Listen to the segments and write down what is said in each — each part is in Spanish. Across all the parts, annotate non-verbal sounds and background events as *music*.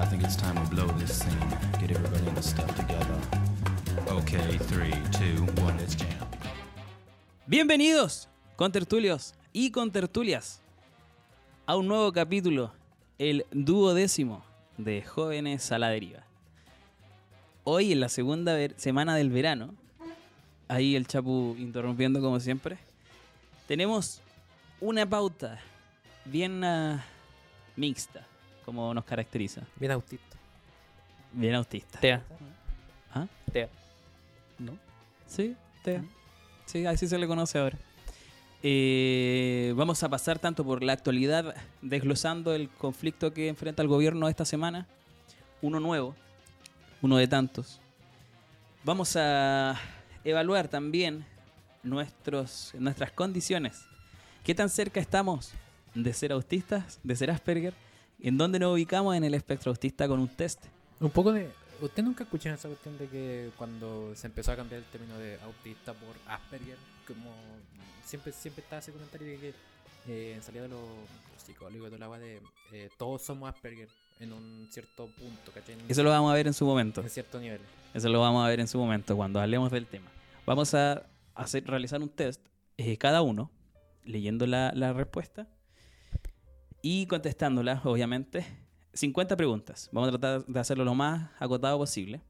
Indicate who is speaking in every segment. Speaker 1: I think it's time to blow this scene. Get everybody in the stuff together. Okay, three, two, one, let's jam.
Speaker 2: Bienvenidos, contertulios y contertulias, a un nuevo capítulo, el duodécimo de Jóvenes a la Deriva. Hoy, en la segunda ver- semana del verano, ahí el Chapu interrumpiendo como siempre, tenemos una pauta bien ah, mixta, como nos caracteriza,
Speaker 3: Bien autista.
Speaker 2: bien autista.
Speaker 4: Tea,
Speaker 2: ¿Ah?
Speaker 4: tea.
Speaker 2: ¿No? Sí, TEA. Sí, así se le conoce ahora. Eh, vamos a pasar tanto por la actualidad, desglosando el conflicto que enfrenta el gobierno esta semana. Uno nuevo, uno de tantos. Vamos a evaluar también nuestros, nuestras condiciones. ¿Qué tan cerca estamos de ser autistas, de ser Asperger? ¿En dónde nos ubicamos en el espectro autista con un test?
Speaker 3: Un poco de. ¿Usted nunca escuchó esa cuestión de que cuando se empezó a cambiar el término de autista por Asperger? Como. Siempre, siempre estaba ese comentario de que eh, salía de los, los psicólogos de la agua de. eh, todos somos Asperger en un cierto punto, ¿cachai? En,
Speaker 2: Eso lo vamos a ver en su momento.
Speaker 3: en cierto nivel.
Speaker 2: Eso lo vamos a ver en su momento cuando hablemos del tema. Vamos a hacer, realizar un test, eh, cada uno, leyendo la, la respuesta y contestándola, obviamente. 50 preguntas. Vamos a tratar de hacerlo lo más acotado posible.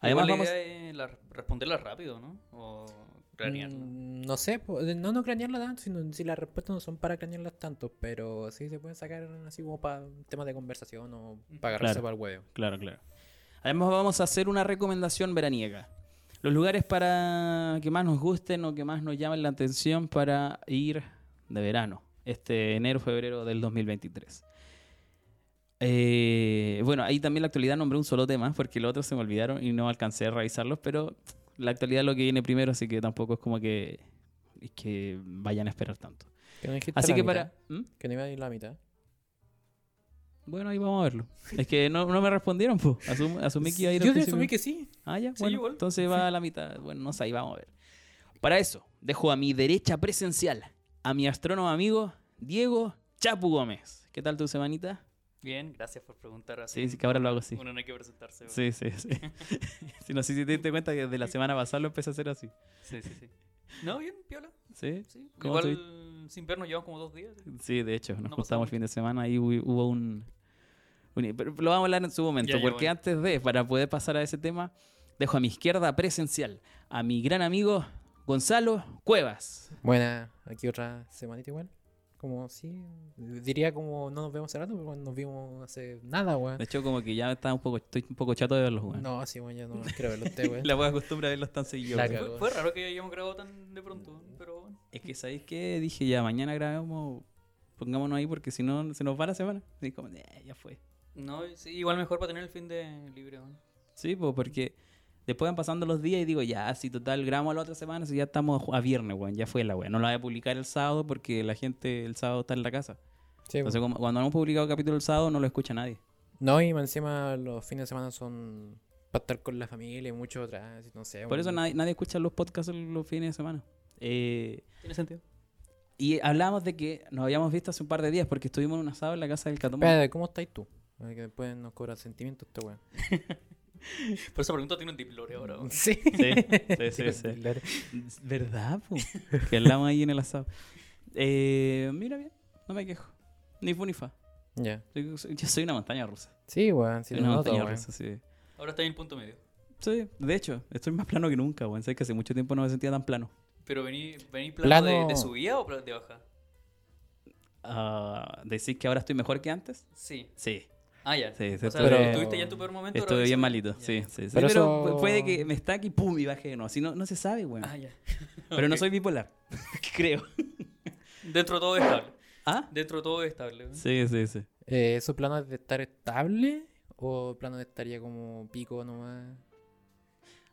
Speaker 2: Además,
Speaker 4: Igual la
Speaker 2: vamos.
Speaker 4: idea es la- responderla rápido, ¿no? O cranearla.
Speaker 3: Mm, no sé, po- no, no cranearla tanto, sino si las respuestas no son para cranearlas tanto, pero sí se pueden sacar así como para temas de conversación o para agarrarse
Speaker 2: Claro.
Speaker 3: para el huevo.
Speaker 2: Claro, claro. Además, vamos a hacer una recomendación veraniega. Los lugares para que más nos gusten o que más nos llamen la atención para ir de verano, este enero, febrero del 2023. Eh, bueno, ahí también la actualidad nombré un solo tema porque los otros se me olvidaron y no alcancé a revisarlos, pero la actualidad es lo que viene primero, así que tampoco es como que, es que vayan a esperar tanto.
Speaker 3: Que no dijiste
Speaker 2: Así
Speaker 3: la
Speaker 2: que
Speaker 3: mitad,
Speaker 2: para... ¿Mm?
Speaker 3: Que no iba a ir la mitad.
Speaker 2: Bueno, ahí vamos a verlo. Es que no, no me respondieron, po. Asum- asumí que iba a ir al
Speaker 3: Yo te
Speaker 2: principio.
Speaker 3: asumí que sí.
Speaker 2: Ah, ya,
Speaker 4: Sí,
Speaker 2: bueno,
Speaker 4: igual.
Speaker 2: entonces va a la mitad. Bueno, no sé, ahí vamos a ver. Para eso, dejo a mi derecha presencial a mi astrónomo amigo Diego Chapu Gómez. ¿Qué tal tu semanita?
Speaker 4: Bien, gracias por preguntar así.
Speaker 2: Sí, sí, que ahora lo hago así.
Speaker 4: Uno no hay que presentarse.
Speaker 2: Sí, sí, sí. *laughs* Sí, no sé si te diste cuenta que desde la semana pasada lo empecé a hacer así.
Speaker 4: sí, sí, sí. No, bien, piola.
Speaker 2: ¿Sí?
Speaker 4: Sí.
Speaker 2: ¿Cómo
Speaker 4: Igual sin vernos llevamos como dos días. sí.
Speaker 2: Sí, de hecho, nos
Speaker 4: No pasó
Speaker 2: juntamos el
Speaker 4: mucho.
Speaker 2: fin de semana y hu- hubo un, un- Pero lo vamos a hablar en su momento,
Speaker 4: Ya, ya,
Speaker 2: porque
Speaker 4: bueno.
Speaker 2: antes de, para poder pasar a ese tema, dejo a mi izquierda presencial a mi gran amigo Gonzalo Cuevas.
Speaker 3: Buena, aquí otra semanita igual. Como sí, diría como no nos vemos hace rato, pero bueno, nos vimos hace nada, weón.
Speaker 2: De hecho, como que ya estaba un poco, estoy un poco chato de verlos, weón. *laughs*
Speaker 3: No, sí, weón, ya no quiero verlo a usted, weón.
Speaker 2: La buena costumbre de verlos tan seguidos.
Speaker 3: La
Speaker 2: weón.
Speaker 3: cagó.
Speaker 4: Fue, fue raro que hayamos grabado tan de pronto,
Speaker 2: Mm.
Speaker 4: pero bueno.
Speaker 2: Es que, ¿sabéis qué? Dije, ya, mañana grabemos, pongámonos ahí, porque si no, se nos va la semana. Y como, "Eh, ya fue.
Speaker 4: No, sí, igual mejor para tener el fin de libre. ¿no?
Speaker 2: Sí, pues porque después van pasando los días y digo, ya, si total, grabamos la otra semana, si ya estamos a viernes, weón, ya fue la weón. No la voy a publicar el sábado porque la gente el sábado está en la casa.
Speaker 3: Sí,
Speaker 2: Entonces, como- cuando no hemos publicado el capítulo el sábado, no lo escucha nadie.
Speaker 3: weón. no, y más encima los fines de semana son para estar con la familia y mucho atrás, no sé.
Speaker 2: Por eso
Speaker 3: weón.
Speaker 2: nadie, nadie escucha los podcasts los fines de semana. Eh,
Speaker 4: Tiene sentido.
Speaker 2: y hablábamos de que nos habíamos visto hace un par de días porque estuvimos en un asado en la casa del Catomón.
Speaker 3: Espérate, ¿cómo estáis tú? Para que después nos cobra sentimientos este weón.
Speaker 4: Por esa pregunta tiene un diplore ahora.
Speaker 2: Mm.
Speaker 4: ¿no?
Speaker 3: Sí. *laughs*
Speaker 2: Sí, sí, sí, sí. ¿Verdad, po? Que hablamos ahí en el asado. Eh, mira bien, no me quejo. Ni fu ni fa.
Speaker 3: Ya.
Speaker 2: Yo soy- yo soy una montaña rusa.
Speaker 3: Sí, weón, sí,
Speaker 2: Soy
Speaker 3: lo
Speaker 2: una
Speaker 3: noto,
Speaker 2: montaña
Speaker 3: weón.
Speaker 2: rusa, sí.
Speaker 4: Ahora está en el punto medio.
Speaker 2: Sí, de hecho, estoy más plano que nunca, weón. Sé que hace mucho tiempo no me sentía tan plano.
Speaker 4: Pero vení, vení plano,
Speaker 3: Plano-
Speaker 4: De, de subida o plano de baja.
Speaker 2: Ah, ¿Decís que ahora estoy mejor que antes?
Speaker 4: Sí.
Speaker 2: Sí.
Speaker 4: Ah, ya.
Speaker 2: Sí,
Speaker 4: o sea,
Speaker 3: pero-
Speaker 4: estuviste ya en tu peor momento. ahora
Speaker 2: Estuve
Speaker 4: subí.
Speaker 2: bien malito,
Speaker 4: Ya.
Speaker 2: sí, sí, sí. Pero,
Speaker 3: Pero
Speaker 2: pu-
Speaker 3: eso-
Speaker 2: puede que me está aquí, pum, y baje de nuevo. Si no, no se sabe, weón.
Speaker 4: Ah, ya.
Speaker 2: Pero no
Speaker 4: Ok.
Speaker 2: soy
Speaker 4: *laughs*
Speaker 2: bipolar, creo.
Speaker 4: Dentro de todo es estable.
Speaker 2: ¿Ah?
Speaker 4: Dentro de todo es estable. ¿no?
Speaker 2: Sí, sí, sí.
Speaker 3: Eh, ¿Su plano es de estar estable o plano de estaría como pico nomás?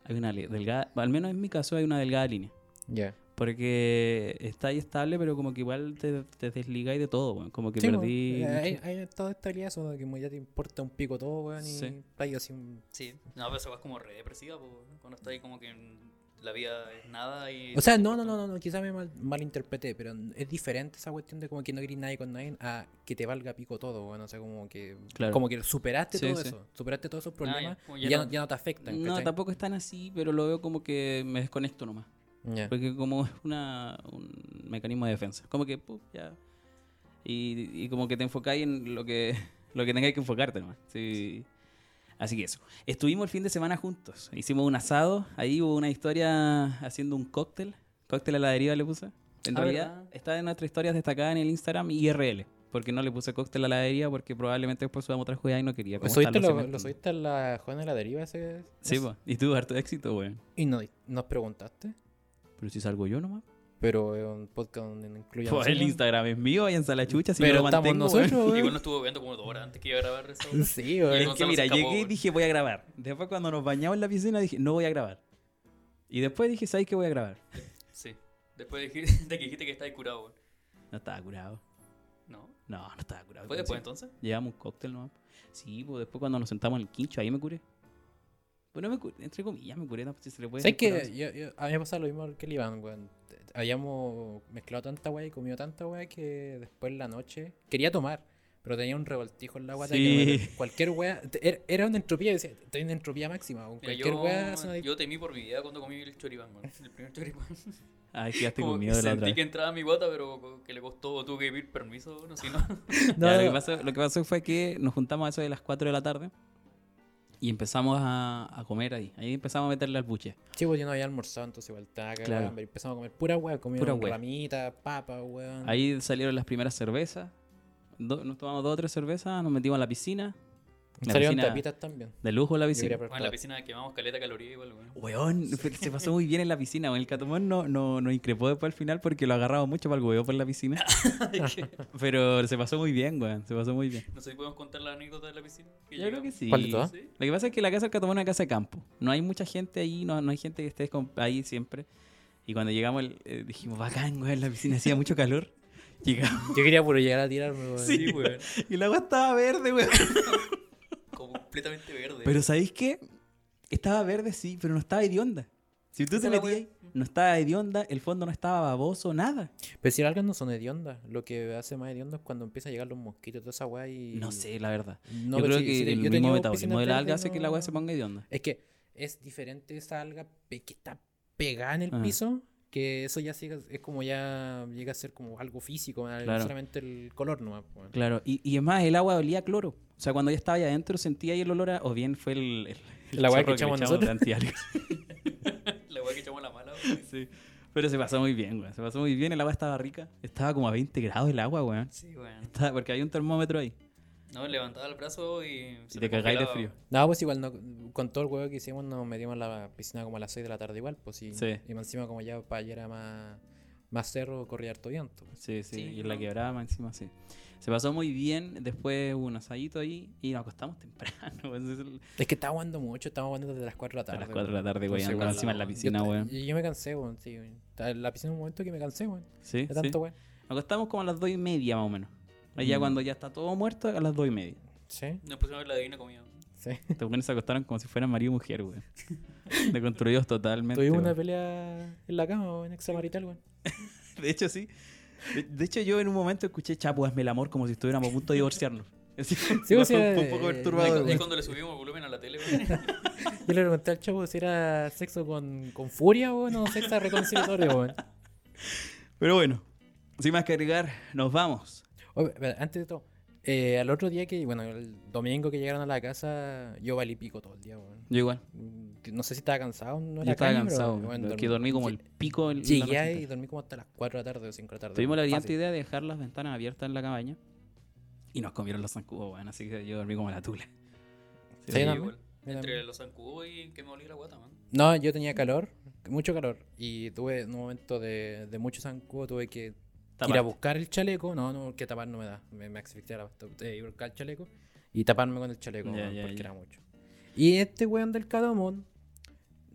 Speaker 2: Hay una le- delgada, al menos en mi caso hay una delgada línea.
Speaker 3: Ya.
Speaker 2: Porque está ahí estable, pero como que igual te, te desligáis de todo, weón. Como que
Speaker 3: Sí,
Speaker 2: perdí...
Speaker 3: pues, eh, Hay,
Speaker 2: mucho.
Speaker 3: hay estado de estabilidad, eso de que como ya te importa un pico todo, weón, y
Speaker 2: Sí.
Speaker 3: estáis así un-
Speaker 4: Sí. No, pero esa weá es como re depresiva, po, weón. cuando está ahí como que en la vida es nada y...
Speaker 3: O sea, no, no, no, no, no quizás me mal, malinterpreté, pero es diferente esa cuestión de como que no querís nadie con nadie a que te valga pico todo, bueno, o sea, como que,
Speaker 2: Claro.
Speaker 3: como que superaste
Speaker 2: Sí,
Speaker 3: todo
Speaker 2: sí.
Speaker 3: eso, superaste todos esos
Speaker 4: ya,
Speaker 3: problemas
Speaker 4: como
Speaker 3: y
Speaker 4: ya
Speaker 3: ya
Speaker 4: no-
Speaker 3: no, ya no te afectan,
Speaker 2: No,
Speaker 3: ¿cachai?
Speaker 2: tampoco es tan así, pero lo veo como que me desconecto nomás.
Speaker 3: Ya.
Speaker 2: Porque como es una, un mecanismo de defensa. Como que, puf, ya. Y, y como que te enfocáis en lo que, *laughs* lo que tengáis que enfocarte nomás. Sí. Así que eso. Estuvimos el fin de semana juntos. Hicimos un asado. Ahí hubo una historia haciendo un cóctel. Cóctel a la deriva le puse. En
Speaker 4: Ah,
Speaker 2: realidad
Speaker 4: ¿verdad?
Speaker 2: está en nuestras historias destacadas en el Instagram IRL. Porque no le puse cóctel a la deriva porque probablemente después subamos otra jugada y no quería. como
Speaker 3: ¿Subiste
Speaker 2: estar los
Speaker 3: lo, lo
Speaker 2: cementos.
Speaker 3: subiste a la joven de la deriva ese?
Speaker 2: Sí, pues.
Speaker 3: ese?
Speaker 2: po. y tuvo harto éxito, weón.
Speaker 3: Y no, nos preguntaste,
Speaker 2: Pero si salgo yo nomás.
Speaker 3: pero es un podcast donde no incluye a
Speaker 2: Pues el
Speaker 3: nosotros.
Speaker 2: Instagram es mío, vayan a la chucha si yo
Speaker 3: Pero
Speaker 2: lo
Speaker 3: estamos
Speaker 2: mantengo, weón.
Speaker 3: nosotros,
Speaker 4: Igual
Speaker 3: weón.
Speaker 4: no estuvo viendo como dos horas antes que iba a grabar eso.
Speaker 3: *laughs* Sí,
Speaker 4: Y
Speaker 3: weón.
Speaker 2: Es que
Speaker 4: Gonzalo
Speaker 2: mira,
Speaker 4: se escapó,
Speaker 2: llegué y
Speaker 4: weón.
Speaker 2: dije voy a grabar. Después cuando nos bañamos en la piscina dije no voy a grabar. Y después dije, ¿sabes qué voy a grabar?
Speaker 4: Sí. Después de que, *laughs* de que dijiste que estabas curado, weón.
Speaker 2: No estaba curado.
Speaker 4: ¿no?
Speaker 2: No, no estaba curado.
Speaker 4: ¿Fue después
Speaker 2: Sí.
Speaker 4: entonces?
Speaker 2: Llevamos un cóctel nomás. Sí, pues después cuando nos sentamos en el quincho, ahí me curé. Bueno, me curé, entre comillas, me curé, no sé si se le puede
Speaker 3: ¿Sabes
Speaker 2: decir curado.
Speaker 3: que yo, yo- a mí me pasa lo mismo que el Iván, weón? Habíamos mezclado tanta weá y comido tanta weá que después en la noche quería tomar, pero tenía un revoltijo en la guata que
Speaker 2: Sí.
Speaker 3: me- cualquier weá. te- era- Era una entropía, yo decía, estoy en entropía máxima, weón.
Speaker 4: Mira,
Speaker 3: Cualquier weá es
Speaker 4: yo,
Speaker 3: una adicción.
Speaker 4: yo temí por mi vida cuando comí el choripán, weón. El
Speaker 2: *laughs*
Speaker 4: primer choripán.
Speaker 2: Ay, quedaste
Speaker 4: Como
Speaker 2: con
Speaker 4: que
Speaker 2: miedo la otra
Speaker 4: sentí
Speaker 2: vez.
Speaker 4: que entraba a mi guata, pero co- que le costó, tuve que pedir permiso,
Speaker 2: *laughs*
Speaker 4: no sé, no.
Speaker 3: No,
Speaker 2: Ya, lo,
Speaker 3: no,
Speaker 2: que pasó, lo que pasó fue que nos juntamos a eso de las 4 de la tarde y empezamos a, a comer ahí. Ahí empezamos a meterle al buche.
Speaker 3: Sí, pues yo no había almorzado, entonces igual estaba cagado de
Speaker 2: Claro.
Speaker 3: hambre. Empezamos a comer pura weá,
Speaker 2: Pura
Speaker 3: comimos
Speaker 2: weá.
Speaker 3: ramitas, papas, weón.
Speaker 2: Ahí salieron las primeras cervezas. Do- nos tomamos dos o tres cervezas, nos metimos a la piscina.
Speaker 3: Me
Speaker 2: la
Speaker 3: Salieron
Speaker 2: piscina-
Speaker 3: tapitas también.
Speaker 2: De lujo Ah, la
Speaker 3: Yo quería
Speaker 2: piscina.
Speaker 3: probar
Speaker 4: Bueno, en la
Speaker 3: todas.
Speaker 4: piscina quemamos caleta caloría igual, weón.
Speaker 2: Weón, *laughs* se pasó muy bien en la piscina. weón. El catomón no, no, nos increpó después al final porque lo agarraba mucho para el huevo por la piscina. *laughs* Pero se pasó muy bien, weón. Se pasó muy bien.
Speaker 4: No sé si podemos contar la anécdota de la piscina.
Speaker 2: Yo creo que sí.
Speaker 3: ¿Cuál de todas?
Speaker 4: Sí.
Speaker 2: Lo que pasa es que la casa del Catomón es una casa de campo. No hay mucha gente ahí, no, no hay gente que esté con- ahí siempre. Y cuando llegamos el- eh, dijimos, bacán, weón, la piscina hacía mucho calor. *laughs* Llegamos
Speaker 3: Yo quería puro llegar a tirarme, weón.
Speaker 4: Sí, weón.
Speaker 2: y el agua estaba verde, weón.
Speaker 4: Completamente verde.
Speaker 2: Pero ¿sabéis qué? Estaba verde, sí, pero no estaba hedionda. Si tú
Speaker 4: Esa
Speaker 2: te
Speaker 4: es la
Speaker 2: metías, no estaba hedionda, el fondo no estaba baboso, nada.
Speaker 3: Pero si las algas no son hediondas, lo que hace más hediondo es cuando empiezan a llegar los mosquitos, toda esa weá y.
Speaker 2: No sé, la verdad.
Speaker 3: No,
Speaker 2: yo
Speaker 3: pero
Speaker 2: creo
Speaker 3: si-
Speaker 2: que
Speaker 3: si te-
Speaker 2: el
Speaker 3: yo
Speaker 2: mismo
Speaker 3: tenía
Speaker 2: metabolismo
Speaker 3: piscinas
Speaker 2: de la
Speaker 3: verdes,
Speaker 2: alga hace que el
Speaker 3: no-
Speaker 2: agua se ponga hedionda.
Speaker 3: Es que es diferente esa alga pe- que está pegada en el
Speaker 2: Ah.
Speaker 3: piso, que eso ya sigue- es como ya llega a ser como algo físico, no
Speaker 2: Claro.
Speaker 3: solamente el color nomás. pues, po.
Speaker 2: Claro, y, y es más, el agua olía a cloro. O sea, cuando ya estaba ahí adentro sentía ahí el olor a... O bien fue el... el, el
Speaker 3: La weá
Speaker 2: chorro
Speaker 3: que echamos
Speaker 2: le
Speaker 3: nosotros.
Speaker 2: de antialga.
Speaker 4: *laughs* La weá que echamos la mala, weón.
Speaker 2: Sí. *laughs* Pero se pasó muy bien, weón. Se pasó muy bien. El agua estaba rica. Estaba como a 20 grados el agua, weón.
Speaker 4: Sí, weón.
Speaker 2: Estaba- Porque hay un termómetro ahí.
Speaker 4: No, levantaba el brazo y.
Speaker 2: Y
Speaker 4: se
Speaker 2: te
Speaker 4: me
Speaker 2: cagáis de
Speaker 4: congelaba.
Speaker 2: frío.
Speaker 3: No, pues igual no- con todo el huevo que hicimos nos metimos a la piscina como a las 6 de la tarde igual, pues y,
Speaker 2: Sí.
Speaker 3: y encima como ya para allá era más, más cerro, corría harto viento.
Speaker 2: Sí, sí,
Speaker 4: Sí,
Speaker 2: y en la
Speaker 4: no.
Speaker 2: quebrada más encima, sí. Se pasó muy bien, después hubo un asadito ahí y nos acostamos *laughs* temprano. pues, es el-
Speaker 3: Es que estaba jugando mucho, estaba jugando desde las 4 de la
Speaker 2: a
Speaker 3: tarde.
Speaker 2: las 4 de la tarde, güey,
Speaker 3: Entonces,
Speaker 2: andaba
Speaker 3: igual,
Speaker 2: encima en la
Speaker 4: yo
Speaker 2: piscina,
Speaker 3: yo,
Speaker 2: güey.
Speaker 3: y yo me cansé, weón, sí, weón. Estaba en La piscina en un momento que me cansé, weón.
Speaker 2: Sí,
Speaker 3: De
Speaker 2: sí.
Speaker 3: tanto, weón.
Speaker 2: Nos acostamos como a las 2 y media más o menos. Ahí Ya
Speaker 3: Mm.
Speaker 2: cuando ya está todo muerto, a las 2 y
Speaker 3: *laughs*
Speaker 2: media.
Speaker 3: Sí,
Speaker 4: Nos pusimos a ver la divina comida.
Speaker 2: *laughs*
Speaker 3: sí.
Speaker 2: Te ponen se acostaron como si fueran marido y mujer,
Speaker 3: *laughs*
Speaker 2: güey. Deconstruidos totalmente.
Speaker 3: Tuvimos
Speaker 2: *laughs*
Speaker 3: una
Speaker 2: güey.
Speaker 3: pelea en la cama, weón, examarital, weón.
Speaker 2: De hecho, sí. De, de hecho, yo en un momento escuché, chapo, hazme el amor como si estuviéramos a punto de divorciarnos. *laughs* Así,
Speaker 3: Sí, o
Speaker 2: fue
Speaker 3: sea,
Speaker 2: un poco
Speaker 3: eh,
Speaker 2: perturbador.
Speaker 3: no,
Speaker 2: güey.
Speaker 4: Es cuando le subimos el volumen a la *laughs* tele, weón.
Speaker 3: Yo le pregunté al chavo si era sexo con, con furia, weón, o sexo reconciliatorio, weón.
Speaker 2: Pero bueno, sin más que agregar, nos vamos.
Speaker 3: Oye, espera, antes de todo, eh, al otro día que, bueno, el domingo que llegaron a la casa, yo valí pico todo el día, weón.
Speaker 2: Yo igual.
Speaker 3: Mm, No sé si estaba cansado, no
Speaker 2: Yo
Speaker 3: era
Speaker 2: estaba
Speaker 3: caña, pero,
Speaker 2: cansado,
Speaker 3: weón,
Speaker 2: weón, que dormí como el pico. en la
Speaker 3: Llegué
Speaker 2: noche
Speaker 3: ahí y
Speaker 2: entera.
Speaker 3: dormí como hasta las 4 de la tarde o 5 de la tarde.
Speaker 2: Tuvimos la
Speaker 3: weón,
Speaker 2: brillante
Speaker 3: fácil.
Speaker 2: idea de dejar las ventanas abiertas en la cabaña y nos comieron los zancudos, weón. Así que yo dormí como la tula.
Speaker 3: Sí,
Speaker 2: Sí,
Speaker 3: no,
Speaker 4: igual.
Speaker 3: Mira,
Speaker 4: Entre los zancudos y que me olía la guata, man.
Speaker 3: No, yo tenía calor, mucho calor, y tuve en un momento de, de mucho zancudo, tuve que ir
Speaker 2: Tapaste.
Speaker 3: a buscar el chaleco. No, no, que tapar no me da, me, me asfixié la bastante. Eh, ir a buscar el chaleco y taparme con el chaleco,
Speaker 2: Ya,
Speaker 3: weón,
Speaker 2: ya,
Speaker 3: porque
Speaker 2: ya.
Speaker 3: era mucho. Y este weón del Cadomón,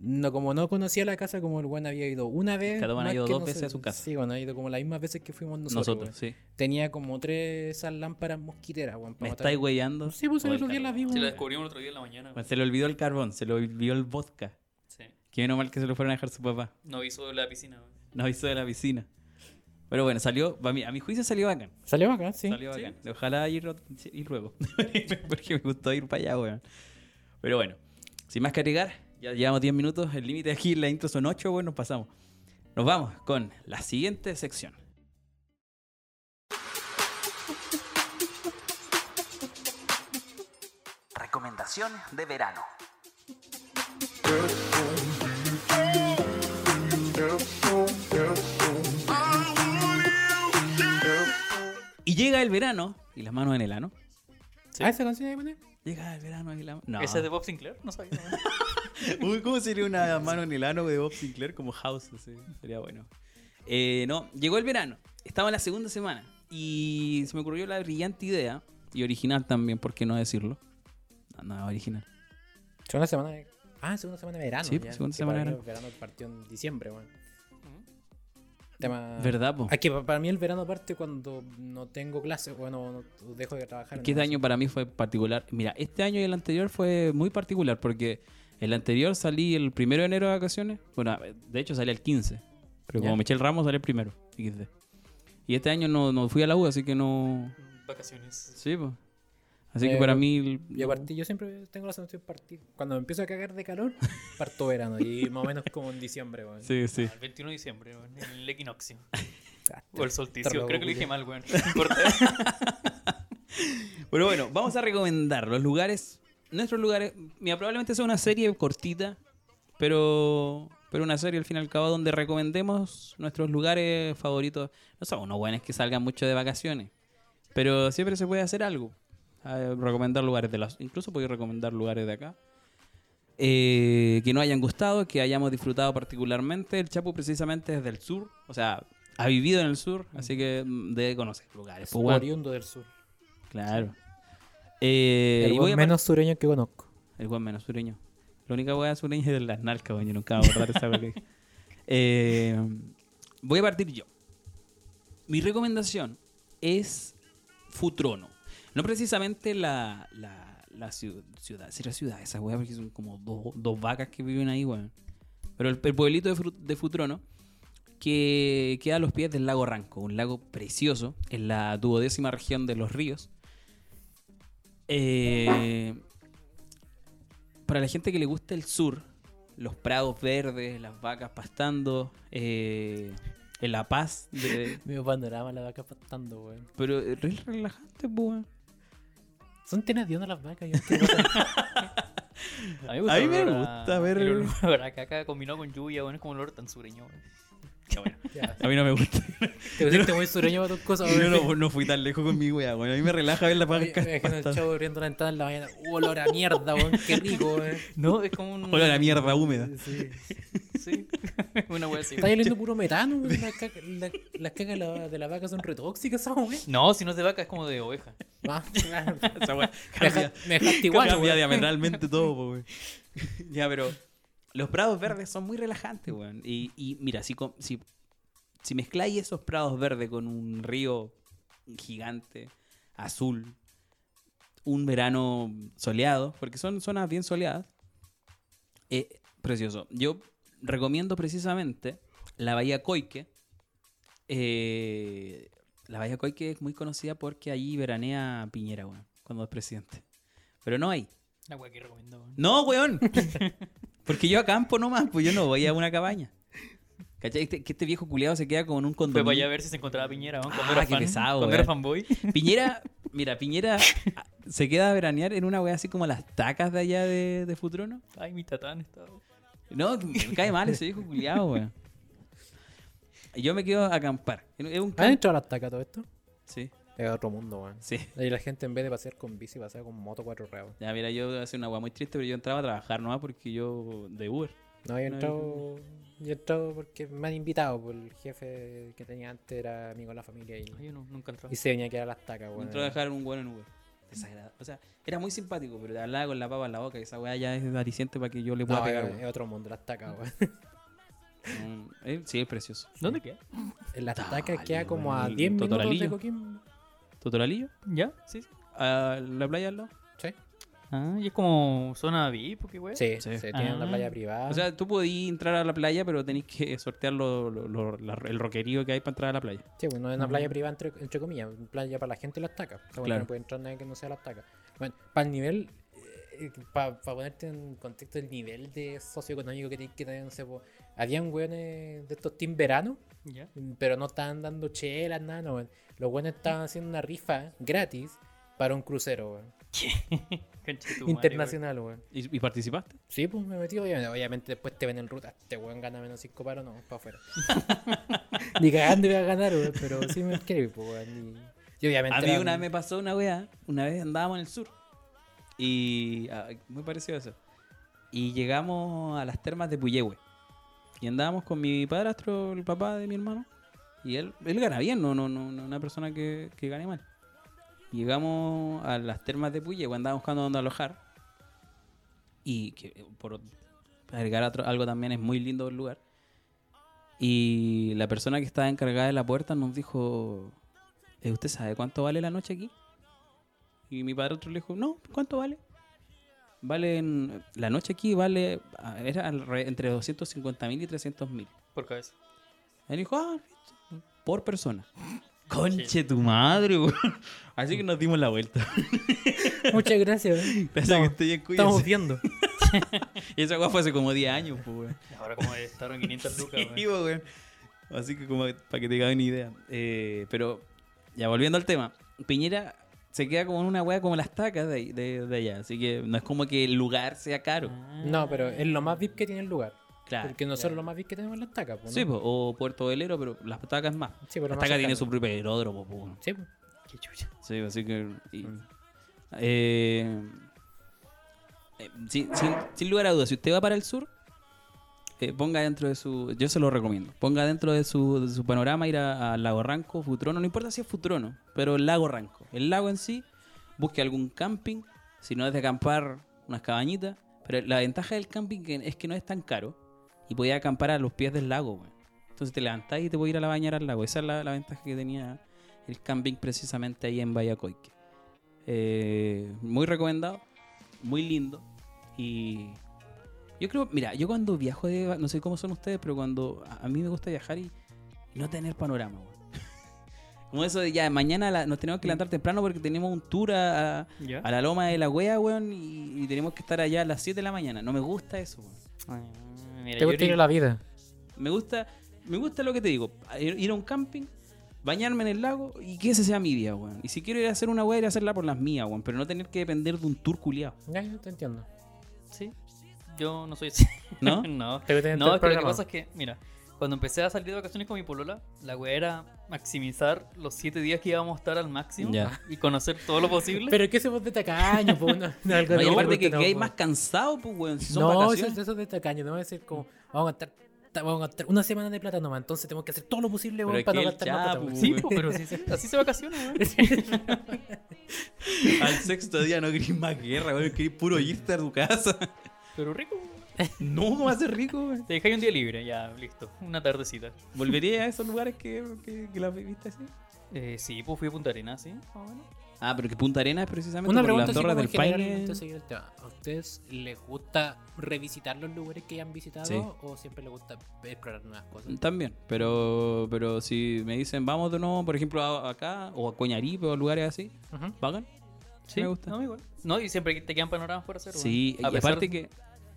Speaker 3: no, como no conocía la casa, como el weón había ido una vez.
Speaker 2: Cadomón ha
Speaker 3: más
Speaker 2: ido
Speaker 3: que
Speaker 2: dos
Speaker 3: no
Speaker 2: veces a su casa.
Speaker 3: Sí, bueno, ha ido como las mismas veces que fuimos nosotros.
Speaker 2: Nosotros,
Speaker 3: weón.
Speaker 2: sí.
Speaker 3: Tenía como tres esas lámparas mosquiteras, weón. para
Speaker 2: Me
Speaker 3: matar-
Speaker 2: estáis weyando.
Speaker 3: Sí, pues
Speaker 2: Oh,
Speaker 3: el
Speaker 2: el
Speaker 3: otro día las
Speaker 2: carbón.
Speaker 3: vimos.
Speaker 2: Pues-
Speaker 4: Se la descubrimos el otro día en la mañana.
Speaker 2: Bueno,
Speaker 4: weón.
Speaker 2: Se le olvidó el carbón, se le olvidó el vodka.
Speaker 4: Sí.
Speaker 2: Que Que menos mal que se lo fueron a dejar su papá.
Speaker 4: No hizo la piscina. weón.
Speaker 2: No avisó de la piscina. Pero bueno, salió, a mi, a mi juicio salió bacán.
Speaker 3: Salió acá, sí.
Speaker 2: Salió bacán. Ojalá ir, ot- ir luego. *laughs* Porque me gustó ir para allá, weón. Pero bueno, sin más que agregar, ya llevamos 10 minutos. El límite aquí, la intro son 8, bueno, nos pasamos. Nos vamos con la siguiente sección.
Speaker 5: Recomendación de verano.
Speaker 2: Y llega el verano y las manos en el ano.
Speaker 3: ¿Ah, esa canción ahí pone?
Speaker 2: Llega el verano y las manos. No.
Speaker 4: ¿Esa es de Bob Sinclair? No sabía. weón.
Speaker 2: Uy, ¿cómo sería una mano en el ano de Bob Sinclair como House? así? Sería bueno. Eh, no, llegó el verano. Estaba en la segunda semana. Y se me ocurrió la brillante idea. Y original también, ¿por qué no decirlo? No, no, original.
Speaker 3: Segunda semana de... Ah, segunda semana de verano.
Speaker 2: Sí, segunda
Speaker 3: que
Speaker 2: semana de
Speaker 3: para mí
Speaker 2: verano.
Speaker 3: El verano partió en diciembre, bueno. Tema...
Speaker 2: ¿Verdad, po?
Speaker 3: Es Ah, que pa- para mí el verano parte cuando no tengo clases, bueno, no, no- dejo de trabajar.
Speaker 2: Que
Speaker 3: ¿no?
Speaker 2: este año para mí fue particular. Mira, este año y el anterior fue muy particular porque el anterior salí el primero de enero de vacaciones. Bueno, de hecho salí el 15. Pero como
Speaker 3: Ya.
Speaker 2: me eché el ramo, salí el primero. XD. Y este año no, no fui a la U, así que no.
Speaker 4: *laughs* Vacaciones.
Speaker 2: Sí, pues. Así que
Speaker 3: Eh,
Speaker 2: para mí. el-
Speaker 3: Yo, partí, yo siempre tengo la sensación de partir. Cuando me empiezo a cagar
Speaker 2: *laughs*
Speaker 3: de calor, parto verano. Y más o menos como en diciembre, weón.
Speaker 2: Sí, sí.
Speaker 4: Ah, El 21 de diciembre, weón, en el equinoccio.
Speaker 2: *laughs*
Speaker 3: Ah,
Speaker 4: O el
Speaker 3: Tarlo,
Speaker 4: solsticio. Creo que lo dije
Speaker 3: Julián.
Speaker 4: mal, weón. No importa.
Speaker 2: Pero bueno, vamos a recomendar los lugares. Nuestros lugares. Mira, probablemente sea una serie cortita, pero. Pero una serie al fin y al cabo donde recomendemos nuestros lugares favoritos. No son unos buenos que salgan mucho de vacaciones. Pero siempre se puede hacer algo. Ah, recomendar lugares de las. Incluso podéis recomendar lugares de acá. eh, que no hayan gustado, que hayamos disfrutado particularmente. El Chapu precisamente es del sur. O sea, ha vivido en el sur, así que mm, debe conocer lugares. pues, weón.
Speaker 3: Oriundo del sur.
Speaker 2: Claro. Eh,
Speaker 3: el
Speaker 2: y
Speaker 3: weón
Speaker 2: voy a par-
Speaker 3: menos sureño que conozco.
Speaker 2: El weón menos sureño. La única weá sureña *laughs* es de las narcas, weón. Yo nunca voy a borrar esa weá que dije. Eh, Voy a partir yo. Mi recomendación es Futrono. No precisamente la, la, la ciu- ciudad. Será ciudad esa weá, porque son como dos, dos vacas que viven ahí, weón. Pero el, el pueblito de, Fru- de Futrono, que queda a los pies del lago Ranco, un lago precioso en la duodécima región de los ríos. Eh, para la gente que le gusta el sur, los prados verdes, las vacas pastando, eh, en La Paz, *laughs* de-
Speaker 3: Medio panorama la vaca pastando, weón.
Speaker 2: pero es re relajante, pues. weón.
Speaker 3: Son tenas de onda las vacas. yo creo que-
Speaker 4: *laughs* A mí
Speaker 2: A mí me
Speaker 4: el olor
Speaker 2: gusta ver-
Speaker 4: El olor a caca combinado con lluvia, weón. Es como el olor tan sureño,
Speaker 2: *laughs*
Speaker 4: weón.
Speaker 3: Ya,
Speaker 2: A mí no me gusta.
Speaker 3: Te pusiste muy sureño para tus cosas,
Speaker 2: Yo
Speaker 3: weón.
Speaker 2: no, no fui tan lejos con mi weá, bueno, a mí me relaja ver las
Speaker 3: Oye,
Speaker 2: vacas
Speaker 3: me imagino el
Speaker 2: pastando.
Speaker 3: chavo abriendo la ventana en la mañana. Uh, olor a mierda, weón. Qué rico, weón.
Speaker 4: No, es como un.
Speaker 2: Olor a mierda húmeda.
Speaker 3: Sí.
Speaker 4: Sí. *laughs* Una weá así.
Speaker 3: Está
Speaker 2: *laughs*
Speaker 3: oliendo puro metano, weón. Las caca- la- las cacas de la- de la vaca son retóxicas, esa weón.
Speaker 4: No, si no es de vaca, es como de oveja.
Speaker 3: Ah, claro.
Speaker 2: *laughs* Esa
Speaker 3: *laughs*
Speaker 2: weá
Speaker 3: Me deja-
Speaker 2: cambia-
Speaker 3: me dejaste igual,
Speaker 2: Cambia
Speaker 3: weón. *laughs*
Speaker 2: diametralmente todo, po, weón. *laughs* ya, pero los prados verdes son muy relajantes, weón. Y, y mira, si, com- si, si mezcláis esos prados verdes con un río gigante, azul, un verano soleado, porque son zonas bien soleadas, eh, precioso. Yo recomiendo precisamente la Bahía Coique. Eh, la Bahía Coique es muy conocida porque allí veranea Piñera, weón, cuando es presidente. Pero no hay.
Speaker 4: La weá que recomiendo, weón.
Speaker 2: No,
Speaker 4: *laughs*
Speaker 2: weón. Porque yo acampo nomás, pues yo no voy a una cabaña. ¿Cachai? Este- que este viejo culiado se queda con un
Speaker 4: Fue para allá a
Speaker 2: condominio.
Speaker 4: ver si se encontraba Piñera, weón. Cuando
Speaker 2: Ah,
Speaker 4: era
Speaker 2: qué
Speaker 4: fan.
Speaker 2: pesado,
Speaker 4: cuando era
Speaker 2: weón.
Speaker 4: fanboy.
Speaker 3: *laughs*
Speaker 2: Piñera, mira, Piñera ah, se queda a veranear en una wea así como las tacas de allá de, de Futrono.
Speaker 4: Ay, mi tatán estaba.
Speaker 2: No, me cae mal ese viejo culiado, weón. Y Yo me quedo a acampar. Es un
Speaker 3: ¿Han
Speaker 2: camp-
Speaker 3: entrado a la estaca todo esto?
Speaker 2: Sí,
Speaker 3: Es otro mundo, weón.
Speaker 2: sí.
Speaker 3: Ahí la gente en vez de pasear con bici, pasea con moto cuatro reos.
Speaker 2: Ya, mira, yo voy a hacer una wea muy triste, pero yo entraba a trabajar nomás porque yo de Uber.
Speaker 3: No, yo he
Speaker 2: No,
Speaker 3: entrado, yo he entrado porque me han invitado, por el jefe que tenía antes era amigo de la familia y,
Speaker 4: Ay, yo no, nunca entraba.
Speaker 3: y se venía a quedar a las tacas,
Speaker 2: Entró
Speaker 3: weón.
Speaker 2: a dejar un weón en Uber. Desagradable. O sea, era muy simpático, pero te hablaba con la papa en la boca. Y esa weá ya es aliciente para que yo le pueda
Speaker 3: No, eh,
Speaker 2: pegar,
Speaker 3: es,
Speaker 2: weón.
Speaker 3: es otro mundo, las tacas, weón.
Speaker 2: Mm, eh, sí, es precioso.
Speaker 4: ¿Dónde queda?
Speaker 3: En Las
Speaker 2: Dale,
Speaker 3: tacas queda como a
Speaker 2: weón,
Speaker 3: 10 minutos de
Speaker 2: Totoralillo.
Speaker 3: Coquimbo.
Speaker 2: ¿Totoralillo?
Speaker 4: ¿Ya? Sí, sí.
Speaker 2: ¿A la playa al lado?
Speaker 3: Sí.
Speaker 4: Ah, y es como zona VIP, porque güey.
Speaker 3: Sí,
Speaker 2: Sí.
Speaker 3: se tiene una
Speaker 4: Ah.
Speaker 3: playa privada.
Speaker 2: O sea, tú podías entrar a la playa, pero tenés que sortear lo- lo- lo- la- el roquerío que hay para entrar a la playa.
Speaker 3: Sí, bueno, es una playa
Speaker 2: Ujú.
Speaker 3: privada entre, entre comillas, una playa para la gente y las tacas. La
Speaker 2: Claro.
Speaker 3: No puede entrar nadie que no sea las tacas. Bueno, para el nivel, eh, para ponerte en contexto el nivel de socioeconómico que tienes que tener, no sé, po, habían weones de estos team verano, mm,
Speaker 4: Ya.
Speaker 3: pero no estaban dando chelas, nada, no, weón. Los weones estaban haciendo una rifa gratis para un crucero, weón.
Speaker 4: Conche tu madre,
Speaker 3: Internacional, weón.
Speaker 2: ¿Y, y participaste?
Speaker 3: Sí, pues me metí, obviamente. Obviamente después te ven en ruta. Este weón gana menos 5 paros, no,
Speaker 2: *laughs*
Speaker 3: para afuera. ni cagando iba a ganar, weón, pero sí me escribí, pues, weón. Y, y obviamente.
Speaker 2: A mí
Speaker 3: eran-
Speaker 2: una vez me pasó una weá, una vez andábamos en el sur y ah, muy parecido a eso. Y llegamos a las termas de Puyehue. Y andábamos con mi padrastro, el papá de mi hermano. Y él, él gana bien, no, no, no, no una persona que, que gane mal. Llegamos a las termas de Puyehue, andábamos buscando dónde alojar. Y que, por agregar otro- algo también es muy lindo el lugar. Y la persona que estaba encargada de la puerta nos dijo, eh, ¿Usted sabe cuánto vale la noche aquí? Y mi padre otro le dijo, no, ¿cuánto vale? Valen, la noche aquí vale, ah, era alre- entre 250 mil y 300 mil.
Speaker 4: güey. Por cabeza.
Speaker 2: Él dijo, ah, listo, por persona. Conche tu madre, güey. *laughs* Así que nos dimos la vuelta. *laughs*
Speaker 3: Muchas gracias, weón.
Speaker 2: Gracias que estoy en Cuyo.
Speaker 3: Estamos viendo.
Speaker 2: *laughs* Y esa weá fue hace como 10 años, pues, güey.
Speaker 4: Ahora como estaron 500 lucas,
Speaker 3: *laughs*
Speaker 2: Sí,
Speaker 4: güey.
Speaker 2: po, weón. Así que como para que te hagan una idea. Eh, pero ya volviendo al tema, Piñera se queda como en una wea como las tacas de, ahí- de- de allá. Así que no es como que el lugar sea caro.
Speaker 4: Ah,
Speaker 3: No, pero es lo más VIP que tiene el lugar.
Speaker 2: claro.
Speaker 3: Ah, porque nosotros lo más VIP que tenemos es las tacas, pues.
Speaker 2: Ah, Sí, po, o Puerto Velero, pero las tacas más.
Speaker 3: Sí, pero
Speaker 2: las
Speaker 3: más
Speaker 2: tacas tiene
Speaker 3: cercano.
Speaker 2: su propio aeródromo. po, weón.
Speaker 3: Sí, pues.
Speaker 4: Qué chucha.
Speaker 2: Sí, así que... y- eh, eh, sin, sin- sin lugar a dudas, si usted va para el sur, eh, ponga dentro de su... Yo se lo recomiendo. Ponga dentro de su, de su panorama ir a, a Lago Ranco, Futrono. No importa si es Futrono, pero el Lago Ranco. El lago en sí, busque algún camping. Si no es de acampar, unas cabañitas. Pero la ventaja del camping que- es que no es tan caro. Y podía acampar a los pies del lago, weón. Entonces te levantás y te podías ir a la bañar al lago. Esa es la, la ventaja que tenía el camping precisamente ahí en Vallacoique. Eh, muy recomendado, muy lindo. Y yo creo, mira, yo cuando viajo de, va- no sé cómo son ustedes, pero cuando a, a mí me gusta viajar y no tener panorama, weón. *laughs* Como eso de ya, mañana la- nos tenemos que levantar temprano porque tenemos un tour a, a-
Speaker 4: ¿Ya?
Speaker 2: a la loma de la wea, weón, y, y tenemos que estar allá a las 7 de la mañana. No me gusta eso, weón.
Speaker 4: Ah, Mira,
Speaker 3: Te
Speaker 4: yo
Speaker 3: gusta ir
Speaker 4: creo-
Speaker 3: a la vida.
Speaker 2: Me gusta, me gusta lo que te digo. Ir ir a un camping, bañarme en el lago y que ese sea mi día, weón. Y si quiero ir a hacer una weá, ir a hacerla por las mías, weón. Pero no tener que depender de un tour culiado,
Speaker 3: Ya, yo te entiendo.
Speaker 4: Sí. Yo no soy así. *laughs*
Speaker 2: ¿no?
Speaker 4: no.
Speaker 3: Te gusta
Speaker 4: No, es que lo que pasa es que, mira, cuando empecé a salir de vacaciones con mi polola, la wea era maximizar los 7 días que íbamos a estar al máximo
Speaker 2: Ya.
Speaker 4: y conocer todo lo posible.
Speaker 3: Pero es que ese vos de tacaño, pues. No, no, algo
Speaker 2: No, y
Speaker 3: no,
Speaker 2: aparte que
Speaker 3: no,
Speaker 2: que hay
Speaker 3: po.
Speaker 2: más cansado, pues, weón. Si son
Speaker 3: no, eso,
Speaker 2: vacaciones.
Speaker 3: eso es de tacaño, no va a decir como, vamos a gastar, ta- vamos a gastar una semana de plata nomás, entonces tenemos que hacer todo lo posible
Speaker 2: Pero
Speaker 3: weón,
Speaker 2: es
Speaker 3: para
Speaker 2: que
Speaker 3: no
Speaker 2: él
Speaker 3: gastar
Speaker 2: ya,
Speaker 3: más plata.
Speaker 2: pues,
Speaker 3: weón.
Speaker 4: Sí, po, pero sí, sí, *laughs* así se vacaciona, weón.
Speaker 2: Al sexto día no querís más guerra, weón. Querís puro irte a tu casa.
Speaker 4: Pero rico, weón.
Speaker 2: No, ¿cómo va a ser rico,
Speaker 3: *laughs*
Speaker 2: weón?
Speaker 4: Te dejáis un día libre, ya, listo. Una tardecita.
Speaker 2: *laughs* ¿Volvería a esos lugares que, que, que las viviste así?
Speaker 4: Eh, sí, pues fui a Punta Arenas, sí. más o menos.
Speaker 2: Ah, pero que Punta Arenas es precisamente
Speaker 3: Una
Speaker 2: por
Speaker 3: pregunta
Speaker 2: la
Speaker 3: así
Speaker 2: Torre
Speaker 3: como
Speaker 2: del
Speaker 3: en general,
Speaker 2: Paine.
Speaker 3: antes de seguir el tema. ¿A ustedes les gusta revisitar los lugares que ya han visitado
Speaker 2: Sí.
Speaker 3: o siempre les gusta explorar nuevas cosas?
Speaker 2: También, pero, pero si me dicen vamos de nuevo, por ejemplo, a- acá o a Coñaripe o lugares así,
Speaker 3: Ujú.
Speaker 2: ¿pagan?
Speaker 4: Sí,
Speaker 2: me gusta.
Speaker 4: No, igual. No, y siempre que te quedan panoramas por hacer, weón.
Speaker 2: Sí, y
Speaker 4: A pesar
Speaker 2: aparte
Speaker 4: de-
Speaker 2: que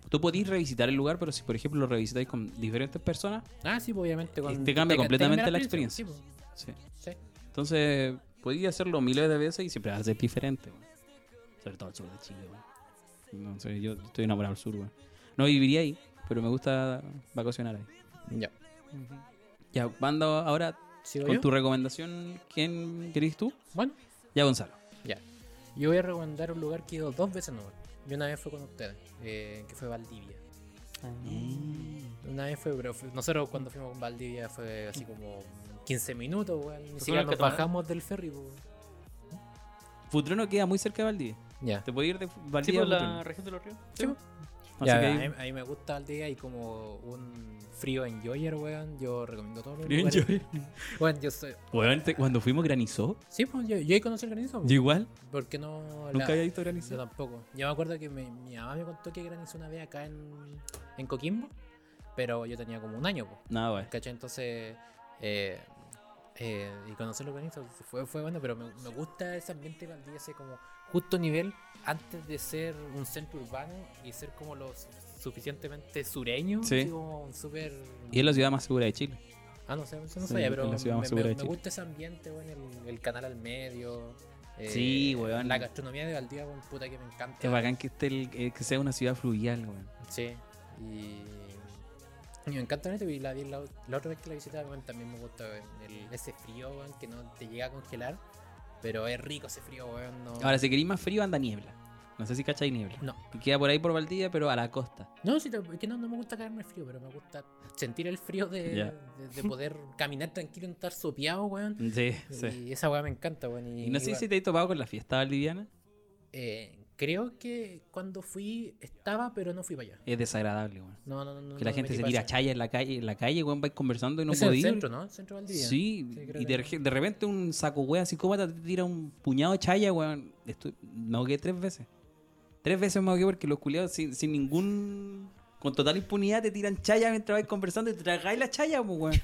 Speaker 2: tú podís revisitar el lugar, pero si por ejemplo lo revisitáis con diferentes personas,
Speaker 3: Ah, sí, pues, obviamente. cuando
Speaker 2: Eh, te cambia completamente la
Speaker 3: Sí, pues.
Speaker 2: sí.
Speaker 3: Sí.
Speaker 2: entonces podís hacerlo miles de veces y siempre va a ser diferente, weón. sobre todo el sur de Chile. weón. No sé, yo estoy enamorado del sur, weón. no viviría ahí, pero me gusta vacacionar ahí.
Speaker 3: Ya.
Speaker 4: Ujú.
Speaker 2: Ya, banda, ahora
Speaker 3: ¿Sigo
Speaker 2: con
Speaker 3: yo?
Speaker 2: tu recomendación, ¿quién querés tú?
Speaker 3: Bueno,
Speaker 2: Ya, Gonzalo.
Speaker 3: ya. Yo voy a recomendar un lugar que he ido dos veces nomás. Y una vez fue con ustedes, eh, que fue Valdivia. Mm. Una vez fue, pero fue- nosotros cuando fuimos con Valdivia fue así como 15 minutos, weón. Ni siquiera
Speaker 4: el
Speaker 3: nos
Speaker 4: catamarán?
Speaker 3: bajamos del ferry, po, weón.
Speaker 2: Futrono queda muy cerca de Valdivia.
Speaker 3: Ya.
Speaker 2: Te puedes ir de
Speaker 4: Sí,
Speaker 2: Valdivia
Speaker 4: pues
Speaker 2: a Futrono.
Speaker 4: la región de los ríos.
Speaker 3: Sí, po.
Speaker 2: Así
Speaker 3: Ya,
Speaker 2: que
Speaker 3: a,
Speaker 2: ahí-
Speaker 3: mí, a mí me gusta el día y como un frío enjoyer, weón, yo recomiendo todo.
Speaker 2: Frío enjoyer.
Speaker 3: Bueno, yo soy...
Speaker 2: *laughs* Weón, te- cuando fuimos granizó,
Speaker 3: Sí, pues yo, yo ahí conocí el granizo.
Speaker 2: yo igual,
Speaker 3: Porque no... la-
Speaker 2: nunca había visto
Speaker 3: Yo
Speaker 2: granizó.
Speaker 3: tampoco. Yo me acuerdo que mi, mi mamá me contó que granizó una vez acá en, en Coquimbo, pero yo tenía como un año, pues.
Speaker 2: Nada, weón.
Speaker 3: ¿Cachai? Entonces, eh, eh, y conocer los granizos fue, fue bueno, pero me, me gusta ese ambiente Valdivia, ese como justo nivel antes de ser un centro urbano y ser como lo su- suficientemente sureño,
Speaker 2: Sí.
Speaker 3: así como un súper.
Speaker 2: Y es la ciudad más segura de Chile.
Speaker 3: Ah, no sé, eso no
Speaker 2: Sí,
Speaker 3: sabía,
Speaker 2: en
Speaker 3: pero
Speaker 2: la ciudad más
Speaker 3: me, me-
Speaker 2: segura de
Speaker 3: me
Speaker 2: Chile.
Speaker 3: gusta ese ambiente, weón, el, el canal al medio. eh,
Speaker 2: Sí, weón.
Speaker 3: La gastronomía de Valdivia, weón, puta que me encanta.
Speaker 2: Es bacán que, esté el- eh, que sea una ciudad fluvial, weón.
Speaker 3: Sí, y. y me encanta esto, y la, vi la, la otra vez que la visitaba weón, también me gusta weón, el- ese frío, weón, que no te llega a congelar, pero es rico ese frío, weón. No,
Speaker 2: Ahora, si queréis más frío, anda niebla. No sé si cachai niebla.
Speaker 3: no.
Speaker 2: Y queda por ahí por Valdivia, pero a la costa.
Speaker 3: no sí, te- es que no, no me gusta caerme el frío, pero me gusta sentir el frío de,
Speaker 2: Ya.
Speaker 3: de, de
Speaker 2: *laughs*
Speaker 3: poder caminar tranquilo y no estar sopeado, weón.
Speaker 2: Sí, Mm, sí.
Speaker 3: Y esa weá me encanta, weón. Y,
Speaker 2: Y no sé
Speaker 3: igual-
Speaker 2: si te he topado con la fiesta valdiviana.
Speaker 3: eh, creo que cuando fui estaba, pero no fui para allá.
Speaker 2: Es desagradable, weón.
Speaker 3: No, no, no, no.
Speaker 2: Que la
Speaker 3: no me
Speaker 2: gente
Speaker 3: metí
Speaker 2: se
Speaker 3: pa'
Speaker 2: tira
Speaker 3: allá.
Speaker 2: chaya en la calle, en la calle, weón, vais conversando y no
Speaker 3: Es el
Speaker 2: podís.
Speaker 3: centro, ¿no? Centro de Valdivia.
Speaker 2: Sí,
Speaker 3: Sí, creo
Speaker 2: y
Speaker 3: que-
Speaker 2: de, rege- de repente un saco weón psicópata te tira un puñado de chaya, weón. Estu- me ahogué tres veces. Tres veces me ahogué porque los culiados sin, sin ningún. Con total impunidad te tiran chaya mientras vais conversando y te tragáis la chaya, pues, weón.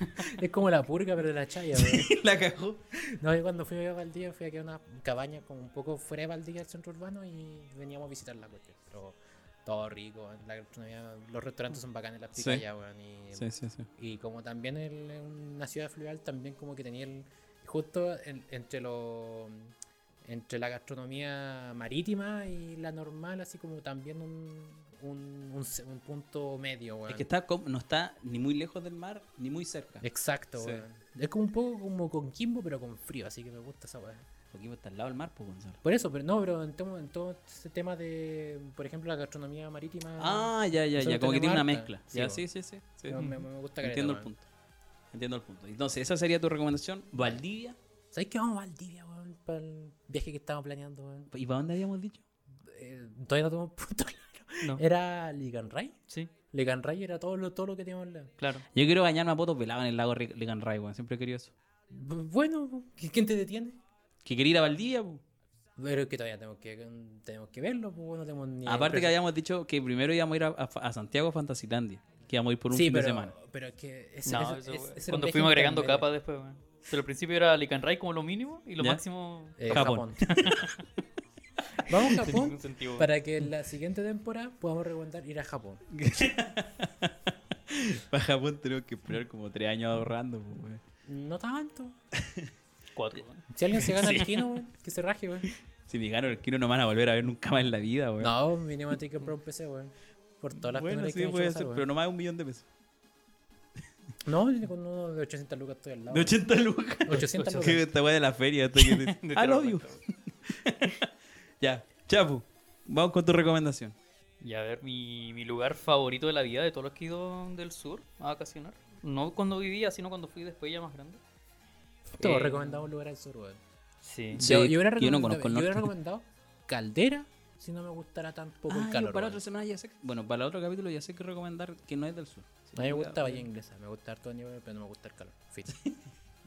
Speaker 3: Es como la purga, pero de la chaya,
Speaker 2: *laughs*
Speaker 3: weón.
Speaker 2: la cagó.
Speaker 3: No, yo cuando fui a Valdivia fui aquí a una cabaña como un poco fuera de Valdivia, el centro urbano, y veníamos a visitar la cuestión. Pero todo rico, la gastronomía, los restaurantes son bacanes, las
Speaker 2: Sí.
Speaker 3: picayas, weón. Y,
Speaker 2: Sí, sí, sí.
Speaker 3: y como también el- en una ciudad fluvial, también como que tenía el, justo en- entre lo entre la gastronomía marítima y la normal, así como también un, un, un se- un punto medio, weón.
Speaker 2: Es que está com- no está ni muy lejos del mar ni muy cerca.
Speaker 3: Exacto,
Speaker 2: Sí.
Speaker 3: weón. Es como un poco como con Kimbo, pero con frío, así que me gusta esa weón.
Speaker 2: Coquimbo está al lado del mar, pues, Gonzalo.
Speaker 3: Por eso, pero no, pero en, todo- en todo ese tema de, por ejemplo, la gastronomía marítima.
Speaker 2: Ah, ya, ya,
Speaker 3: Nosotros
Speaker 2: ya. Como que tiene una
Speaker 3: tenemos
Speaker 2: mezcla.
Speaker 3: harta. Sí,
Speaker 2: Ya,
Speaker 3: bueno.
Speaker 2: sí, sí, sí. sí.
Speaker 3: me, me-
Speaker 2: Ujú.
Speaker 3: me gusta
Speaker 2: Entiendo el
Speaker 3: punto.
Speaker 2: punto. Entiendo el punto. Entonces, esa sería tu recomendación. Valdivia.
Speaker 3: ¿Sabes qué? Vamos a Valdivia, weón, para el viaje que estábamos planeando, weón.
Speaker 2: ¿Y para dónde habíamos dicho?
Speaker 3: Eh, todavía no tomamos *laughs* punto claro.
Speaker 4: No.
Speaker 3: Era Liganray.
Speaker 4: Sí,
Speaker 3: Liganray era todo lo, todo lo que teníamos en la...
Speaker 4: claro.
Speaker 2: Yo quiero bañarme a potos velados en el lago Ri- Liganray, weón. Siempre he querido eso.
Speaker 3: B- Bueno, ¿qu- ¿quién te detiene?
Speaker 2: Que quería ir a Valdivia, po.
Speaker 3: Pero es que todavía tenemos que, tenemos que verlo, pues no tenemos ni.
Speaker 2: Aparte que
Speaker 3: pero-
Speaker 2: habíamos dicho que primero íbamos a ir a, a Fa- a Santiago Fantasylandia. Que íbamos a ir por un
Speaker 3: sí,
Speaker 2: fin
Speaker 3: pero,
Speaker 2: de semana.
Speaker 3: pero es que. ese-
Speaker 4: No,
Speaker 3: ese- ese-
Speaker 4: eso,
Speaker 3: ese era
Speaker 4: weón.
Speaker 3: un
Speaker 4: Cuando
Speaker 3: viaje
Speaker 4: fuimos agregando
Speaker 3: intermedio.
Speaker 4: capas después, weón. Pero al principio era Licanray como lo mínimo y lo
Speaker 2: ¿Ya?
Speaker 4: máximo.
Speaker 3: Eh,
Speaker 2: Japón.
Speaker 3: Japón.
Speaker 2: *laughs*
Speaker 3: Vamos a
Speaker 4: sin ningún *laughs*
Speaker 3: Japón
Speaker 4: sentido, weón.
Speaker 3: Para que en la siguiente temporada podamos recomendar ir a Japón.
Speaker 2: Para Japón tenemos que esperar como tres años ahorrando, po, weón.
Speaker 3: No tanto.
Speaker 4: Cuatro, weón.
Speaker 3: Si alguien se gana el kino, weón, que se raje, weón.
Speaker 2: Si me gano el kino no me van a volver a ver nunca más en la vida, weón.
Speaker 3: No, mínimo tiene que comprar un PC, weón. Por todas las
Speaker 2: bueno,
Speaker 3: penurias
Speaker 2: sí
Speaker 3: me han
Speaker 2: puede
Speaker 3: hecho
Speaker 2: ser,
Speaker 3: pasar,
Speaker 2: pero
Speaker 3: weón.
Speaker 2: no más de un millón de pesos.
Speaker 3: No, yo con uno de 800 lucas estoy al lado.
Speaker 2: De 80 lucas.
Speaker 3: weón. 800 lucas.
Speaker 2: Que esta weá de la feria.
Speaker 3: *laughs*
Speaker 2: Esto que...
Speaker 4: De
Speaker 2: I
Speaker 4: terror,
Speaker 2: love you.
Speaker 4: weón.
Speaker 2: ya, Chapu, vamos con tu recomendación.
Speaker 4: Y a ver, mi, mi lugar favorito de la vida, de todos los que he ido del sur a vacacionar. No cuando vivía, sino cuando fui después ya más grande.
Speaker 3: Todos
Speaker 4: Eh,
Speaker 3: recomendamos un lugar al sur, weón.
Speaker 4: Sí.
Speaker 2: Sí,
Speaker 3: hubiera
Speaker 2: yo no
Speaker 3: recomendado-
Speaker 2: conozco el
Speaker 3: yo hubiera
Speaker 2: norte.
Speaker 3: recomendado Caldera si no me gustara tampoco
Speaker 2: Ah,
Speaker 3: el
Speaker 2: yo
Speaker 3: calor.
Speaker 2: para
Speaker 3: weón.
Speaker 2: otra semana ya sé. que- Bueno, para el otro capítulo ya sé que recomendar que no es del sur.
Speaker 3: A mí me gusta Valle
Speaker 2: bien.
Speaker 3: Inglesa, me gusta harto nieve, pero no me gusta el calor.
Speaker 2: *laughs*
Speaker 3: Fin.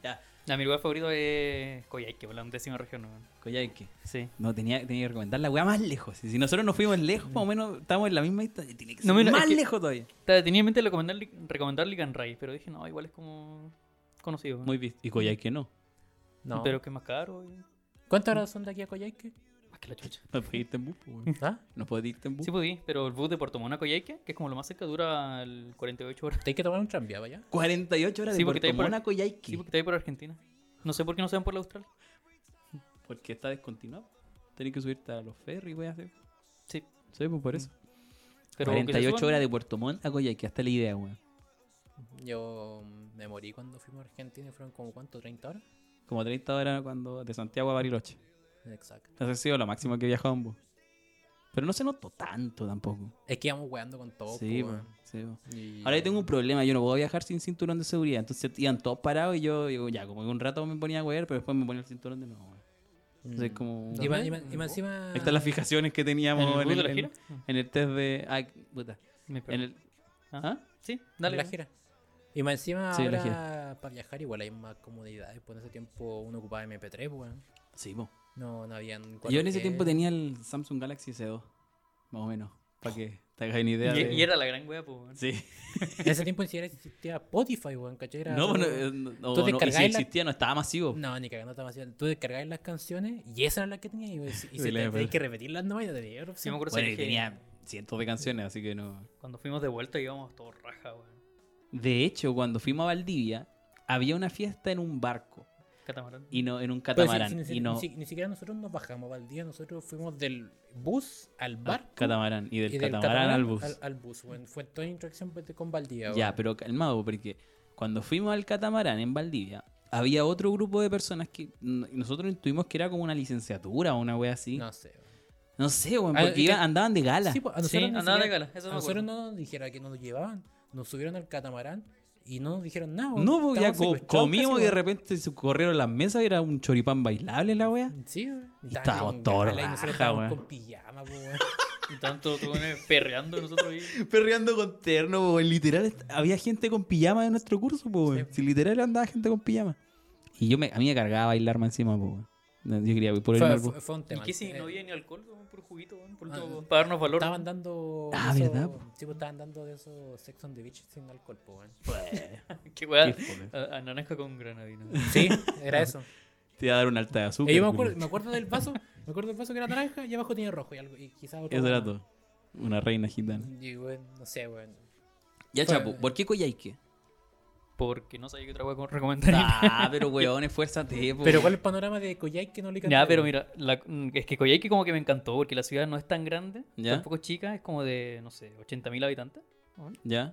Speaker 2: Ya,
Speaker 4: Ya, mi lugar favorito es Coyhaique, por la undécima región. weón.
Speaker 2: Coyhaique.
Speaker 4: Sí.
Speaker 2: No, tenía, tenía que recomendar la weá más lejos. Si si nosotros nos fuimos lejos, más o menos estamos en la misma distancia. Tiene que ser
Speaker 4: No, mira,
Speaker 2: más
Speaker 4: es que-
Speaker 2: lejos todavía.
Speaker 4: Ta- Tenía en mente recomendar, recomendar Ligan Ray, pero dije, no, igual es como conocido. weón.
Speaker 2: Muy visto. Y Coyhaique no.
Speaker 3: No.
Speaker 4: Pero que es más caro. weón.
Speaker 3: ¿Cuántas horas son de aquí a Coyhaique?
Speaker 4: Más que la chucha.
Speaker 2: No puedes irte en bus, po, weón.
Speaker 3: ¿Ah?
Speaker 2: No puedes irte en bus.
Speaker 4: Sí podí, pero el bus de Puerto Montt a Coyhaique, que es como lo más cerca, dura el 48 horas.
Speaker 3: Hay que tomar un tranvía, vaya.
Speaker 2: 48 horas de
Speaker 4: Sí, porque te
Speaker 2: Puerto
Speaker 4: voy por-
Speaker 2: Montt a Coyhaique.
Speaker 4: Sí, porque te voy por Argentina. No sé por qué no se van por la Austral.
Speaker 2: Porque está descontinuado. Tenés que subirte a los ferries, weá. así.
Speaker 4: Sí. Mm.
Speaker 2: Sí, pues por eso.
Speaker 4: Pero que se
Speaker 2: 48
Speaker 4: suban.
Speaker 2: horas de Puerto Montt a Coyhaique. Hasta la idea, weón.
Speaker 3: Yo mm, me morí cuando fuimos a Argentina y fueron como cuánto, 30 horas.
Speaker 2: Como 30 horas cuando de Santiago a Bariloche.
Speaker 3: Exacto.
Speaker 2: Entonces ha sido lo máximo que he viajado en bus. Pero no se notó tanto tampoco.
Speaker 3: Es que íbamos weando con todo.
Speaker 2: sí,
Speaker 3: po,
Speaker 2: pues.
Speaker 3: weón.
Speaker 2: sí, po.
Speaker 3: Y-
Speaker 2: Ahora yo tengo un problema, yo no puedo viajar sin cinturón de
Speaker 4: Mm.
Speaker 2: seguridad. Entonces iban todos parados y yo digo, ya, como que un rato me ponía a huear, pero después me ponía el cinturón de nuevo. weón. Entonces, como...
Speaker 3: Mm.
Speaker 2: Oh,
Speaker 3: Y, más- y más- y más encima.
Speaker 2: Ahí están las fijaciones que teníamos
Speaker 4: ¿En
Speaker 2: en
Speaker 4: el
Speaker 2: el,
Speaker 4: mundo de la
Speaker 2: en- en el test de... ay, puta.
Speaker 4: Me
Speaker 2: En el-
Speaker 4: ¿Ah? Sí,
Speaker 3: Dale
Speaker 4: dale.
Speaker 3: la
Speaker 4: ¿no?
Speaker 3: gira. Y más encima,
Speaker 2: Sí, la
Speaker 3: ahora, para viajar, igual hay más comodidades. Por ese tiempo uno ocupaba MP3, pues, weón.
Speaker 2: Sí, po.
Speaker 3: No, no habían.
Speaker 2: Yo en ese
Speaker 3: 4G.
Speaker 4: Eh,
Speaker 2: tiempo tenía el Samsung Galaxy S2, más o menos, para que te hagas una idea.
Speaker 4: Y,
Speaker 2: de-
Speaker 4: y era la gran wea, pues. weón.
Speaker 2: Sí.
Speaker 3: En ese tiempo ni siquiera existía Spotify, weón, ¿cachai? Era
Speaker 2: No,
Speaker 3: solo-
Speaker 2: bueno, eh, oh. no, no,
Speaker 3: Tú
Speaker 2: no, y
Speaker 3: descargabas
Speaker 2: si
Speaker 3: la-
Speaker 2: existía no estaba masivo.
Speaker 3: No, ni cagando estaba haciendo. Tú descargabas las canciones y esas eran las que
Speaker 2: *laughs*
Speaker 3: tenías. Y, y si
Speaker 2: Sí,
Speaker 3: te
Speaker 2: la-
Speaker 3: tenías que repetirlas nomás, y no tenías otra
Speaker 4: Sí,
Speaker 3: opción.
Speaker 4: me acuerdo
Speaker 2: Bueno,
Speaker 4: que
Speaker 2: y tenía cientos de canciones, así que no...
Speaker 4: cuando fuimos de vuelta íbamos todos raja, weón.
Speaker 2: De hecho, cuando fuimos a Valdivia, había una fiesta en un barco,
Speaker 4: Catamarán.
Speaker 2: y no en un
Speaker 3: Pero si-
Speaker 2: catamarán.
Speaker 3: si- si-
Speaker 2: y no,
Speaker 3: ni, si- ni siquiera nosotros nos bajamos para el día, nosotros fuimos del bus al bar.
Speaker 2: catamarán, y del catamarán, al bus.
Speaker 3: Al, al bus, weón. Fue toda interacción pues, con Valdivia,
Speaker 2: Ya,
Speaker 3: weón.
Speaker 2: pero calmado, porque cuando fuimos al catamarán en Valdivia, había otro grupo de personas que mm, nosotros intuimos que era como una licenciatura o una wea así. No,
Speaker 3: No sé, weón.
Speaker 2: sé, weón,
Speaker 3: Ah,
Speaker 2: porque
Speaker 3: que-
Speaker 2: iban- andaban de gala.
Speaker 3: Sí, pues, a
Speaker 4: Sí,
Speaker 3: nosotros ni
Speaker 4: andaba de
Speaker 3: siquiera-
Speaker 4: gala, eso
Speaker 3: a
Speaker 4: me
Speaker 3: nosotros
Speaker 4: acuerdo.
Speaker 3: no nos dijeron que no nos llevaban. Nos subieron al catamarán y no nos dijeron nada. weón.
Speaker 2: no, pues ya
Speaker 3: Estábamos
Speaker 2: co-
Speaker 3: secuestrados
Speaker 2: comimos
Speaker 3: casi,
Speaker 2: y de
Speaker 3: weón.
Speaker 2: repente se corrieron las mesas y era un choripán bailable la wea.
Speaker 3: Sí, weón.
Speaker 2: Y
Speaker 3: Estaban
Speaker 2: estábamos
Speaker 3: con
Speaker 2: todos
Speaker 3: gala y nosotros
Speaker 2: raja,
Speaker 3: estábamos
Speaker 2: weón.
Speaker 3: con pijama, pues, weón.
Speaker 4: Y tanto tú weón, perreando nosotros
Speaker 2: *laughs*
Speaker 4: ahí.
Speaker 2: *laughs* Perreando con terno, weón. Literal, est- había gente con pijama en nuestro curso, po, weón.
Speaker 3: Sí.
Speaker 2: Si literal andaba gente con pijama. Y yo me, a mí me cargaba bailar más encima, po, weón. No, Yo quería por el
Speaker 3: Fue, fue- fue un
Speaker 4: ¿Y
Speaker 3: tema.
Speaker 4: qué si
Speaker 3: Eh,
Speaker 4: no había ni alcohol, weón, por juguito, weón, por
Speaker 3: Ah,
Speaker 4: todo,
Speaker 3: no.
Speaker 4: weón, para darnos valor?
Speaker 3: Estaban dando. de
Speaker 2: Ah,
Speaker 3: esos-
Speaker 2: ¿verdad,
Speaker 3: Sí, pues, estaban dando de esos Sex on the Beach sin alcohol, po, weón.
Speaker 4: Qué wea. A, a naranja con granadina.
Speaker 3: Sí, *laughs* era eso.
Speaker 2: Te iba a dar un alta de azúcar.
Speaker 3: Eh, yo me
Speaker 2: culiao.
Speaker 3: acuerdo, me acuerdo del vaso, me acuerdo del vaso que era naranja y abajo tenía rojo y algo. Y quizás otro.
Speaker 2: Eso era todo. Una reina gitana.
Speaker 3: Y, weón, no sé, weón.
Speaker 2: Ya,
Speaker 3: Fue-
Speaker 2: Chapo, ¿por qué Coyhaique?
Speaker 4: Porque no sabía qué otra wea con-
Speaker 2: *laughs*
Speaker 4: recomendar.
Speaker 2: Ah, pero weón, esfuérzate, po.
Speaker 3: Pero ¿cuál es el panorama de Coyhaique que no le
Speaker 4: Ya,
Speaker 3: canté,
Speaker 4: pero
Speaker 3: weón?
Speaker 4: mira, la- mm, es que Coyhaique como que me encantó porque la ciudad no es tan grande,
Speaker 2: Ya.
Speaker 4: tampoco es chica, es como de, no sé, 80.000 habitantes.
Speaker 2: ¿Ya?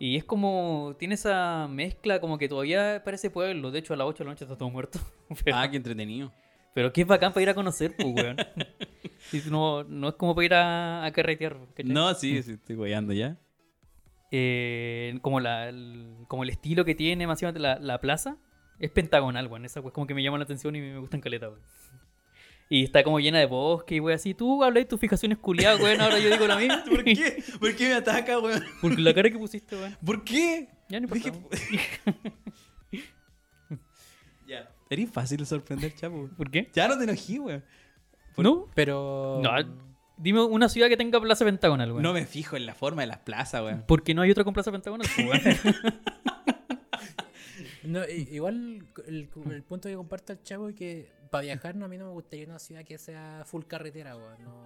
Speaker 4: Y es como, tiene esa mezcla como que todavía parece pueblo, de hecho a las 8 de la noche está todo muerto. *laughs* Pero,
Speaker 2: Ah, qué entretenido.
Speaker 4: pero que es bacán para ir a conocer, pues,
Speaker 2: *laughs*
Speaker 4: weón. Y no, no es como para ir a, a carretear. ¿cachai?
Speaker 2: No, sí, sí, estoy guayando ya.
Speaker 4: Eh, como, la, el, como el estilo que tiene, más encima la, la plaza, es pentagonal, weón. Esa es como que me llama la atención y me gustan caleta, weón. Y está como llena de bosque y weón, así. Tú hablas de tus fijaciones culiadas, weón. Ahora yo digo la misma.
Speaker 2: *laughs* ¿Por
Speaker 4: *laughs*
Speaker 2: qué? *laughs* ¿Por qué me ataca, weón?
Speaker 4: Porque la cara que pusiste, weón.
Speaker 2: ¿Por qué?
Speaker 4: Ya no importa. weón.
Speaker 2: Ya. Eres fácil de sorprender, Chapo.
Speaker 4: ¿Por qué?
Speaker 2: Ya no te enojí, weón. Por-
Speaker 4: ¿No?
Speaker 3: Pero. mm,
Speaker 4: No, Dime una ciudad que tenga plaza pentagonal, weón.
Speaker 2: No me fijo en la forma de las plazas, weón.
Speaker 4: Porque no hay otra con plaza pentagonal, pues, weón. *laughs*
Speaker 3: No, i- igual el, el punto que comparto el chavo es que para viajar no, a mí no me gustaría una ciudad que sea full carretera, weón. No,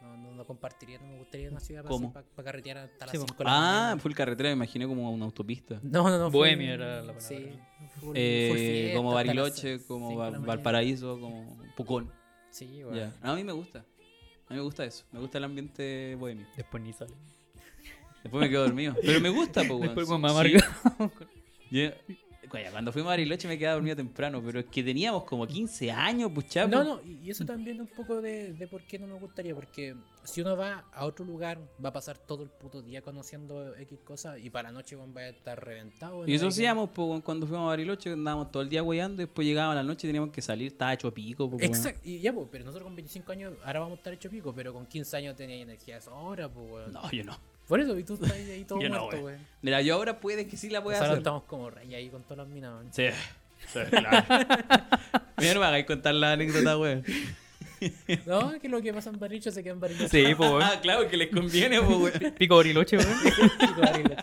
Speaker 3: no, no, no compartiría, no me gustaría una ciudad para,
Speaker 2: ¿Cómo?
Speaker 3: carretear hasta las
Speaker 4: Sí, po.
Speaker 3: 5 de la
Speaker 2: Ah,
Speaker 3: mañana.
Speaker 2: full carretera, me imaginé como una autopista.
Speaker 3: No, no, no. full-
Speaker 4: Bohemia era la palabra.
Speaker 3: Sí, full-
Speaker 2: Eh,
Speaker 3: full fiesta
Speaker 2: como
Speaker 3: hasta las
Speaker 2: Bariloche, como
Speaker 3: cinco de
Speaker 2: Val-
Speaker 3: la mañana.
Speaker 2: Valparaíso, como Pucón.
Speaker 3: Sí,
Speaker 2: Ya.
Speaker 3: weón.
Speaker 2: A mí me gusta. A mí me gusta eso. Me gusta el ambiente bohemio.
Speaker 4: Después ni sale.
Speaker 2: Después me quedo dormido. Pero me gusta, po, weón.
Speaker 4: Después con
Speaker 2: Sí,
Speaker 4: mamá
Speaker 2: sí. Ya. Oye, Cuando fuimos a Bariloche me quedaba dormido temprano, pero es que teníamos como 15 años, pues chapo.
Speaker 3: No, no, y y eso también un poco de, de por qué no me gustaría, porque si uno va a otro lugar, va a pasar todo el puto día conociendo X cosas y para la noche weón, va a estar reventado. weón.
Speaker 2: Y eso
Speaker 3: Ahí que-
Speaker 2: hacíamos, pues, weón, cuando fuimos a Bariloche, andábamos todo el día weyando, después llegábamos a la noche y teníamos que salir, estaba hecho pico, pues, weón.
Speaker 3: Exacto, y ya, pues, pero nosotros con 25 años ahora vamos a estar hecho pico, pero con 15 años tenías energía de sobra, pues, weón.
Speaker 2: No, yo no.
Speaker 3: Por eso, y tú estás ahí, ahí todo
Speaker 2: *laughs* Yo no,
Speaker 3: muerto,
Speaker 2: weón.
Speaker 3: weón.
Speaker 2: Mira, yo ahora puede que sí la
Speaker 3: O
Speaker 2: pueda
Speaker 3: sea, ahora
Speaker 2: hacer.
Speaker 3: estamos como rey ahí con todas las minas, weón.
Speaker 2: Sí. sí, claro. Mira, no me hagáis contar la anécdota,
Speaker 4: *laughs*
Speaker 2: weón.
Speaker 3: No, que lo que pasa en Bariloche se queda en Bariloche. *laughs*
Speaker 4: Sí, pues,
Speaker 2: *laughs*
Speaker 4: weón.
Speaker 2: Ah, claro, que les conviene, pues, weón.
Speaker 4: Pico Bariloche, weón.
Speaker 3: Chico, Bariloche.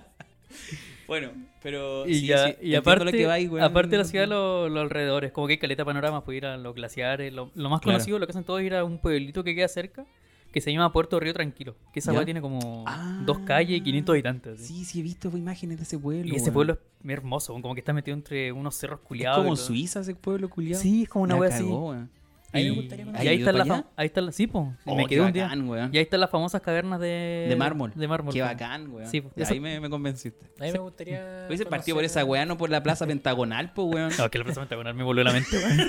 Speaker 2: Bueno, pero...
Speaker 4: Y,
Speaker 2: sí,
Speaker 4: ya-
Speaker 2: sí,
Speaker 4: y
Speaker 2: entiendo
Speaker 4: aparte,
Speaker 2: lo que vais, weón.
Speaker 4: aparte de la ciudad, lo- los alrededores, como que hay caleta de panoramas, pues ir a los glaciares. Lo, lo más
Speaker 2: Claro.
Speaker 4: conocido, lo que hacen todos es ir a un pueblito que queda cerca, que se llama Puerto Río Tranquilo. Que esa
Speaker 2: ¿Ya?
Speaker 4: hueá tiene como
Speaker 2: Ah.
Speaker 4: dos calles y 500 habitantes. así.
Speaker 2: Sí, sí, he visto pues, imágenes de ese pueblo,
Speaker 4: y ese
Speaker 2: weón.
Speaker 4: pueblo es hermoso, como que está metido entre unos cerros
Speaker 2: Es
Speaker 4: culiados.
Speaker 2: como
Speaker 4: y todo.
Speaker 2: Suiza ese pueblo culiado.
Speaker 4: Sí, es como una
Speaker 2: Me
Speaker 4: hueá así.
Speaker 2: cagó, weón.
Speaker 3: Ahí me
Speaker 4: Y-
Speaker 3: gustaría
Speaker 4: y
Speaker 3: conocer.
Speaker 2: ¿Has
Speaker 4: ahí
Speaker 2: ido
Speaker 4: están
Speaker 2: pa'
Speaker 4: las fam-
Speaker 2: allá?
Speaker 4: ahí están las- sí, po,
Speaker 2: Oh,
Speaker 4: me
Speaker 2: qué
Speaker 4: quedé un día.
Speaker 2: bacán, weón.
Speaker 4: Y ahí están las famosas cavernas de,
Speaker 2: De mármol.
Speaker 4: De mármol.
Speaker 2: Qué
Speaker 4: po.
Speaker 2: bacán, weón.
Speaker 4: Sí, pues, po.
Speaker 2: Ya,
Speaker 4: Eso-
Speaker 2: Ahí me, me convenciste.
Speaker 3: A mí me gustaría.
Speaker 2: Hubiese partido por
Speaker 3: conocer-
Speaker 2: esa weá, no por la plaza pentagonal, pues weón.
Speaker 4: *laughs* No, que la plaza pentagonal me volvió la mente, weón.
Speaker 3: A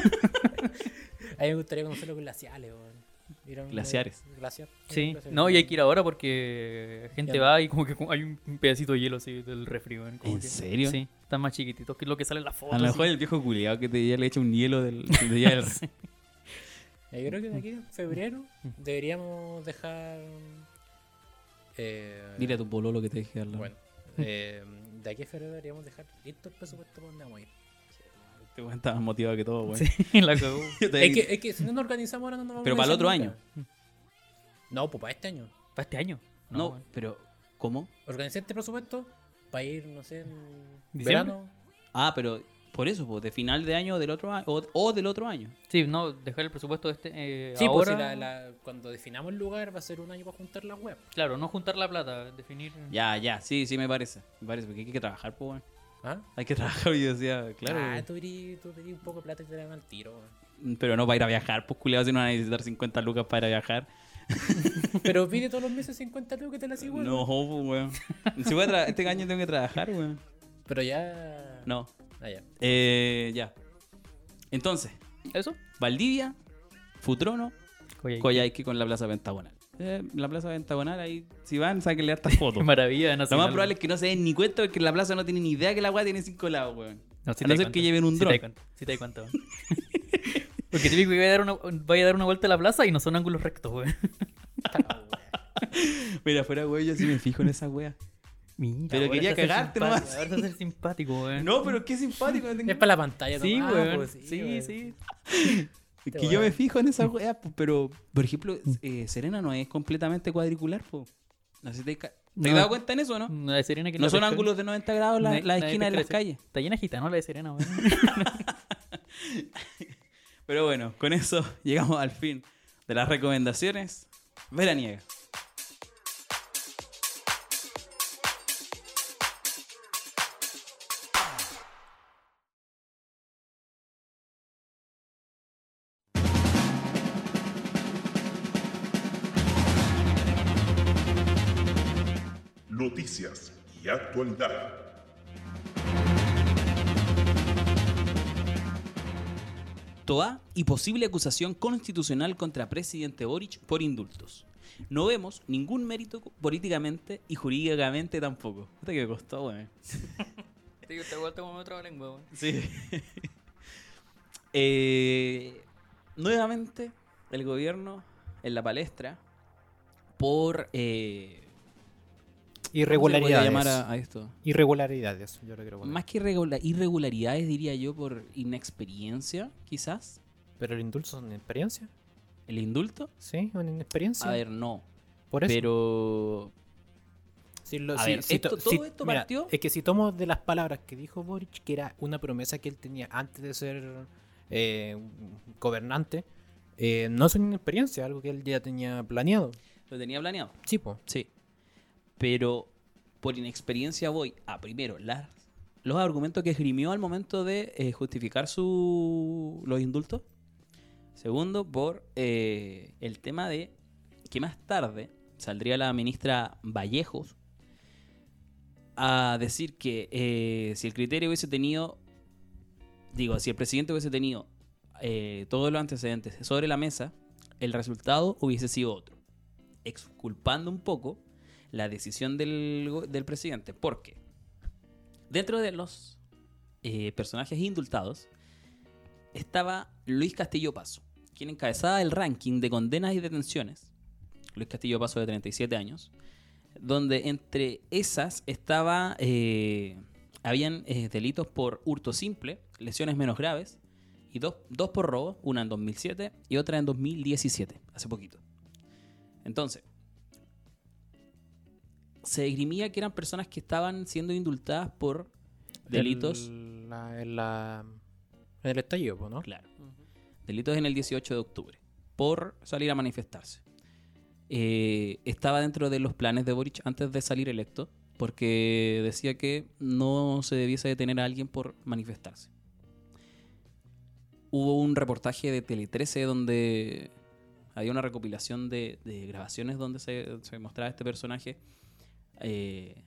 Speaker 3: mí me gustaría conocer los glaciales, weón. Ir a un
Speaker 2: Glaciares.
Speaker 3: Glaciar.
Speaker 4: Sí, no, y hay que ir ahora porque gente
Speaker 3: Ya.
Speaker 4: va y como que hay un pedacito de hielo así del refri, weón, como
Speaker 2: ¿En
Speaker 4: que-
Speaker 2: serio?
Speaker 4: Sí, están más chiquititos que lo que sale en la foto.
Speaker 2: A lo
Speaker 4: así.
Speaker 2: *laughs* mejor el viejo culiado que te ya le echa un hielo del, del día del rey.
Speaker 3: Eh, Yo creo que de aquí en febrero deberíamos dejar. Eh,
Speaker 2: Dile a tu pololo que te dije hablar.
Speaker 3: Bueno, eh, de aquí a febrero deberíamos dejar listo el presupuesto para donde vamos a ir.
Speaker 2: Este weón está más motivado que todo, weón.
Speaker 4: *laughs* Sí, la cagó.
Speaker 2: *laughs* Yo te-
Speaker 3: Es que, es que si no nos organizamos ahora no nos vamos a
Speaker 2: Pero para el otro
Speaker 3: organizar
Speaker 2: año.
Speaker 3: nunca. No, pues para este año.
Speaker 4: ¿Para este año?
Speaker 2: No,
Speaker 4: bueno.
Speaker 2: pero ¿cómo?
Speaker 3: Organizar este presupuesto para ir, no sé, en
Speaker 4: ¿Diciembre?
Speaker 3: verano.
Speaker 2: Ah, pero por eso, pues, de final de año del otro año, o, o del otro año.
Speaker 4: Sí, no, dejar el presupuesto de este. eh,
Speaker 3: Sí, pues
Speaker 4: ahora,
Speaker 3: si la- la- cuando definamos el lugar va a ser un año para juntar las web.
Speaker 4: Claro, no juntar la plata, definir.
Speaker 2: Ya, ya, sí, sí me parece. Me parece, porque hay que trabajar, pues, weón.
Speaker 3: ¿Ah?
Speaker 2: Hay que *laughs* trabajar, y yo decía, claro.
Speaker 3: Ah,
Speaker 2: weón.
Speaker 3: tú eres, tú eres un poco de plata y te la dan al tiro. weón.
Speaker 2: Pero no va a ir a viajar, pues, culiado, si no van a necesitar 50 lucas para ir a viajar.
Speaker 3: Pero pide todos los meses 50 lucas que te la sigo. weón.
Speaker 2: No, pues,
Speaker 4: *laughs*
Speaker 2: weón. Si voy a tra- este año tengo que trabajar, weón.
Speaker 3: Pero ya.
Speaker 2: No.
Speaker 3: Ah, ya.
Speaker 2: Eh, ya. Entonces,
Speaker 4: ¿Eso?
Speaker 2: Valdivia, Futrono,
Speaker 4: Coyhaique.
Speaker 2: Coyhaique con la Plaza Pentagonal. Eh, la Plaza Pentagonal, ahí, si van, sáquenle
Speaker 4: *laughs*
Speaker 2: hartas fotos.
Speaker 4: Maravilla
Speaker 2: Lo
Speaker 4: nacional.
Speaker 2: más probable es que no se den ni cuenta porque la plaza no tiene ni idea que la weá tiene cinco lados, weón.
Speaker 4: No, sí
Speaker 2: a
Speaker 4: te
Speaker 2: no
Speaker 4: di
Speaker 2: ser que
Speaker 4: cuenta,
Speaker 2: lleven un
Speaker 4: sí
Speaker 2: dron.
Speaker 4: te di cuenta, Sí, te di cuenta. weón. *laughs* Porque típico que vaya a dar una, vaya a dar una vuelta a la plaza y no son ángulos rectos, güey.
Speaker 2: Mira, fuera, weón, yo sí me fijo en esa weá. Pero
Speaker 4: ahora
Speaker 2: quería
Speaker 4: se
Speaker 2: cagarte
Speaker 4: hace simpático,
Speaker 2: nomás.
Speaker 4: Ahora se hace simpático, güey.
Speaker 2: No, pero qué simpático. no tengo-
Speaker 3: Es para la pantalla,
Speaker 4: Sí,
Speaker 3: nomás,
Speaker 4: güey.
Speaker 3: pues,
Speaker 4: Ah, Sí,
Speaker 3: weón.
Speaker 4: sí.
Speaker 2: que
Speaker 3: weón.
Speaker 2: yo me fijo en
Speaker 4: Mm.
Speaker 2: esa weá, po, pero, por ejemplo, eh, Serena no es completamente cuadricular, po. No sé si te, ca- ¿Te has
Speaker 4: No.
Speaker 2: dado cuenta en eso, no?
Speaker 4: La de Serena que
Speaker 2: No
Speaker 4: la
Speaker 2: son
Speaker 4: pescó.
Speaker 2: ángulos de 90 grados la-
Speaker 4: Nadie-
Speaker 2: las
Speaker 4: nadie
Speaker 2: esquinas de las
Speaker 4: pesca la-
Speaker 2: calles.
Speaker 4: Está llena de gitano la de Serena, güey.
Speaker 2: *laughs* Pero bueno, con eso *laughs* llegamos al fin de las recomendaciones veraniegas.
Speaker 6: Noticias y actualidad.
Speaker 2: Toa y posible acusación constitucional contra presidente Boric por indultos. No vemos ningún mérito políticamente y jurídicamente tampoco. Puta que me costó, weón.
Speaker 4: *laughs* Te vuelto como otra lengua, güey.
Speaker 2: Sí. *laughs* Eh, nuevamente, el gobierno en la palestra por. eh, ¿cómo se le puede
Speaker 3: Irregularidades.
Speaker 2: llamar a- a esto?
Speaker 3: Irregularidades, yo lo quiero poner.
Speaker 2: Más que irregula- irregularidades, diría yo, por inexperiencia, quizás.
Speaker 3: Pero el indulto son experiencia.
Speaker 2: El indulto.
Speaker 3: Sí, una inexperiencia.
Speaker 2: A ver, no.
Speaker 3: Por eso.
Speaker 2: Pero.
Speaker 3: Si lo-
Speaker 2: a
Speaker 3: si-
Speaker 2: ver,
Speaker 3: si
Speaker 2: esto-
Speaker 3: to-
Speaker 2: todo
Speaker 3: si-
Speaker 2: esto
Speaker 3: mira,
Speaker 2: partió-
Speaker 3: Es que si tomo de las palabras que dijo Boric, que era una promesa que él tenía antes de ser eh, gobernante, eh, no es una inexperiencia, algo que él ya tenía planeado.
Speaker 2: Lo tenía planeado.
Speaker 3: Sí, po.
Speaker 2: Sí. Pero por inexperiencia voy a primero las, los argumentos que esgrimió al momento de eh, justificar su, los indultos. Segundo, por eh, el tema de que más tarde saldría la ministra Vallejos a decir que eh, si el criterio hubiese tenido, digo, si el presidente hubiese tenido eh, todos los antecedentes sobre la mesa, el resultado hubiese sido otro exculpando un poco la decisión del, go- del presidente, porque dentro de los eh, personajes indultados estaba Luis Castillo Paso, quien encabezaba el ranking de condenas y detenciones, Luis Castillo Paso de 37 años, donde entre esas estaba, eh, habían eh, delitos por hurto simple, lesiones menos graves, y dos, dos por robo, una en 2007 y otra en 2017, hace poquito. Entonces, se esgrimía que eran personas que estaban siendo indultadas por delitos.
Speaker 3: El- la- en la- en el estallido, po, ¿no?
Speaker 2: Claro. Delitos en el 18 de octubre. Por salir a manifestarse. Eh, estaba dentro de los planes de Boric antes de salir electo. Porque decía que no se debiese detener a alguien por manifestarse. Hubo un reportaje de Tele 13 donde había una recopilación de, de grabaciones donde se, se mostraba este personaje eh,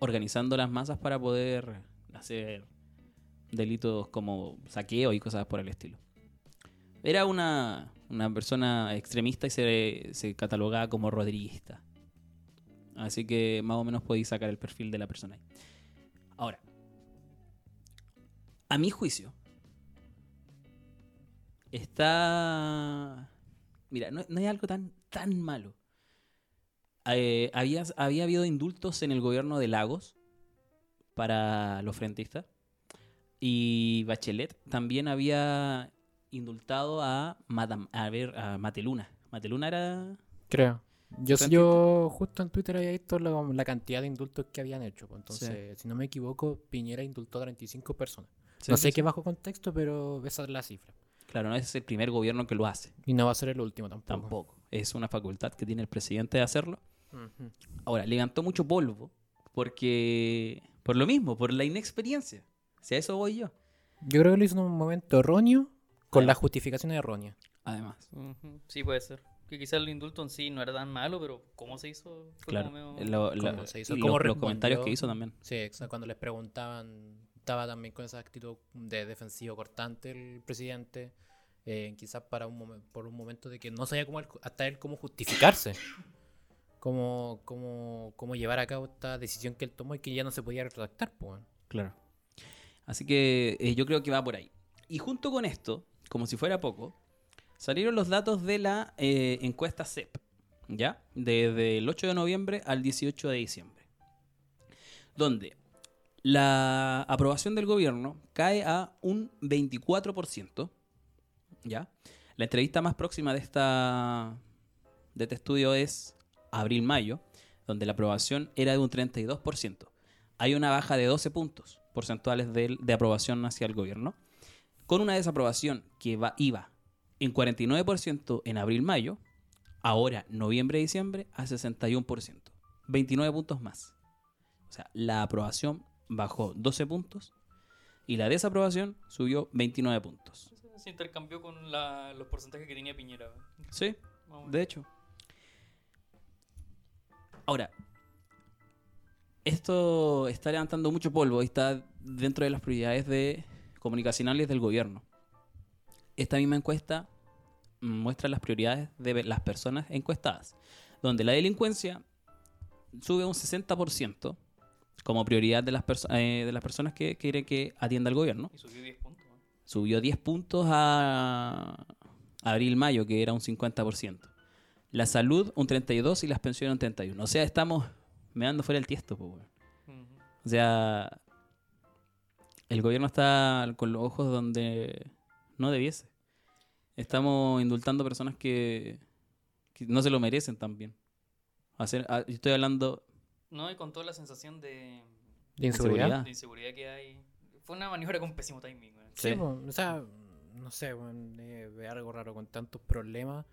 Speaker 2: organizando las masas para poder hacer delitos como saqueo y cosas por el estilo. Era una, una persona extremista y se, se catalogaba como rodriguista. Así que más o menos podéis sacar el perfil de la persona ahí. Ahora, a mi juicio, está. Mira, no, no es algo tan, tan malo. Eh, había, había habido indultos en el gobierno de Lagos para los frentistas. Y Bachelet también había indultado a, Madame, a, ver, a Mateluna. Mateluna era.
Speaker 3: Creo. Yo,
Speaker 2: Frentista.
Speaker 3: yo justo en Twitter había visto la, la cantidad de indultos que habían hecho. pues, Entonces, si no me equivoco, Piñera indultó a 35 personas. no sé qué bajo contexto, pero esa es la cifra.
Speaker 2: Claro, no es el primer gobierno que lo hace.
Speaker 3: Y no va a ser el último tampoco.
Speaker 2: Tampoco. Es una facultad que tiene el presidente de hacerlo. Ahora, levantó mucho polvo porque. Por lo mismo, por la inexperiencia. Si a eso voy yo.
Speaker 3: Yo creo que lo hizo en un momento erróneo, con
Speaker 2: Claro.
Speaker 3: las justificaciones erróneas.
Speaker 2: Además.
Speaker 4: Ujú, Sí, puede ser. Que quizás el indulto en sí no era tan malo, pero ¿cómo se hizo? Fue
Speaker 2: Claro.
Speaker 4: como medio-
Speaker 2: lo-
Speaker 3: ¿Cómo
Speaker 2: lo-
Speaker 3: se hizo?
Speaker 2: y
Speaker 3: ¿Cómo
Speaker 2: los, los comentarios
Speaker 3: respondió?
Speaker 2: que hizo también.
Speaker 3: Sí, exacto. Cuando les preguntaban, estaba también con esa actitud de defensivo cortante el presidente, eh, quizás para un momen- por un momento de que no sabía cómo él- hasta él cómo justificarse, cómo, cómo, cómo llevar a cabo esta decisión que él tomó y que ya no se podía retractar. Pues. bueno.
Speaker 2: Claro. Así que eh, yo creo que va por ahí. Y junto con esto, como si fuera poco, salieron los datos de la eh, encuesta CEP, ¿ya? Desde el 8 de noviembre al 18 de diciembre. Donde la aprobación del gobierno cae a un 24%, ¿ya? La entrevista más próxima de, esta, de este estudio es abril-mayo, donde la aprobación era de un 32% hay una baja de 12 puntos porcentuales de, de aprobación hacia el gobierno, con una desaprobación que va, iba en 49% en abril-mayo, ahora noviembre-diciembre a 61%, 29 puntos más. O sea, la aprobación bajó 12 puntos y la desaprobación subió 29 puntos.
Speaker 4: Se intercambió con la- los porcentajes que tenía Piñera. weón.
Speaker 2: Sí,
Speaker 4: Más o menos.
Speaker 2: de hecho. Ahora, esto está levantando mucho polvo y está dentro de las prioridades de comunicacionales del gobierno. Esta misma encuesta muestra las prioridades de las personas encuestadas, donde la delincuencia sube un 60% como prioridad de las, perso- eh, de las personas que quieren que atienda el gobierno
Speaker 4: Y subió 10 puntos. weón.
Speaker 2: subió 10 puntos a abril-mayo, que era un 50%. La salud un 32% y las pensiones un 31%. O sea, estamos meando fuera el tiesto. po, weón.
Speaker 4: Ujú.
Speaker 2: O sea, el gobierno está con los ojos donde no debiese. Estamos indultando personas que, que no se lo merecen también. Hacer, ah, yo estoy hablando...
Speaker 4: No, y con toda la sensación de,
Speaker 3: ¿De inseguridad?
Speaker 2: Inseguridad. Ah.
Speaker 4: de inseguridad que hay. Fue una maniobra con pésimo timing. weón.
Speaker 3: Sí,
Speaker 2: Sí.
Speaker 3: pues, o sea, no sé, bueno, eh, es algo raro con tantos problemas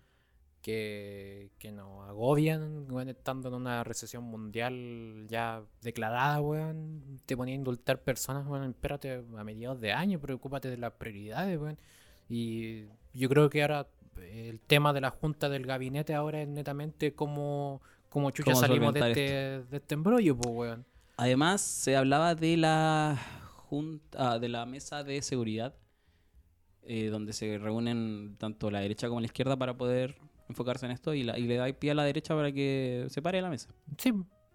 Speaker 3: que, que nos agobian, weón, estando en una recesión mundial ya declarada, weón, te ponía a indultar personas, weón, espérate a mediados de año, preocúpate de las prioridades, weón. Y yo creo que ahora eh, el tema de la junta del gabinete ahora es netamente cómo, cómo chucha
Speaker 2: Cómo
Speaker 3: salimos de
Speaker 2: solventar
Speaker 3: este, de este embrollo, pues, weón.
Speaker 2: Además, se hablaba de la junta, ah, de la mesa de seguridad, eh, donde se reúnen tanto la derecha como la izquierda para poder enfocarse en esto y, la- y le da pie a la derecha para que se pare la mesa.
Speaker 3: Sí,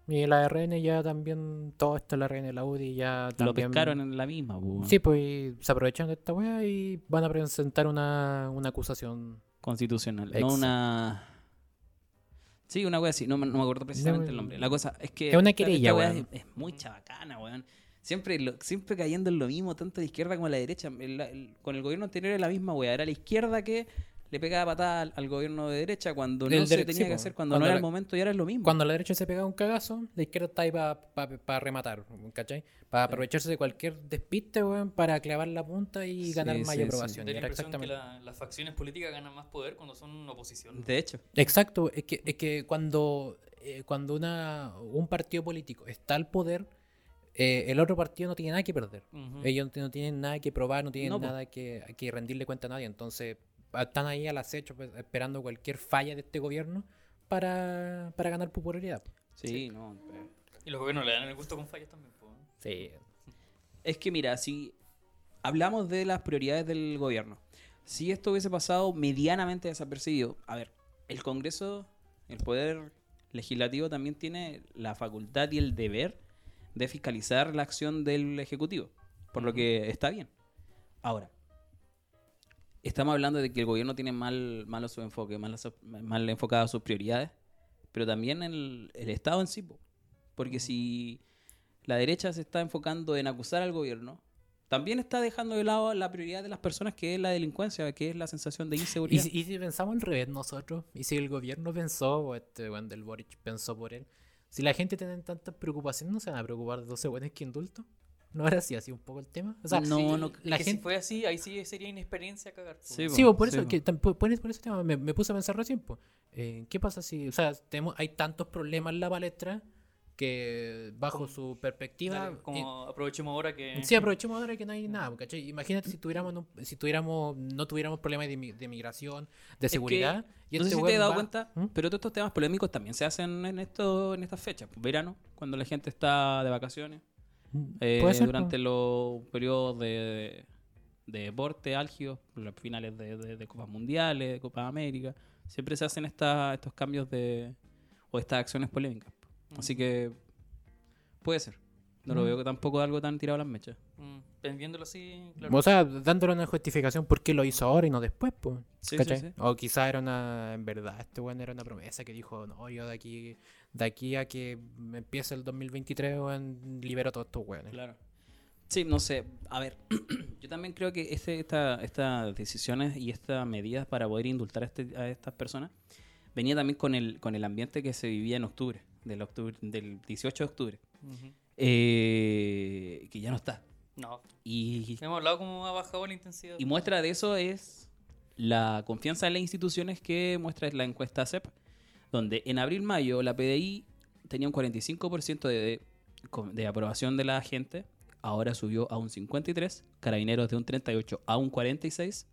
Speaker 3: y la RN ya también, todo esto, la RN, la UDI ya
Speaker 2: Lo
Speaker 3: también...
Speaker 2: pescaron en la misma. po,
Speaker 3: Sí, pues y se aprovechan de esta wea y van a presentar una, una acusación.
Speaker 2: Constitucional. No
Speaker 3: Exacto.
Speaker 2: una... Sí, una wea así, no, me- no me acuerdo precisamente el nombre. La cosa es que...
Speaker 3: Es una
Speaker 2: esta-
Speaker 3: querella,
Speaker 2: esta wea
Speaker 3: weón.
Speaker 2: Es, es muy chabacana, weón. Siempre, lo- siempre cayendo en lo mismo, tanto la izquierda como la derecha. El- la- el- con el gobierno anterior era la misma wea. Era la izquierda que le pegaba patada al, al gobierno de derecha cuando no
Speaker 3: El
Speaker 2: se
Speaker 3: dere-
Speaker 2: tenía
Speaker 3: sí,
Speaker 2: que
Speaker 3: po.
Speaker 2: hacer, cuando,
Speaker 3: Cuando
Speaker 2: no era
Speaker 3: la-
Speaker 2: el momento y ahora es lo mismo.
Speaker 3: Cuando la derecha se pega un cagazo, la izquierda está ahí para rematar, ¿cachai? Para aprovecharse de cualquier despiste, weón, para clavar la punta y
Speaker 2: Sí,
Speaker 3: ganar
Speaker 2: sí,
Speaker 3: mayor
Speaker 2: sí.
Speaker 3: aprobación.
Speaker 4: Da
Speaker 3: Y
Speaker 4: la
Speaker 3: era
Speaker 4: impresión que
Speaker 3: exactamente-
Speaker 4: la- las facciones políticas ganan más poder cuando son oposición.
Speaker 2: De hecho,
Speaker 3: Exacto, es que, es que cuando, eh, cuando una, un partido político está al poder, eh, el otro partido no tiene nada que perder.
Speaker 4: Ujú.
Speaker 3: Ellos no tienen nada que probar, no tienen
Speaker 2: No, po.
Speaker 3: nada que, que rendirle cuenta a nadie. Entonces, ah, están ahí al acecho pues, esperando cualquier falla de este gobierno para, para ganar popularidad.
Speaker 2: sí, no. eh.
Speaker 4: Y los gobiernos le dan el gusto con fallas también. po.
Speaker 3: Sí.
Speaker 2: Es que mira, si hablamos de las prioridades del gobierno, si esto hubiese pasado medianamente desapercibido, a ver, el Congreso, el Poder Legislativo también tiene la facultad y el deber de fiscalizar la acción del Ejecutivo, por lo que está bien. Ahora, estamos hablando de que el gobierno tiene mal, malo su enfoque, mal, mal enfocadas sus prioridades, pero también el, el Estado en sí. po. Porque si la derecha se está enfocando en acusar al gobierno, también está dejando de lado la prioridad de las personas, que es la delincuencia, que es la sensación de
Speaker 3: ¿Y,
Speaker 2: inseguridad.
Speaker 3: si- y si pensamos al revés nosotros, y si el gobierno pensó, o este weón del Boric pensó por él, si la gente tiene tantas preocupaciones, ¿no se van a preocupar de 12 buenos que indulto? ¿No era así, así un poco el tema? O sea,
Speaker 2: No,
Speaker 3: sí,
Speaker 2: no-
Speaker 3: la gente...
Speaker 4: si fue así, ahí sí sería inexperiencia cagar. pues. po.
Speaker 2: Sí, pues, po.
Speaker 3: Sí, po, por
Speaker 2: sí,
Speaker 3: eso,
Speaker 2: po.
Speaker 3: que tampo- por, eso- por ese tema me, me puse a pensar recién, po. Eh, ¿qué pasa si, o sea, tenemos, hay tantos problemas en la palestra que bajo su perspectiva...
Speaker 4: Dale, como aprovechemos ahora que.
Speaker 3: eh, Sí, aprovechemos ahora que no hay nada, po, ¿cachai? Imagínate si tuviéramos, no- si tuviéramos, no tuviéramos problemas de, inmi- de migración, de
Speaker 2: que-
Speaker 3: seguridad. y
Speaker 2: no sé si te
Speaker 3: este weón
Speaker 2: has dado
Speaker 3: va-
Speaker 2: cuenta,
Speaker 3: ¿Mm?
Speaker 2: pero todos estos temas polémicos también se hacen en esto, en estas fechas. pues, Verano, cuando la gente está de vacaciones, eh,
Speaker 3: Puede ser,
Speaker 2: durante
Speaker 3: po.
Speaker 2: los periodos de, de deporte álgidos, las finales de, de- de Copas Mundiales, de Copas América, siempre se hacen esta- estos cambios de o estas acciones polémicas. Así que puede ser. No lo
Speaker 3: Mm.
Speaker 2: veo tampoco algo tan tirado a las mechas.
Speaker 4: Mm, Viéndolo así, claro.
Speaker 3: O sea, dándole una justificación por qué lo hizo ahora y no después, pues.
Speaker 2: Sí, sí,
Speaker 3: ¿Cachai?
Speaker 2: sí.
Speaker 3: O quizá era una, en verdad, este weón era una promesa que dijo, no, yo de aquí, de aquí a que me empiece el 2023, weón, libero a todos estos weones.
Speaker 2: Claro. Sí, no sé. A ver, *clears throat* yo también creo que este, esta- estas decisiones y estas medidas para poder indultar a, este- a estas personas venía también con el, con el ambiente que se vivía en octubre, del, octubre, del 18 de octubre,
Speaker 4: Ujú.
Speaker 2: eh, que ya no está.
Speaker 4: No,
Speaker 2: Y,
Speaker 4: hemos hablado como ha bajado la intensidad.
Speaker 2: y muestra de eso es la confianza en las instituciones que muestra la encuesta CEP, donde en abril-mayo la PDI tenía un 45% de, de aprobación de la gente, ahora subió a un 53, Carabineros de un 38 a un 46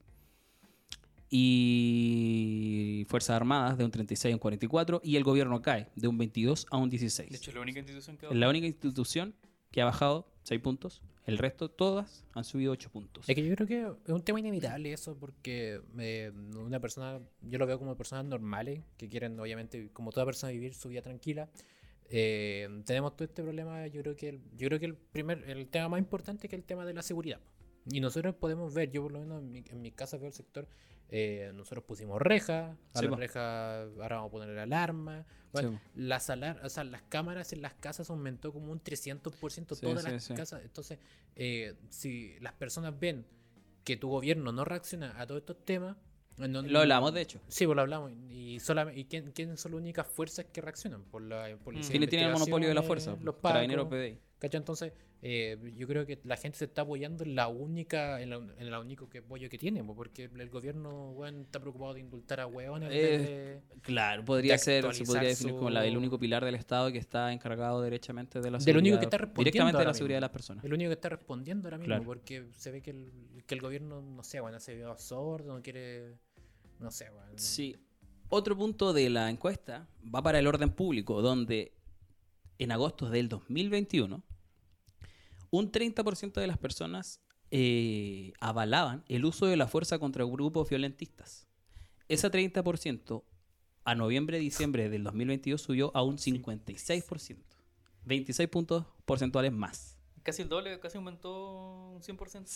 Speaker 2: y Fuerzas Armadas de un 36 a un 44 y el gobierno cae de un 22 a un 16.
Speaker 4: de hecho, es la única institución que ha
Speaker 2: es la única institución que ha bajado 6 puntos, el resto todas han subido 8 puntos.
Speaker 3: Es que yo creo que es un tema inevitable eso, porque eh, una persona, yo lo veo como personas normales, que quieren, obviamente, como toda persona, vivir su vida tranquila. Eh, tenemos todo este problema, yo creo que el, yo creo que el primer, el tema más importante que el tema de la seguridad. Y nosotros podemos ver, yo por lo menos en mi, en mi casa veo el sector, eh, nosotros pusimos rejas, a
Speaker 2: Sí,
Speaker 3: las
Speaker 2: po.
Speaker 3: rejas ahora vamos a poner alarma. Bueno,
Speaker 2: Sí, po.
Speaker 3: las, alar o sea, las cámaras en las casas aumentó como un 300%
Speaker 2: Sí,
Speaker 3: todas
Speaker 2: sí,
Speaker 3: las
Speaker 2: sí.
Speaker 3: casas. Entonces, eh, si las personas ven que tu gobierno no reacciona a todos estos temas, no-
Speaker 2: Lo hablamos, de hecho.
Speaker 3: Sí, pues lo hablamos. Y, solamente, ¿y quién, quién son las únicas fuerzas que reaccionan? Por la policía. de
Speaker 2: ¿Quiénes tienen el monopolio de la fuerza? pues,
Speaker 3: investigaciones, Los
Speaker 2: Carabineros
Speaker 3: pacos,
Speaker 2: PDI.
Speaker 3: ¿cachai? Entonces, eh, yo creo que la gente se está apoyando en la única, en la, en la único que apoyo que tiene, po, porque el gobierno weón, está preocupado de indultar a hueones. en vez
Speaker 2: Eh,
Speaker 3: de-
Speaker 2: Claro, podría
Speaker 3: de
Speaker 2: ser, se podría
Speaker 3: actualizar
Speaker 2: definir como la- el
Speaker 3: su-
Speaker 2: único pilar del Estado que está encargado derechamente de la
Speaker 3: Del
Speaker 2: seguridad.
Speaker 3: único que está respondiendo
Speaker 2: Directamente de
Speaker 3: ahora
Speaker 2: la seguridad
Speaker 3: mismo.
Speaker 2: de las personas.
Speaker 3: El único que está respondiendo ahora mismo,
Speaker 2: Claro.
Speaker 3: porque se ve que el, que el gobierno, no sé, bueno, se vio sordo, no quiere. No sé, bueno.
Speaker 2: Sí. Otro punto de la encuesta va para el orden público, donde en agosto del 2021, un 30% de las personas eh, avalaban el uso de la fuerza contra grupos violentistas. Ese 30% a noviembre-diciembre del 2022 subió a un 56%. 26 puntos porcentuales más.
Speaker 4: Casi el doble, casi aumentó un 100%.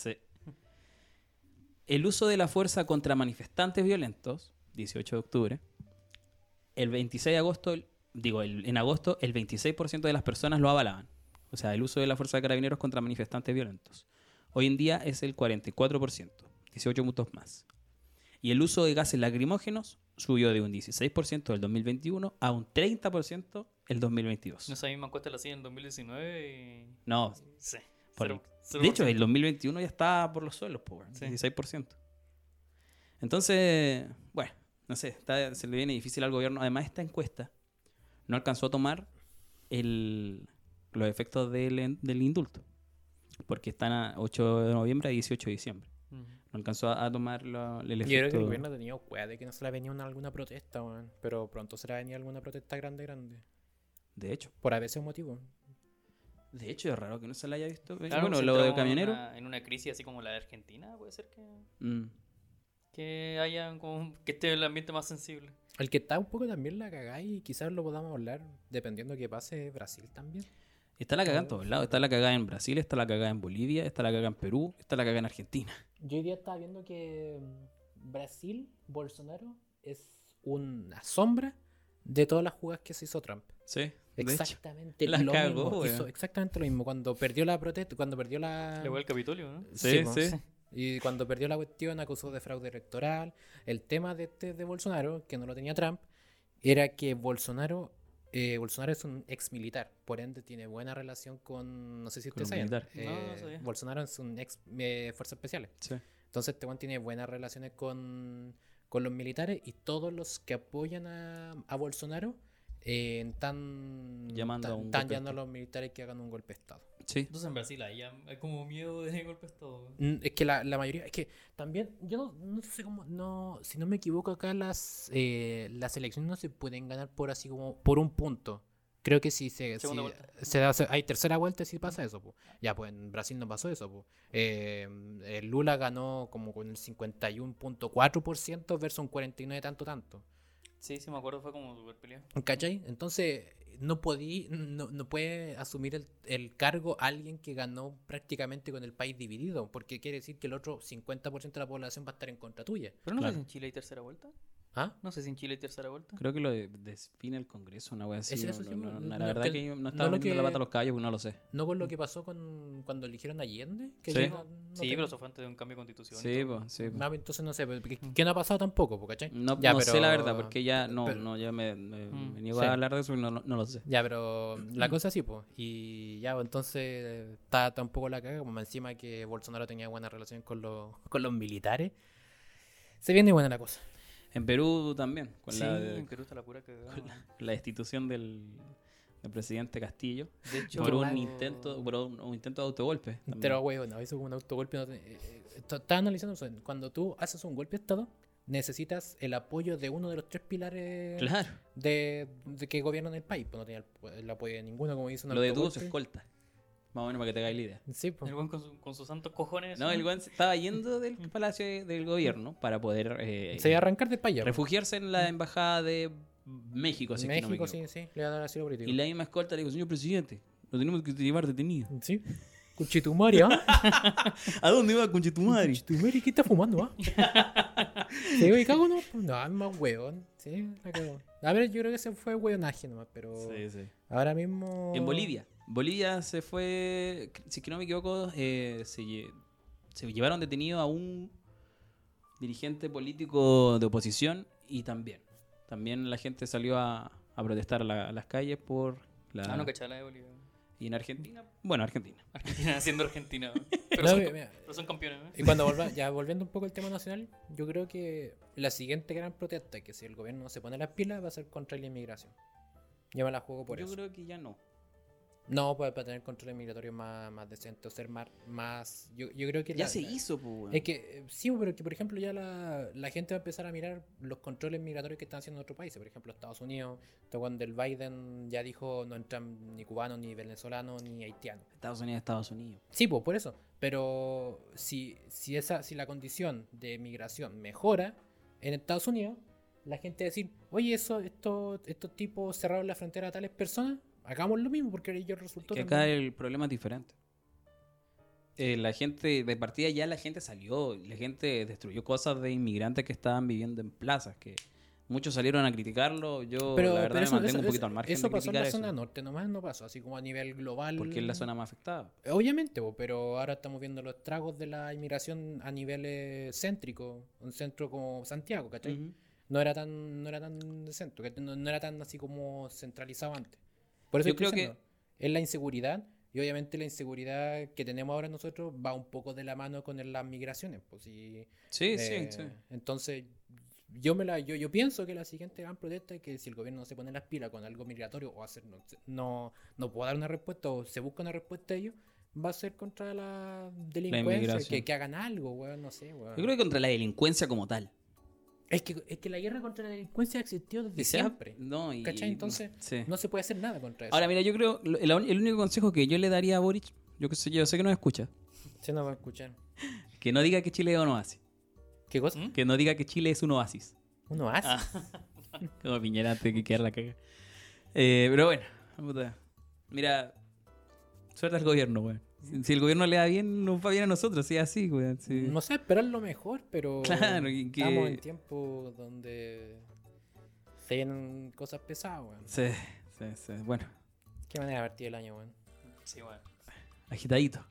Speaker 2: El uso de la fuerza contra manifestantes violentos, 18 de octubre, el 26 de agosto, digo, el- en agosto, el 26% de las personas lo avalaban. O sea, el uso de la fuerza de carabineros contra manifestantes violentos. Hoy en día es el 44%, 18 puntos más. Y el uso de gases lacrimógenos subió de un 16% del 2021 a un 30% el 2022.
Speaker 4: No esa misma encuesta la hacían en 2019 y...
Speaker 2: No,
Speaker 4: Sí.
Speaker 2: Por
Speaker 4: cero- cero
Speaker 2: De hecho,
Speaker 4: por
Speaker 2: el 2021 ya está por los suelos, po, weón,
Speaker 4: Sí.
Speaker 2: 16%. Entonces, bueno, no sé, está- se le viene difícil al gobierno. Además, esta encuesta no alcanzó a tomar el- los efectos del, en- del indulto, porque están a 8 de noviembre a 18 de diciembre.
Speaker 4: ciento. Mm.
Speaker 2: No alcanzó a, a tomar la- el
Speaker 3: Yo
Speaker 2: efecto.
Speaker 3: creo que el gobierno ha tenido cueva de que no se le venía una- alguna protesta, weón, Pero pronto se le venía alguna protesta grande, grande.
Speaker 2: De hecho,
Speaker 3: Por a veces motivo.
Speaker 2: de hecho, es raro que no se la haya visto.
Speaker 4: Claro,
Speaker 2: bueno,
Speaker 4: si
Speaker 2: lo de
Speaker 4: entramos en
Speaker 2: camionero.
Speaker 4: una- En una crisis así como la de Argentina, puede ser que...
Speaker 2: mm.
Speaker 4: que haya como que esté el ambiente más sensible.
Speaker 3: El que está un poco también la cagá y quizás lo podamos hablar, dependiendo de que pase Brasil también.
Speaker 2: Está la cagada en todos lados. Está la cagada en Brasil, está la cagada en Bolivia, está la cagada en Perú, está la cagada en Argentina.
Speaker 3: Yo hoy día estaba viendo que mm, Brasil, Bolsonaro es una sombra de todas las jugadas que se hizo Trump.
Speaker 2: Sí, de hecho.
Speaker 3: Exactamente
Speaker 2: la
Speaker 3: lo
Speaker 2: cagó,
Speaker 3: mismo.
Speaker 2: weón.
Speaker 3: Hizo exactamente lo mismo. Cuando perdió la protesta, cuando perdió
Speaker 2: Ah.
Speaker 3: la.
Speaker 4: Le voy al Capitolio, ¿no?
Speaker 2: Sí,
Speaker 3: po.
Speaker 2: sí.
Speaker 3: Y cuando perdió la cuestión, acusó de fraude electoral. El tema de este de Bolsonaro, que no lo tenía Trump, era que Bolsonaro. eh, Bolsonaro es un ex militar, por ende tiene buena relación con. No sé si
Speaker 2: Con
Speaker 3: ustedes
Speaker 2: un
Speaker 3: saben.
Speaker 4: militar. No, no
Speaker 3: eh,
Speaker 4: sabía.
Speaker 3: Bolsonaro es un ex eh, fuerzas especiales.
Speaker 2: sí.
Speaker 3: Entonces, este weón tiene buenas relaciones con, con los militares y todos los que apoyan a, a Bolsonaro eh, están,
Speaker 2: Llamando a
Speaker 3: están-
Speaker 2: un
Speaker 3: están
Speaker 2: golpe de
Speaker 3: llamando a los militares que hagan un golpe de Estado.
Speaker 2: Sí.
Speaker 4: Entonces en Brasil ahí ya hay como miedo de golpes todo.
Speaker 3: Mm, Es que la, la mayoría, es que también, yo no, no sé cómo, no, si no me equivoco acá, las, eh, las elecciones no se pueden ganar por así como, por un punto. Creo que si se,
Speaker 4: Segunda
Speaker 3: si
Speaker 4: vuelta.
Speaker 3: se da, se- hay tercera vuelta si pasa eso, po. ya pues en Brasil no pasó eso. po. Eh, eh, Lula ganó como con el 51.4% versus un 49 tanto tanto.
Speaker 4: Sí, sí, me acuerdo, fue como super pelea.
Speaker 3: ¿Cachai? Entonces, no podí, no, no puede asumir el, el cargo alguien que ganó prácticamente con el país dividido, porque quiere decir que el otro 50% de la población va a estar en contra tuya.
Speaker 4: Pero no
Speaker 2: Claro.
Speaker 4: sé si en Chile hay tercera vuelta.
Speaker 3: ¿Ah?
Speaker 4: No sé si en Chile hay tercera vuelta.
Speaker 2: Creo que lo de- define el Congreso, una wea así.
Speaker 3: Es-
Speaker 2: no-
Speaker 3: eso sí,
Speaker 2: no-
Speaker 3: no-
Speaker 2: no-
Speaker 3: no-
Speaker 2: la
Speaker 3: no,
Speaker 2: verdad
Speaker 3: que-
Speaker 2: que yo no
Speaker 3: no
Speaker 2: estaba
Speaker 3: lo
Speaker 2: metiendo la
Speaker 3: que-
Speaker 2: pata a los caballos porque no lo sé.
Speaker 3: No con lo que pasó con cuando eligieron a Allende. Que
Speaker 2: Sí.
Speaker 3: yo no- no
Speaker 4: sí,
Speaker 3: tengo-
Speaker 4: pero eso fue antes de un cambio de constitución. y
Speaker 2: Sí,
Speaker 4: todo.
Speaker 2: pues, sí. po.
Speaker 3: No, entonces no sé, pero que, que no ha pasado tampoco, po, ¿cachai?
Speaker 2: No,
Speaker 3: Ya,
Speaker 2: no sé la
Speaker 3: pero-
Speaker 2: verdad, porque ya no,
Speaker 3: pero-
Speaker 2: no ya me, me-
Speaker 4: Mm.
Speaker 2: me niego
Speaker 3: Sí.
Speaker 2: a hablar de eso y no, no, no lo sé.
Speaker 3: Ya, pero
Speaker 2: Mm.
Speaker 3: la cosa sí, pues. Y ya, pues, entonces está tampoco la caga, como más encima que Bolsonaro tenía buena relación con los, con los militares. Se viene buena la cosa.
Speaker 2: En Perú también, con
Speaker 4: Sí,
Speaker 2: la,
Speaker 4: en Perú está la pura cagada.
Speaker 2: la destitución del, del presidente Castillo
Speaker 4: De hecho,
Speaker 2: por un intento por un, un intento de autogolpe. también.
Speaker 3: Pero, weón, no, eso como un autogolpe. No, te- eh, eh, esto- estaba analizando eso. Cuando tú haces un golpe de Estado, necesitas el apoyo de uno de los tres pilares
Speaker 2: claro,
Speaker 3: de, de que gobiernan el país. Pues no tenía el, el apoyo de ninguno, como dice un
Speaker 2: lo detuvo su
Speaker 3: autogolpe.
Speaker 2: escolta. Más o menos para que te hagáis la idea.
Speaker 3: Sí, pues.
Speaker 4: El buen con, su- con sus santos cojones.
Speaker 2: No, el weón se estaba yendo del palacio de- del gobierno para poder eh,
Speaker 3: Se iba a arrancar del país. ya, pues.
Speaker 2: refugiarse en la embajada de México, si es que no me
Speaker 3: México, sí,
Speaker 2: equivoco.
Speaker 3: sí, le va a dar asilo político.
Speaker 2: Y la misma escolta le dijo, señor presidente, lo tenemos que llevar
Speaker 3: *laughs*
Speaker 2: detenido.
Speaker 3: Sí. Cuchitumaria.
Speaker 2: *laughs* ¿A dónde va con Chetumari?
Speaker 3: Cuchitumari, ¿qué está fumando, ah?
Speaker 2: *laughs*
Speaker 3: ¿Se ve cago no? No, es más weón. Sí, la cagó. A ver, yo creo que ese fue weonaje nomás, pero ahora mismo...
Speaker 2: En Bolivia. Bolivia se fue, si es que no me equivoco, eh, se, lle- se llevaron detenido a un dirigente político de oposición y también. También la gente salió a, a protestar a, la- a las calles por la...
Speaker 4: Ah, no, cachala de Bolivia.
Speaker 2: y en Argentina, bueno, Argentina.
Speaker 4: Argentina *laughs* haciendo Argentina. weón. Pero,
Speaker 3: No,
Speaker 4: son,
Speaker 3: mira, mira.
Speaker 4: pero son campeones, ¿eh?
Speaker 3: Y cuando volva, ya volviendo un poco al tema nacional, yo creo que la siguiente gran protesta, que si el gobierno no se pone las pilas, va a ser contra la inmigración. Yo me la juego por
Speaker 2: Yo
Speaker 3: eso.
Speaker 2: creo que ya no.
Speaker 3: No, pues para tener control migratorio más, más decente, o ser más... más yo, yo creo que...
Speaker 2: Ya
Speaker 3: la-
Speaker 2: se
Speaker 3: la-
Speaker 2: hizo, pues. weón.
Speaker 3: Es que eh, sí, pero que por ejemplo ya la, la gente va a empezar a mirar los controles migratorios que están haciendo en otros países. Por ejemplo, Estados Unidos, está cuando el Biden ya dijo no entran ni cubanos, ni venezolanos, ni haitianos.
Speaker 2: Estados Unidos, Estados Unidos.
Speaker 3: Sí, pues por eso. Pero si, si, esa, si la condición de migración mejora en Estados Unidos, la gente va a decir, oye, eso, esto, estos tipos cerraron la frontera a tales personas, hagamos lo mismo porque ellos resultó
Speaker 2: Que acá
Speaker 3: también".
Speaker 2: el problema es diferente. Eh, la gente, de partida ya la gente salió, la gente destruyó cosas de inmigrantes que estaban viviendo en plazas, que muchos salieron a criticarlo, yo
Speaker 3: Pero,
Speaker 2: la verdad
Speaker 3: pero
Speaker 2: me
Speaker 3: eso,
Speaker 2: mantengo
Speaker 3: eso-
Speaker 2: un poquito
Speaker 3: eso-
Speaker 2: al margen
Speaker 3: eso
Speaker 2: de
Speaker 3: pasó en la
Speaker 2: criticar
Speaker 3: zona
Speaker 2: eso,
Speaker 3: norte nomás, no pasó, así como a nivel global.
Speaker 2: porque es la zona más afectada.
Speaker 3: Obviamente, po, pero ahora estamos viendo los tragos de la inmigración a niveles céntricos. Un centro como Santiago, ¿cachai?
Speaker 2: Ujú.
Speaker 3: No era tan, no era tan de centro, ¿cachai? no, no era tan así como centralizado antes. Por eso
Speaker 2: Yo
Speaker 3: estoy
Speaker 2: creo que-
Speaker 3: diciendo, es la inseguridad, y obviamente la inseguridad que tenemos ahora nosotros va un poco de la mano con el- las migraciones. Pues, y,
Speaker 2: Sí,
Speaker 3: eh,
Speaker 2: sí, sí.
Speaker 3: Entonces, yo me la, yo, yo pienso que la siguiente gran protesta es que si el gobierno no se pone las pilas con algo migratorio o hacer no, no, no puede dar una respuesta o se busca una respuesta de ellos, va a ser contra la delincuencia,
Speaker 2: inmigración.
Speaker 3: que, que hagan algo, weón, no sé, weón.
Speaker 2: Yo creo que contra la delincuencia como tal.
Speaker 3: es, que, es que la guerra contra la delincuencia existió desde
Speaker 2: Y se ha-
Speaker 3: siempre.
Speaker 2: No, y,
Speaker 3: ¿Cachai? Entonces,
Speaker 2: sí.
Speaker 3: No se puede hacer nada contra eso.
Speaker 2: Ahora, mira, yo creo, lo- el, el único consejo que yo le daría a Boric, yo, que sé, yo sé que no escucha,
Speaker 3: se nos va a escuchar.
Speaker 2: que no diga que Chile es un oasis,
Speaker 3: ¿Qué cosa?
Speaker 2: que no diga que Chile es un oasis.
Speaker 3: Uno hace.
Speaker 2: Como Piñera antes de que quedar la caga. Eh, pero bueno, puta. Mira, suerte al gobierno, weón. Si, si el gobierno le va bien, nos va bien a nosotros, sí, así, weón. sí.
Speaker 3: No sé, esperar lo mejor, *laughs* pero
Speaker 2: Claro, y que-
Speaker 3: estamos en tiempos donde se vienen cosas pesadas, weón.
Speaker 2: Sí, sí, sí. Bueno,
Speaker 3: Qué manera de partir el año, weón.
Speaker 4: Sí, bueno.
Speaker 2: agitadito,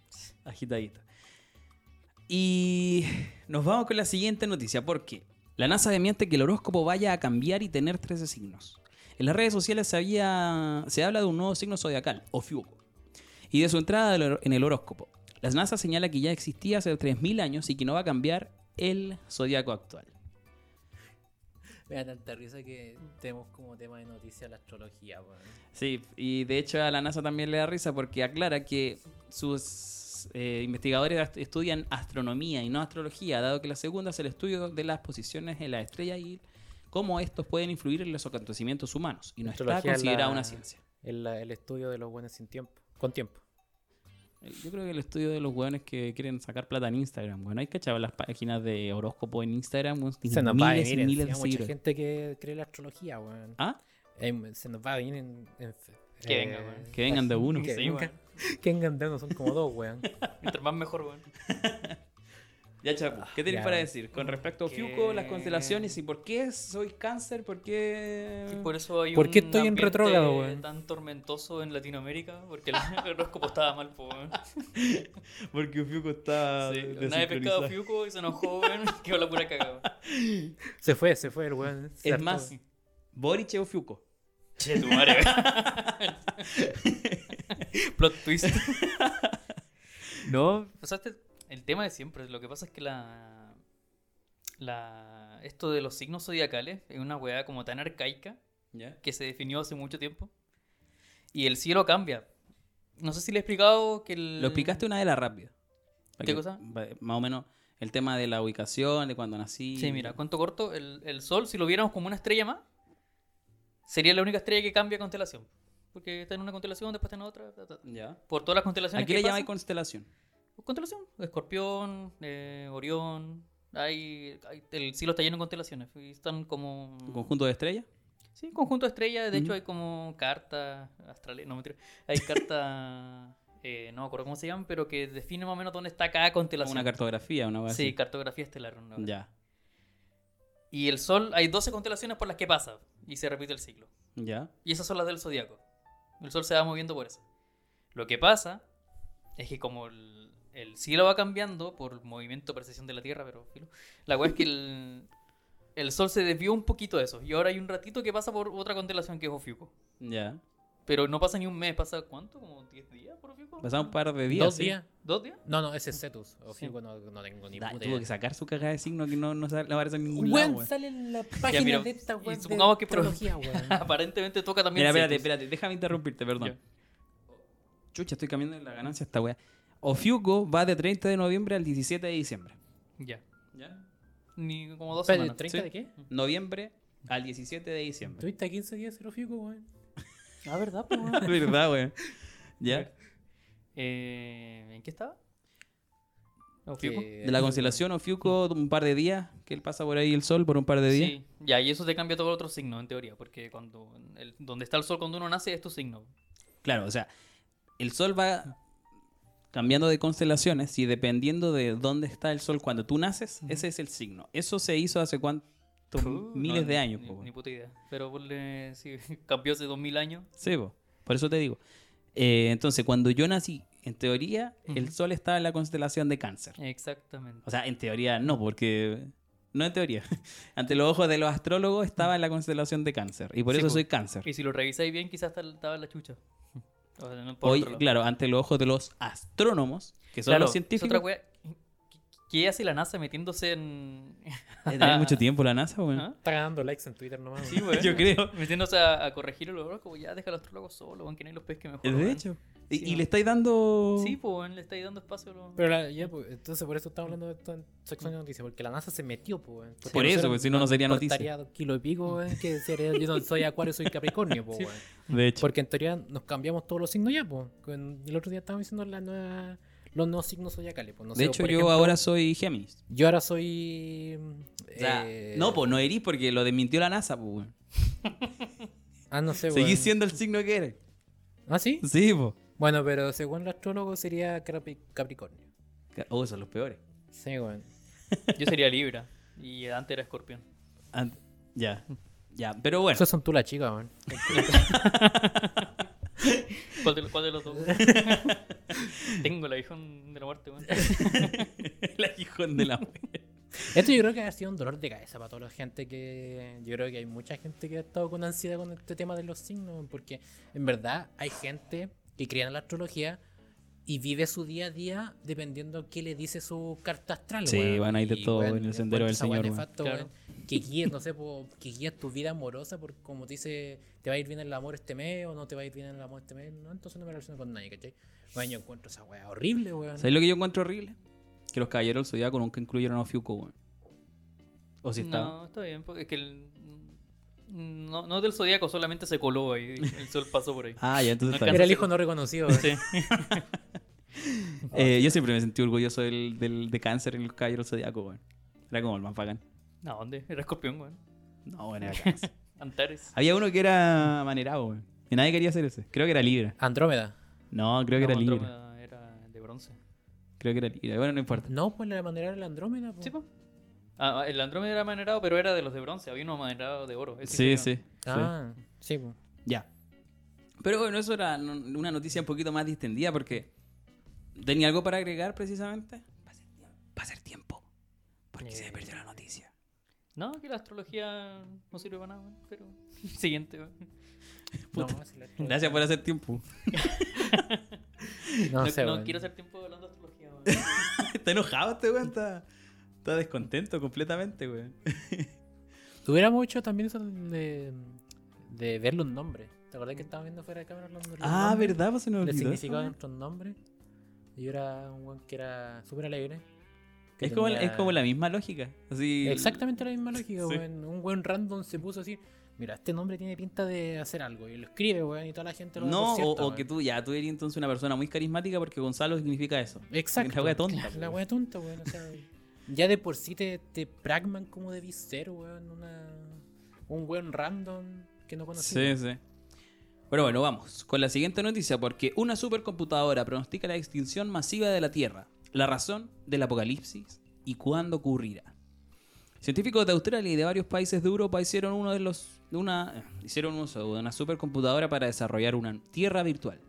Speaker 2: agitadito. Y nos vamos con la siguiente noticia, porque la NASA demiente que el horóscopo vaya a cambiar y tener 13 signos. En las redes sociales se, había- se habla de un nuevo signo zodiacal, Ofiuco, y de su entrada al hor- en el horóscopo. La NASA señala que ya existía hace 3.000 años y que no va a cambiar el zodiaco actual.
Speaker 3: Me da tanta risa que tenemos como tema de noticia la astrología, weón.
Speaker 2: Sí, y de hecho a la NASA también le da risa porque aclara que sus eh, investigadores ast- estudian astronomía y no astrología, dado que la segunda es el estudio de las posiciones en las estrellas y cómo estos pueden influir en los acontecimientos humanos, y no está
Speaker 3: Astrología es la-
Speaker 2: considerada una ciencia.
Speaker 3: El, el estudio de los buenos sin tiempo. Con tiempo.
Speaker 2: El- Eh, Yo creo que el estudio de los hueones que quieren sacar plata en Instagram, bueno, hay que echar las páginas de horóscopo en Instagram, weón, tienen
Speaker 3: Se nos va a
Speaker 2: miles
Speaker 3: venir
Speaker 2: y miles de
Speaker 3: encima mucha
Speaker 2: seguidores.
Speaker 3: gente que cree la astrología, weón.
Speaker 2: ¿Ah?
Speaker 3: Em, se nos va a venir en... en fe- eh,
Speaker 4: Que venga, weón.
Speaker 2: Que vengan de uno.
Speaker 3: Que,
Speaker 4: Sí,
Speaker 3: vengan- que vengan de uno, son como dos, weón.
Speaker 4: Mientras más mejor, weón.
Speaker 2: Ya, Chapu, ¿qué tenéis
Speaker 3: Ah, Ya.
Speaker 2: para decir con respecto a
Speaker 4: Que-
Speaker 2: Fiuco, las constelaciones y por qué soy cáncer? ¿Por qué...?
Speaker 4: Y por eso hay
Speaker 3: ¿Por qué
Speaker 4: un
Speaker 3: estoy en
Speaker 4: ambiente
Speaker 3: retrógrado, weón?
Speaker 4: tan tormentoso en Latinoamérica, porque el *laughs* horóscopo estaba mal, po, weón.
Speaker 2: Porque Fiuco está
Speaker 4: Sí, nadie pescado a Fiuco y se enojó, weón, *laughs* que la pura cagada.
Speaker 3: Se fue, se fue el weón. se
Speaker 2: Es
Speaker 3: hartó.
Speaker 2: más, Boric o Fiuco.
Speaker 4: Che, tu madre, Plot *laughs* twist. no, o sea, este- el tema de siempre. Lo que pasa es que la. la esto de los signos zodiacales es una weá como tan arcaica
Speaker 2: ¿Ya?
Speaker 4: que se definió hace mucho tiempo. Y el cielo cambia. No sé si le he explicado que el.
Speaker 2: Lo explicaste una de las rápidas. Para
Speaker 4: ¿Qué
Speaker 2: que-
Speaker 4: cosa?
Speaker 2: pa- Más o menos el tema de la ubicación, de cuando nací.
Speaker 4: Sí, mira, cuento corto, el, el Sol, si lo viéramos como una estrella más, sería la única estrella que cambia constelación. Porque está en una constelación, después está en otra. ta, ta, ta.
Speaker 2: Ya.
Speaker 4: Por todas las constelaciones
Speaker 2: Aquí
Speaker 4: que
Speaker 2: le llamáis
Speaker 4: pasan-
Speaker 2: constelación.
Speaker 4: constelación. Escorpión, eh, Orión. Hay, hay- el cielo está lleno de constelaciones. y están como.
Speaker 2: Un conjunto de estrellas.
Speaker 4: Sí, conjunto de estrellas. De hecho,
Speaker 2: Ujú.
Speaker 4: hay como cartas astrales. No, mentira. Hay cartas. *laughs* eh, no me acuerdo cómo se llaman, pero que define más o menos dónde está cada constelación.
Speaker 2: Una cartografía, una cosa
Speaker 4: Sí,
Speaker 2: así.
Speaker 4: cartografía estelar. una verdad.
Speaker 2: Ya.
Speaker 4: Y el Sol, hay 12 constelaciones por las que pasa. Y se repite el ciclo.
Speaker 2: Ya.
Speaker 4: Y esas son las del zodiaco. El sol se va moviendo por eso. Lo que pasa es que, como el, el cielo va cambiando por movimiento, precesión de la Tierra, pero filo, la weá es que el, el sol se desvió un poquito de eso. Y ahora hay un ratito que pasa por otra constelación que es Ofiuco.
Speaker 2: Ya.
Speaker 4: Pero no pasa ni un mes, pasa cuánto? ¿Como 10 días por Ofiuco?
Speaker 2: Pasaba un par de días.
Speaker 3: Dos
Speaker 2: ¿sí?
Speaker 3: días.
Speaker 4: ¿Dos días? *laughs*
Speaker 3: No, no, ese es Cetus. O
Speaker 4: Sí.
Speaker 3: Fiuco no, no tengo ni
Speaker 2: Da,
Speaker 3: puta
Speaker 2: tuvo
Speaker 3: idea.
Speaker 2: que sacar su cagada de signo que no, no sale, no aparece en ningún lado.
Speaker 3: Weón,
Speaker 2: weón.
Speaker 3: sale en la
Speaker 4: Ya,
Speaker 3: página
Speaker 4: pero-
Speaker 3: de esta
Speaker 4: y
Speaker 3: weón.
Speaker 4: supongamos
Speaker 3: de
Speaker 4: que pro- *laughs*
Speaker 3: astrología, weón.
Speaker 4: Aparentemente toca también.
Speaker 2: Mira, espérate,
Speaker 4: Cetus.
Speaker 2: espérate, déjame interrumpirte, perdón.
Speaker 4: Ya.
Speaker 2: Chucha, estoy cambiando la ganancia a esta wea. Ofiuco va de 30 de noviembre al 17 de diciembre.
Speaker 4: Ya.
Speaker 2: ¿Ya?
Speaker 4: Ni como dos
Speaker 3: Espérate, ¿30
Speaker 4: semanas. Sí.
Speaker 3: de qué?
Speaker 2: Noviembre al 17 de *laughs* diciembre.
Speaker 3: Tuviste a 15 días cero Fiuco, weón.
Speaker 4: Ah, ¿verdad? po, weón?
Speaker 2: ¿Verdad, weón? ¿Ya?
Speaker 4: Eh, ¿En qué estaba? ¿Ofiuco?
Speaker 3: Que-
Speaker 2: De la constelación Ofiuco, un par de días, que él pasa por ahí el sol por un par de días.
Speaker 4: Sí, ya, y eso te cambia todo el otro signo, en teoría, porque cuando el- donde está el sol cuando uno nace es tu signo.
Speaker 2: Claro, o sea, el sol va cambiando de constelaciones y dependiendo de dónde está el sol cuando tú naces, ese es el signo. Eso se hizo hace cuántos miles
Speaker 4: Uh, No,
Speaker 2: de
Speaker 4: ni-
Speaker 2: años.
Speaker 4: Ni,
Speaker 2: po, weón.
Speaker 4: ni puta idea. Pero ponle, *laughs* sí, cambió hace dos mil años.
Speaker 2: Sí, po. por eso te digo. Eh, entonces, cuando yo nací, en teoría, el
Speaker 4: Ujú.
Speaker 2: sol estaba en la constelación de cáncer.
Speaker 4: Exactamente.
Speaker 2: O sea, en teoría no, porque... No en teoría. *laughs* Ante los ojos de los astrólogos estaba en la constelación de cáncer. Y por
Speaker 4: Sí,
Speaker 2: eso
Speaker 4: po.
Speaker 2: soy cáncer.
Speaker 4: Y si lo revisáis bien, quizás tal- estaba en la chucha. *laughs* O sea, no, por
Speaker 2: Hoy,
Speaker 4: otro lado.
Speaker 2: claro, ante los ojos de los astrónomos, que son
Speaker 4: Claro,
Speaker 2: los
Speaker 4: es otra
Speaker 2: científicos.
Speaker 4: wea. ¿Qué- ¿Qué hace la NASA metiéndose en...?
Speaker 2: *laughs*
Speaker 4: *laughs*
Speaker 2: Eh, Tiene mucho tiempo la NASA, weón.
Speaker 4: ¿Ah?
Speaker 3: Está ganando likes en Twitter nomás.
Speaker 4: Sí,
Speaker 3: weón.
Speaker 4: weón.
Speaker 2: *laughs* Yo creo.
Speaker 4: Metiéndose a, a corregir el horóscopo. Ya, deja al astrólogo solo, weón, que no hay los pesques mejor.
Speaker 2: Eh, De
Speaker 4: weón.
Speaker 2: hecho. Y,
Speaker 4: Sí,
Speaker 2: y
Speaker 4: weón.
Speaker 2: le estáis dando.
Speaker 4: Sí, pues, weón, le estáis dando espacio a los...
Speaker 3: Pero la- ya, pues, entonces por eso estamos hablando de esto en sección de noticias, porque la NASA se metió, pues, weón. Porque
Speaker 2: por
Speaker 3: nosotros
Speaker 2: eso, porque si no, no sería noticia.
Speaker 3: Cortaría dos kilos y pico, weón, que sería, yo no soy acuario, soy capricornio, pues,
Speaker 4: Sí.
Speaker 3: weón.
Speaker 2: De hecho.
Speaker 3: Porque en teoría nos cambiamos todos los signos ya, pues. Con- El otro día estábamos diciendo la nueva- los nuevos signos zodiacales, pues. No
Speaker 2: de
Speaker 3: sé,
Speaker 2: hecho,
Speaker 3: por
Speaker 2: yo
Speaker 3: ejemplo,
Speaker 2: ahora soy Géminis.
Speaker 3: Yo ahora soy...
Speaker 2: O sea,
Speaker 3: eh,
Speaker 2: no, pues no herís porque lo desmintió la NASA, pues, weón.
Speaker 3: Ah, no sé,
Speaker 2: Seguís
Speaker 3: weón.
Speaker 2: siendo el signo que eres.
Speaker 3: ¿Ah, sí?
Speaker 2: Sí, pues.
Speaker 3: Bueno, pero según el astrólogo sería Capri- Capricornio.
Speaker 2: Oh, son los peores.
Speaker 3: Sí, weón.
Speaker 4: Yo sería Libra. Y antes era escorpión.
Speaker 2: Ant- Ah, ya. Ya, pero bueno.
Speaker 3: Esos son tú la chica, weón.
Speaker 4: ¿Cuál de, los- cuál de los dos? Tengo el aguijón de la muerte, weón.
Speaker 2: *laughs* el aguijón de la mujer.
Speaker 3: Esto yo creo que ha sido un dolor de cabeza para toda la gente que... Yo creo que hay mucha gente que ha estado con ansiedad con este tema de los signos, weón, porque en verdad hay gente que cree en la astrología y vive su día a día dependiendo qué le dice su carta astral.
Speaker 2: Sí,
Speaker 3: weón.
Speaker 2: van a ir de
Speaker 3: Y,
Speaker 2: todo
Speaker 3: weón,
Speaker 2: en el sendero del
Speaker 3: esa weá
Speaker 2: Señor, weón.
Speaker 3: nefasto,
Speaker 4: Claro.
Speaker 3: weón, Que guíes, no sé, po, que guíes tu vida amorosa por como te dice, te va a ir bien el amor este mes o no te va a ir bien el amor este mes. No, entonces no me relaciono con nadie, ¿cachai? Bueno, yo encuentro esa weá horrible, weón.
Speaker 2: ¿Sabes lo que yo encuentro horrible? Que los caballeros del Zodíaco nunca incluyeron a Fiuco, weón. O si está.
Speaker 4: No, está bien, porque es que el. No, no del zodiaco, solamente se coló ahí. El sol
Speaker 2: *laughs*
Speaker 4: pasó por ahí.
Speaker 2: Ah, ya, entonces
Speaker 4: No
Speaker 2: está bien.
Speaker 3: Era el hijo no reconocido, weón.
Speaker 4: Sí.
Speaker 2: Eh, yo siempre me sentí orgulloso del, del- de cáncer en los caballeros del Zodíaco, weón. Era como el más bacán.
Speaker 4: No, ¿dónde? Era escorpión, weón.
Speaker 2: No, bueno, *laughs* era cáncer.
Speaker 4: Antares.
Speaker 2: Había uno que era manerado, weón. Y nadie quería hacer ese. Creo que era Libra.
Speaker 3: Andrómeda.
Speaker 2: No, creo que
Speaker 4: No,
Speaker 2: era Libra.
Speaker 4: Andrómeda era de bronce.
Speaker 2: Creo que era Libra. Bueno, no importa.
Speaker 3: No, pues la manera de la Andrómeda. pues. po.
Speaker 4: Sí,
Speaker 2: pues.
Speaker 4: po. Ah, ah, el Andrómeda era manerado, pero era de los de bronce. Había uno manerado de oro. ese
Speaker 2: Sí,
Speaker 4: era-
Speaker 2: sí. sí.
Speaker 3: Ah, sí, po.
Speaker 2: Ya. Pero bueno, eso era no- una noticia un poquito más distendida porque tenía algo para agregar precisamente. Va a ser tiempo. Va a ser tiempo. Porque se me perdió la noticia.
Speaker 4: No, que la astrología no sirve para nada, weón, pero. *laughs* Siguiente, weón.
Speaker 3: No,
Speaker 2: Puta.
Speaker 3: si la-
Speaker 2: Gracias por hacer tiempo. *laughs*
Speaker 3: No,
Speaker 4: No,
Speaker 3: sé,
Speaker 4: no
Speaker 3: weón.
Speaker 4: quiero hacer tiempo hablando de astrología, weón. *laughs*
Speaker 2: Está enojado este weón. Está, está descontento completamente, weón.
Speaker 3: Tuviéramos hecho también eso de, de ver los nombres. ¿Te acordás que estábamos viendo fuera de cámara los los
Speaker 2: *laughs* Ah,
Speaker 3: nombres?
Speaker 2: ¿verdad? Pues se nos
Speaker 3: El
Speaker 2: olvidó. eso,
Speaker 3: significado de
Speaker 2: weón.
Speaker 3: nuestros nombres. Y yo era un weón que era súper alegre. que
Speaker 2: Es como, es
Speaker 3: tenía-
Speaker 2: como la misma lógica. Así,
Speaker 3: Exactamente la misma lógica,
Speaker 2: Sí.
Speaker 3: weón. Un weón random se puso así. Mira, este nombre tiene pinta de hacer algo. Y lo escribe, weón, y toda la gente lo
Speaker 2: No, o,
Speaker 3: acierta,
Speaker 2: o
Speaker 3: weón.
Speaker 2: que tú ya, tú eres entonces una persona muy carismática porque Gonzalo significa eso.
Speaker 3: Exacto.
Speaker 2: La wea tonta, pues.
Speaker 3: claro, *laughs* La
Speaker 2: weón.
Speaker 3: wea tonta, weón.
Speaker 2: *laughs*
Speaker 3: O sea, ya de por sí te, te pragman como debí ser, weón. Una, un weón random que no conocí.
Speaker 2: Sí, sí. Pero bueno, vamos con la siguiente noticia porque una supercomputadora pronostica la extinción masiva de la Tierra, la razón del apocalipsis y cuándo ocurrirá. Científicos de Australia y de varios países de Europa hicieron uno de los de una hicieron uso de una supercomputadora para desarrollar una Tierra virtual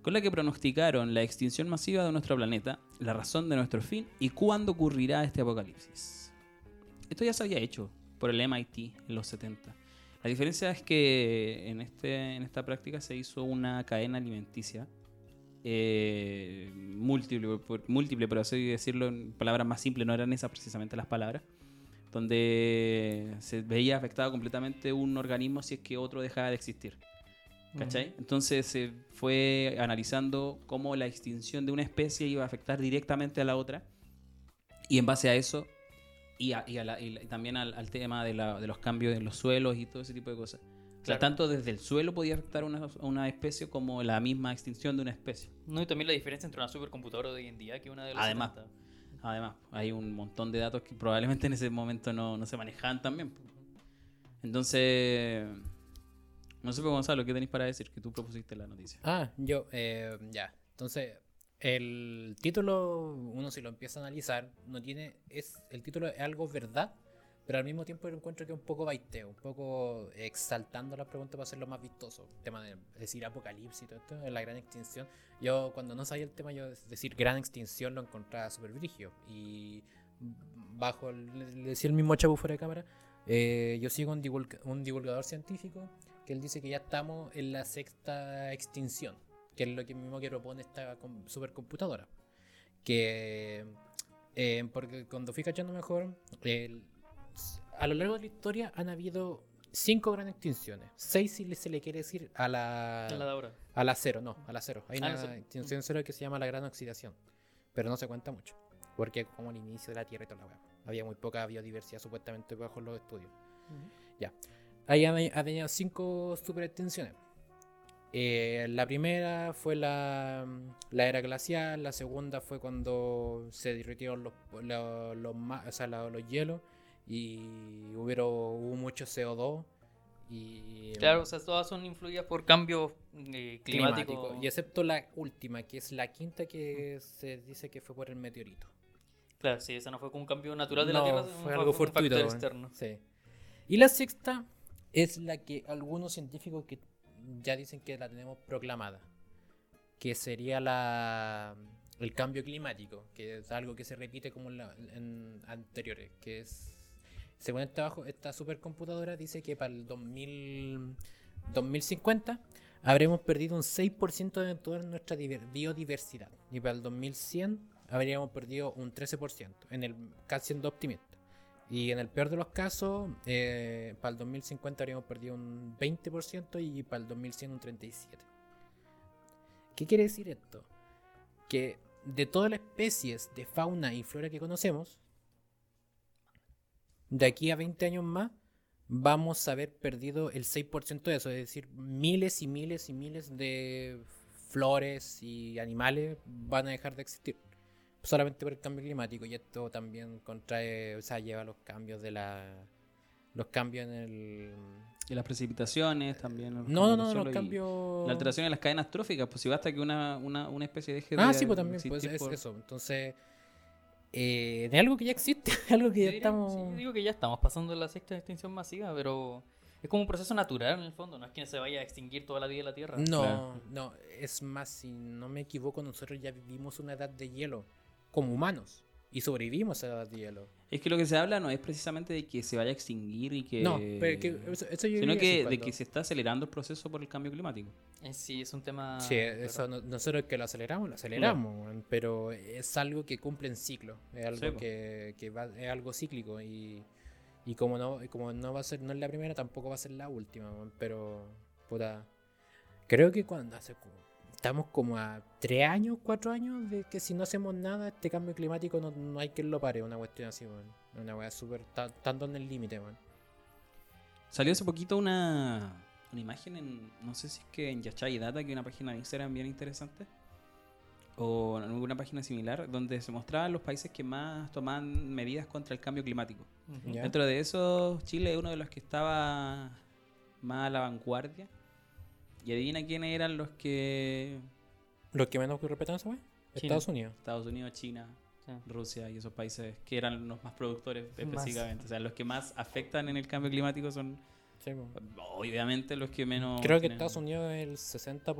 Speaker 2: con la que pronosticaron la extinción masiva de nuestro planeta, la razón de nuestro fin y cuándo ocurrirá este apocalipsis. Esto ya se había hecho por el MIT en los 70. La diferencia es que en, este, en esta práctica se hizo una cadena alimenticia eh, múltiple, por- múltiple, por así decirlo en palabras más simples, no eran esas precisamente las palabras, donde se veía afectado completamente un organismo si es que otro dejaba de existir. ¿Cachai? Entonces se fue analizando cómo la extinción de una especie iba a afectar directamente a la otra. Y en base a eso, y, a- y a la- y la- y también al, al tema de, la- de los cambios en los suelos y todo ese tipo de cosas. O sea,
Speaker 4: Claro.
Speaker 2: tanto desde el suelo podía afectar a una, a una especie como la misma extinción de una especie.
Speaker 4: No, y también la diferencia entre una supercomputadora de hoy en día que una de las.
Speaker 2: Además. Además, hay un montón de datos que probablemente en ese momento no, no se manejaban también. po. Entonces, no sé, pues, Gonzalo, ¿qué tenéis para decir? Que tú propusiste la noticia.
Speaker 3: Ah, yo, eh, ya. Entonces, el título, uno si lo empieza a analizar, no tiene. es El título es algo verdad, pero al mismo tiempo yo encuentro que es un poco baiteo, un poco exaltando la pregunta para hacerlo más vistoso. El tema de decir apocalipsis y todo esto, la gran extinción. Yo, cuando no sabía el tema, yo decir gran extinción lo encontraba súper brigio. Y bajo, el, le decía el mismo chavo fuera de cámara, eh, yo sigo un, divulga- un divulgador científico que él dice que ya estamos en la sexta extinción, que es lo que mismo que propone esta com- supercomputadora. Que eh, porque cuando fui cachando mejor, el- a lo largo de la historia han habido cinco grandes extinciones. Seis si le- se le quiere decir a la,
Speaker 4: La de ahora.
Speaker 3: a la cero, no, a la cero. Hay
Speaker 4: Ah,
Speaker 3: una
Speaker 4: la cero.
Speaker 3: extinción cero que se llama la gran oxidación. Pero no se cuenta mucho. Porque como el inicio de la Tierra y toda la weá. Había muy poca biodiversidad supuestamente bajo los estudios. Ya. Ahí han ha tenido cinco super extinciones. Eh, la primera fue la, la era glacial, la segunda fue cuando se derritieron los, los, los ma- o sea, la- los hielos y hubieron, hubo mucho CO2 Y,
Speaker 4: Claro, o sea, todas son influidas por cambios eh,
Speaker 3: climático.
Speaker 4: climáticos.
Speaker 3: Y excepto la última, que es la quinta que se dice que fue por el meteorito.
Speaker 4: Claro, sí, esa no fue como un cambio natural de la
Speaker 3: No,
Speaker 4: Tierra,
Speaker 3: fue algo
Speaker 4: un factor
Speaker 3: fortuito.
Speaker 4: externo.
Speaker 3: Sí. Y la sexta es la que algunos científicos que ya dicen que la tenemos proclamada, que sería la el cambio climático, que es algo que se repite como en, la- en anteriores, que es según el trabajo esta supercomputadora dice que para el 2000 2050 habremos perdido un 6% de toda nuestra diver- biodiversidad y para el 2100 habríamos perdido un 13%, en el casi siendo optimista. Y en el peor de los casos, eh, para el 2050 habríamos perdido un 20% y para el 2100 un 37%. ¿Qué quiere decir esto? Que de todas las especies de fauna y flora que conocemos, de aquí a 20 años más, vamos a haber perdido el 6% de eso. Es decir, miles y miles y miles de flores y animales van a dejar de existir solamente por el cambio climático y esto también contrae, o sea, lleva los cambios de la los cambios en el
Speaker 2: Y las precipitaciones también. el cambio
Speaker 3: no, no, no,
Speaker 2: del
Speaker 3: los
Speaker 2: suelo y
Speaker 3: cambios
Speaker 2: La alteración en las cadenas tróficas, pues si basta que una, una, una especie deje de.
Speaker 3: Ah, sí, pues también pues,
Speaker 2: existir
Speaker 3: es
Speaker 2: por-
Speaker 3: eso. Entonces, eh, de algo que ya existe, *laughs* algo que ya
Speaker 4: Sí,
Speaker 3: estamos
Speaker 4: sí, yo digo que ya estamos pasando la sexta extinción masiva, pero es como un proceso natural en el fondo, no es que se vaya a extinguir toda la vida de la Tierra.
Speaker 3: No,
Speaker 2: Ah, Claro.
Speaker 3: no, es más, si no me equivoco, nosotros ya vivimos una edad de hielo como humanos y sobrevivimos a la edad de hielo.
Speaker 2: Es que lo que se habla no es precisamente de que se vaya a extinguir y que.
Speaker 3: No, pero que eso, eso yo
Speaker 2: sino
Speaker 3: diría
Speaker 2: que de
Speaker 3: cuando-
Speaker 2: que se está acelerando el proceso por el cambio climático.
Speaker 4: En sí, Ah, es un tema...
Speaker 3: Sí,
Speaker 4: claro.
Speaker 3: eso no- nosotros que lo aceleramos, lo aceleramos, weón, pero es algo que cumple en ciclo, es algo
Speaker 2: Sí, po.
Speaker 3: que, que va- es algo cíclico y, y como no y como no va a ser no es la primera, tampoco va a ser la última, weón, pero puta, creo que cuando hace cu- estamos como a tres años, cuatro años de que si no hacemos nada este cambio climático no, no hay quien lo pare, una cuestión así, weón, una weá súper ta- tanto en el límite, weón.
Speaker 2: Salió hace poquito una, una imagen en, no sé si es que en Yachai Data, que es una página de Instagram bien interesante, o en alguna página similar, donde se mostraban los países que más toman medidas contra el cambio climático.
Speaker 4: Ujú.
Speaker 3: Ya.
Speaker 2: Dentro de eso, Chile es uno de los que estaba más a la vanguardia. Y adivina quiénes eran los que...
Speaker 3: Los que menos respetan esa weá,
Speaker 4: China.
Speaker 3: Estados Unidos.
Speaker 2: Estados Unidos, China,
Speaker 4: Sí.
Speaker 2: Rusia y esos países que eran los más productores
Speaker 4: Más.
Speaker 2: específicamente. O sea, los que más afectan en el cambio climático son
Speaker 3: Sí, weón.
Speaker 2: obviamente los que menos...
Speaker 3: Creo que
Speaker 2: tienen.
Speaker 3: Estados Unidos es el 60%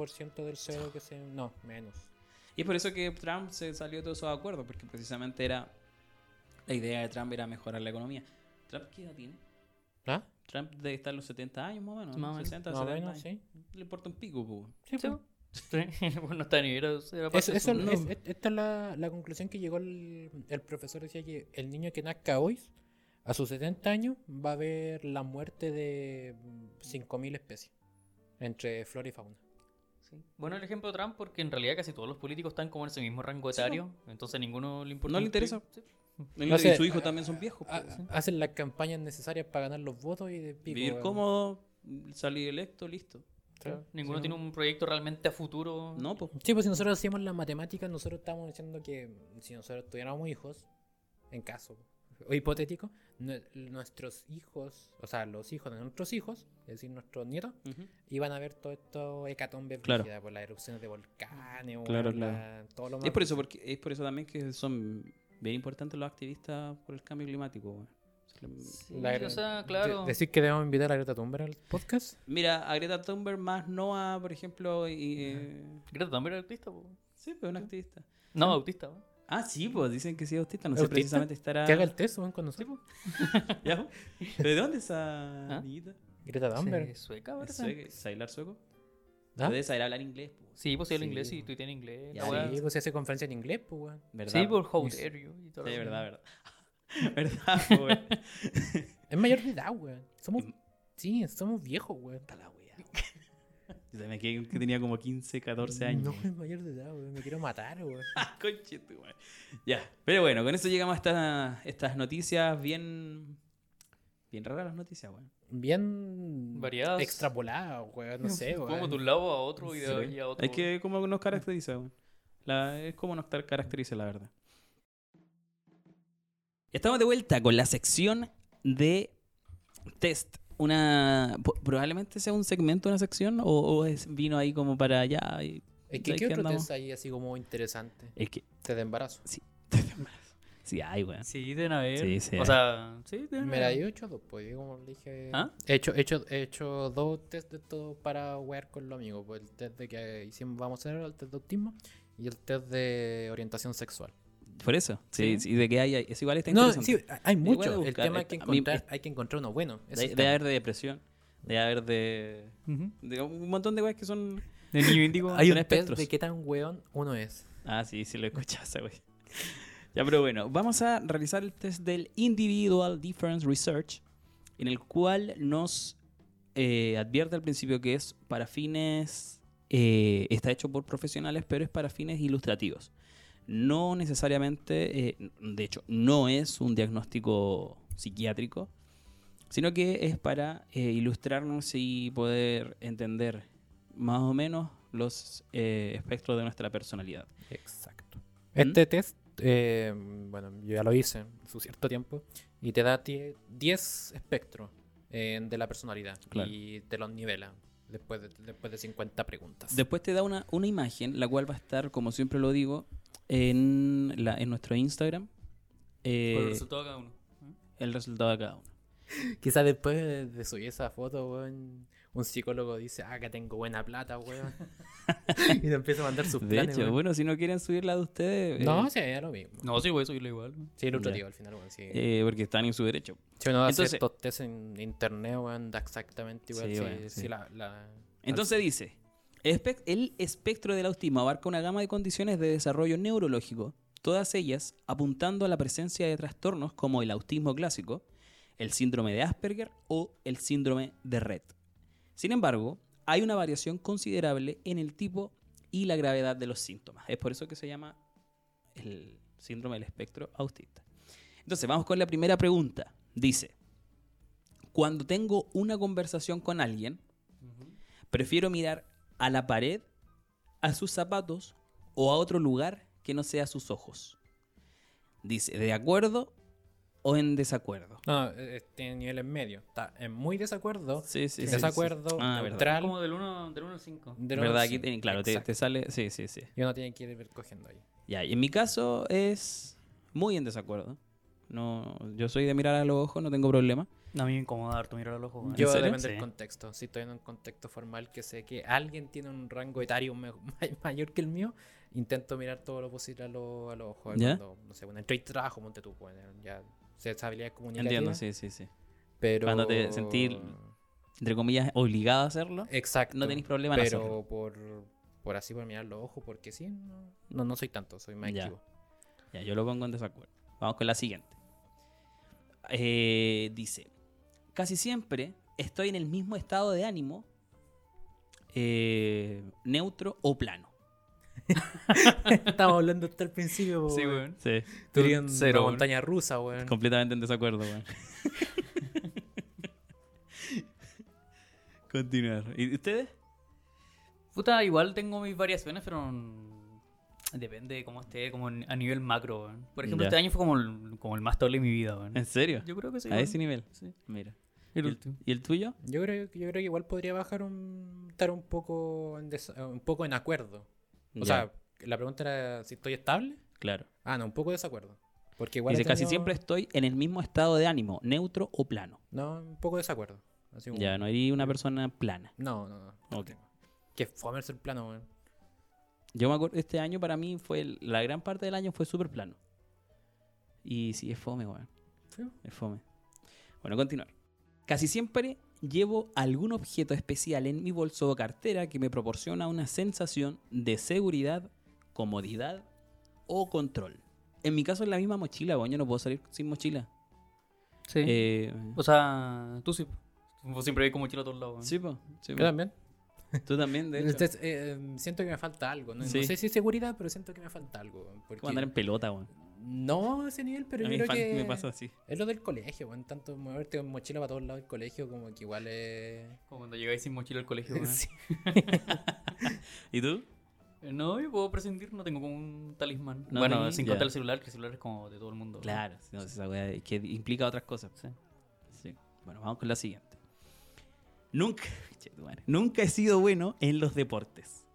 Speaker 3: del CO que se. No, menos.
Speaker 2: Y es por eso que Trump se salió de todos esos acuerdos, porque precisamente era. La idea de Trump era mejorar la economía. ¿Trump qué edad tiene?
Speaker 3: ¿Ah?
Speaker 2: Trump debe estar en los 70 años, más o menos.
Speaker 4: Más o
Speaker 2: ¿no?
Speaker 4: menos.
Speaker 2: 60,
Speaker 3: Más o
Speaker 2: 70
Speaker 3: menos,
Speaker 2: años.
Speaker 3: sí.
Speaker 2: Le importa un pico, po.
Speaker 4: Sí, pues. Sí, *laughs* bueno, está ni era, era parte
Speaker 3: Eso,
Speaker 4: de
Speaker 3: eso
Speaker 4: su-
Speaker 3: es- es- esta es la, la conclusión que llegó el, el profesor. Decía que el niño que nazca hoy, a sus 70 años, va a ver la muerte de 5.000 especies entre flora y fauna.
Speaker 4: Sí. Bueno, el ejemplo de Trump, porque en realidad casi todos los políticos están como en ese mismo rango etario, entonces a ninguno le importa.
Speaker 2: No le
Speaker 4: un pico.
Speaker 2: interesa.
Speaker 4: Sí.
Speaker 3: No sé,
Speaker 2: y su hijo
Speaker 3: a-
Speaker 2: también son viejos, pues,
Speaker 3: Ha-
Speaker 2: po.
Speaker 3: hacen las campañas necesarias para ganar los votos y de pico.
Speaker 2: Vivir
Speaker 3: weón.
Speaker 2: cómodo, salir electo, listo.
Speaker 3: Claro.
Speaker 4: Ninguno
Speaker 3: Sí,
Speaker 4: tiene
Speaker 3: ¿no?
Speaker 4: un proyecto realmente a futuro.
Speaker 2: No, pues.
Speaker 3: Sí, pues si nosotros hacíamos la matemática, nosotros estábamos diciendo que si nosotros tuviéramos hijos, en caso o hipotético, nue- nuestros hijos, o sea, los hijos de nuestros hijos, es decir, nuestros nietos, iban a ver todo esto hecatombes
Speaker 2: Claro.
Speaker 3: brígidas por las erupciones de volcanes, o
Speaker 2: Claro,
Speaker 3: la-
Speaker 2: claro.
Speaker 3: todo lo
Speaker 2: Es por
Speaker 3: más-
Speaker 2: eso, porque, es por eso también que son bien importantes los activistas por el cambio climático, weón. Se le-
Speaker 4: Sí,
Speaker 3: la-
Speaker 4: o sea,
Speaker 3: de-
Speaker 4: claro.
Speaker 3: decir que debemos invitar a Greta Thunberg al podcast.
Speaker 2: Mira, a Greta Thunberg más Noah, por ejemplo, y. eh,
Speaker 4: Greta también era autista, po.
Speaker 2: Sí, pues un activista.
Speaker 4: No, autista, po.
Speaker 2: Ah, sí, pues dicen que sí es autista. No
Speaker 3: ¿Es
Speaker 2: sé
Speaker 3: autista?
Speaker 2: precisamente estará.
Speaker 3: Que haga el test, weón, con nosotros.
Speaker 2: *laughs* ¿Ya, po? ¿Pero ¿De dónde esa
Speaker 4: ¿Ah?
Speaker 2: niñita?
Speaker 3: Greta Thunberg.
Speaker 4: Sí, sueca,
Speaker 2: ¿Es
Speaker 4: ¿verdad?
Speaker 2: sueca? ¿Es ¿Bailar sueco?
Speaker 3: ¿Ah?
Speaker 2: Debe saber hablar inglés, po.
Speaker 4: Sí, pues sí, habla
Speaker 3: Sí,
Speaker 4: inglés
Speaker 3: po.
Speaker 4: y tuitea en inglés.
Speaker 2: Ya,
Speaker 4: la
Speaker 2: sí,
Speaker 4: weá.
Speaker 3: Sí, pues se hace conferencia en inglés, pues, weón.
Speaker 2: ¿Verdad?
Speaker 4: Sí, por
Speaker 2: po?
Speaker 4: how
Speaker 3: Sí.
Speaker 4: dare you. y todo
Speaker 2: Sí,
Speaker 4: eso.
Speaker 2: verdad, verdad. *laughs* ¿Verdad, pues? po, weón?
Speaker 3: Es mayor de edad, weón. Somos,
Speaker 2: Em-
Speaker 3: sí, somos viejos, weón.
Speaker 2: Está la wea. Yo también que que tenía como 15, 14 años.
Speaker 3: No,
Speaker 2: weón.
Speaker 3: es mayor de edad, weón. Me quiero matar, weón.
Speaker 2: Conche tu madre. Ya, pero bueno, con eso llegamos a esta- estas noticias bien. Bien raras las noticias, weón.
Speaker 3: Bien.
Speaker 4: Variadas.
Speaker 3: Extrapolado, weón.
Speaker 2: *laughs*
Speaker 3: No sé, weón.
Speaker 4: Como de un lado a otro y de
Speaker 3: Sí.
Speaker 4: ahí a otro.
Speaker 2: Es que como nos caracteriza, weón. La- es como nos tar- caracteriza, la verdad. Estamos de vuelta con la sección de test una. po- Probablemente sea un segmento, una sección, o, o es, vino ahí como para allá. y- ¿sabes
Speaker 3: Es que, ¿qué
Speaker 2: qué
Speaker 3: otro
Speaker 2: andamos?
Speaker 3: test hay así como interesante?
Speaker 2: es que.
Speaker 3: Te de embarazo.
Speaker 2: Sí, hay, weón.
Speaker 4: Sí, deben haber.
Speaker 2: Sí, sí
Speaker 4: O
Speaker 2: hay.
Speaker 4: sea, sí, deben
Speaker 3: Mira,
Speaker 2: Ah.
Speaker 4: haber.
Speaker 3: yo he hecho dos, pues yo como le dije.
Speaker 4: ¿Ah?
Speaker 3: He, hecho, he, hecho, he hecho dos test de todo para wear con los amigos. Pues el test de que hicimos, vamos a hacer ahora, el test de autismo y el test de orientación sexual.
Speaker 2: Por eso. Sí,
Speaker 4: Sí.
Speaker 2: sí, de que hay. hay- Es igual, está
Speaker 3: No,
Speaker 2: interesante.
Speaker 3: sí, hay
Speaker 2: Igual
Speaker 3: mucho.
Speaker 2: de
Speaker 3: el
Speaker 2: buscar,
Speaker 3: tema es
Speaker 2: eh,
Speaker 3: que
Speaker 2: a mí-
Speaker 3: encontrar, hay que encontrar uno bueno. ese es
Speaker 2: De,
Speaker 3: el
Speaker 2: de
Speaker 3: tema.
Speaker 2: haber de depresión. De haber de.
Speaker 4: Ujú.
Speaker 2: de un montón de weas que son.
Speaker 4: Del niño índigo.
Speaker 2: Hay
Speaker 3: hay
Speaker 2: un
Speaker 3: un test
Speaker 2: espectros.
Speaker 3: de qué tan weón uno es.
Speaker 2: Ah, sí, sí lo escuchaste, güey. Ya, pero bueno, vamos a realizar el test del Individual Difference Research, en el cual nos eh, advierte al principio que es para fines, eh, está hecho por profesionales, pero es para fines ilustrativos. No necesariamente, eh, de hecho, no es un diagnóstico psiquiátrico, sino que es para eh, ilustrarnos y poder entender más o menos los eh, espectros de nuestra personalidad.
Speaker 3: Exacto.
Speaker 2: ¿Mm?
Speaker 3: Este test, eh, bueno, yo ya lo hice en su cierto tiempo, y te da tie- 10 espectros eh, de la personalidad
Speaker 2: Claro.
Speaker 3: y te los nivela después de, después de 50 preguntas. *laughs*
Speaker 2: Después te da una, una imagen, la cual va a estar, como siempre lo digo, en, la, en nuestro Instagram. eh,
Speaker 4: Por el resultado de cada uno.
Speaker 2: el resultado de cada uno.
Speaker 3: Quizás después de, de subir esa foto, weón, un psicólogo dice, ah, que tengo buena plata, weón. *laughs* y te empieza a mandar sus
Speaker 2: De
Speaker 3: planes,
Speaker 2: hecho,
Speaker 3: weón.
Speaker 2: bueno, si no quieren subir la de ustedes, eh,
Speaker 3: No, sí, era lo mismo.
Speaker 4: No, sí, voy a subirlo igual.
Speaker 3: Sí, el otro
Speaker 2: Ya.
Speaker 3: día al final, weón, sí.
Speaker 2: eh, porque están en su derecho.
Speaker 3: si uno hace
Speaker 2: entonces-
Speaker 3: estos test en internet, weón, da exactamente igual.
Speaker 2: Sí,
Speaker 3: si-
Speaker 2: weón,
Speaker 3: si
Speaker 2: sí.
Speaker 3: la- la-
Speaker 2: Entonces dice, "Espe- el espectro del autismo abarca una gama de condiciones de desarrollo neurológico, todas ellas apuntando a la presencia de trastornos como el autismo clásico, el síndrome de Asperger o el síndrome de Red. Sin embargo, hay una variación considerable en el tipo y la gravedad de los síntomas. Es por eso que se llama el síndrome del espectro autista. Entonces, vamos con la primera pregunta. Dice, cuando tengo una conversación con alguien, Prefiero mirar a la pared, a sus zapatos o a otro lugar que no sea sus ojos. Dice, ¿de acuerdo o en desacuerdo?
Speaker 3: No, eh, eh, tiene nivel en medio. Está en muy desacuerdo,
Speaker 2: Sí, sí,
Speaker 3: en desacuerdo,
Speaker 2: Ah, verdad.
Speaker 3: neutral.
Speaker 4: Como del 1 del uno al 5.
Speaker 3: de los
Speaker 2: ¿Verdad? Aquí
Speaker 3: cinco.
Speaker 2: tiene- claro, te, te
Speaker 3: Exacto.
Speaker 2: sale. Sí, sí, sí.
Speaker 3: Y uno tiene que ir cogiendo ahí.
Speaker 2: Ya, y en mi caso es muy en desacuerdo. No, yo soy de mirar a los ojos, no tengo problema.
Speaker 4: A mí me incomoda harto mirar al ojo. weón.
Speaker 3: Yo
Speaker 4: ¿En serio?
Speaker 3: depende del
Speaker 4: Sí.
Speaker 3: contexto. Si estoy en un contexto formal que sé que alguien tiene un rango etario me- *laughs* may- mayor que el mío, intento mirar todo lo posible a, lo- a los ojos.
Speaker 2: ¿Ya?
Speaker 3: Cuando, no sé, una entrevista de trabajo, monte tú, pues, ya sé esa habilidad comunicativa.
Speaker 2: Entiendo, sí, sí, sí.
Speaker 3: Pero...
Speaker 2: Cuando te sentí- Entre comillas, obligado a hacerlo.
Speaker 3: Exacto.
Speaker 2: No tenéis problema en
Speaker 3: Pero
Speaker 2: hacerlo.
Speaker 3: por, por así, por mirar los ojos, porque sí, no, no, no soy tanto, soy más
Speaker 2: Ya.
Speaker 3: activo.
Speaker 2: Ya, yo lo pongo en desacuerdo. Vamos con la siguiente. Eh, dice, casi siempre estoy en el mismo estado de ánimo, eh, neutro o plano.
Speaker 3: Estábamos hablando hasta el principio,
Speaker 4: Sí,
Speaker 3: weón.
Speaker 4: weón.
Speaker 2: Sí,
Speaker 3: Tú
Speaker 4: Trin
Speaker 3: en
Speaker 4: cero,
Speaker 3: la
Speaker 4: weón.
Speaker 3: montaña rusa, weón.
Speaker 2: completamente en desacuerdo. weón. *laughs* Continuar. ¿Y ustedes?
Speaker 4: Puta, igual tengo mis variaciones, pero mm, depende de cómo esté, como en- a nivel macro. weón. Por ejemplo,
Speaker 2: Ya.
Speaker 4: este año fue como el, como el más tole de mi vida. weón.
Speaker 2: ¿En serio?
Speaker 4: Yo creo que sí.
Speaker 2: A
Speaker 4: weón.
Speaker 2: ese nivel.
Speaker 4: Sí.
Speaker 2: Mira.
Speaker 4: El
Speaker 2: ¿Y
Speaker 4: último.
Speaker 2: ¿Y el tuyo?
Speaker 3: Yo creo, yo creo que igual podría bajar un. estar un poco en, desa- un poco en acuerdo. O
Speaker 2: Ya,
Speaker 3: sea, la pregunta era si estoy estable.
Speaker 2: claro.
Speaker 3: Ah, no, un poco de desacuerdo. Porque igual. he
Speaker 2: Dice,
Speaker 4: este
Speaker 2: casi
Speaker 3: tenido-
Speaker 2: siempre estoy en el mismo estado de ánimo, neutro o plano.
Speaker 3: No, un poco de desacuerdo. Así como-
Speaker 2: Ya, no hay una persona plana.
Speaker 3: No, no, no.
Speaker 2: Ok.
Speaker 3: Que fome el plano, weón.
Speaker 2: Yo me acuerdo, este año para mí fue, el- la gran parte del año fue súper plano. Y sí, es fome, weón.
Speaker 3: Sí.
Speaker 2: Es fome. Bueno, continuar. Casi siempre llevo algún objeto especial en mi bolso o cartera que me proporciona una sensación de seguridad, comodidad o control. En mi caso es la misma mochila, weón. Yo no puedo salir sin mochila.
Speaker 4: Sí.
Speaker 2: Eh,
Speaker 4: o sea, tú sí. Vos siempre ves como mochila a todos lados. weón.
Speaker 2: sí, po, sí, po. este
Speaker 3: Yo también.
Speaker 2: Tú también, de hecho.
Speaker 3: Entonces, eh, siento que me falta algo. No, No
Speaker 2: Sí.
Speaker 3: sé si seguridad, pero siento que me falta algo. weón,
Speaker 2: Como andar en
Speaker 3: Porque...
Speaker 2: pelota, weón.
Speaker 3: No a ese nivel, pero
Speaker 2: A
Speaker 3: yo
Speaker 2: mí
Speaker 3: creo
Speaker 2: fan-
Speaker 3: que.
Speaker 2: me pasa así.
Speaker 3: Es lo del colegio, weón. Tanto moverte con mochila para todos lados del colegio, como que igual es.
Speaker 4: Como cuando llegáis sin mochila al colegio. weón.
Speaker 3: *laughs* Sí.
Speaker 2: ¿Y tú?
Speaker 4: Eh, No, yo puedo prescindir, no tengo como un talismán.
Speaker 2: No
Speaker 4: bueno,
Speaker 2: tení-
Speaker 4: sin
Speaker 2: ya.
Speaker 4: contar el celular, que el celular es como de todo el mundo. weón.
Speaker 2: Claro, si no, esa weá es que implica otras cosas.
Speaker 4: Sí.
Speaker 2: Sí. Bueno, vamos con la siguiente. Nunca, *laughs* che, tu madre, nunca he sido bueno en los deportes.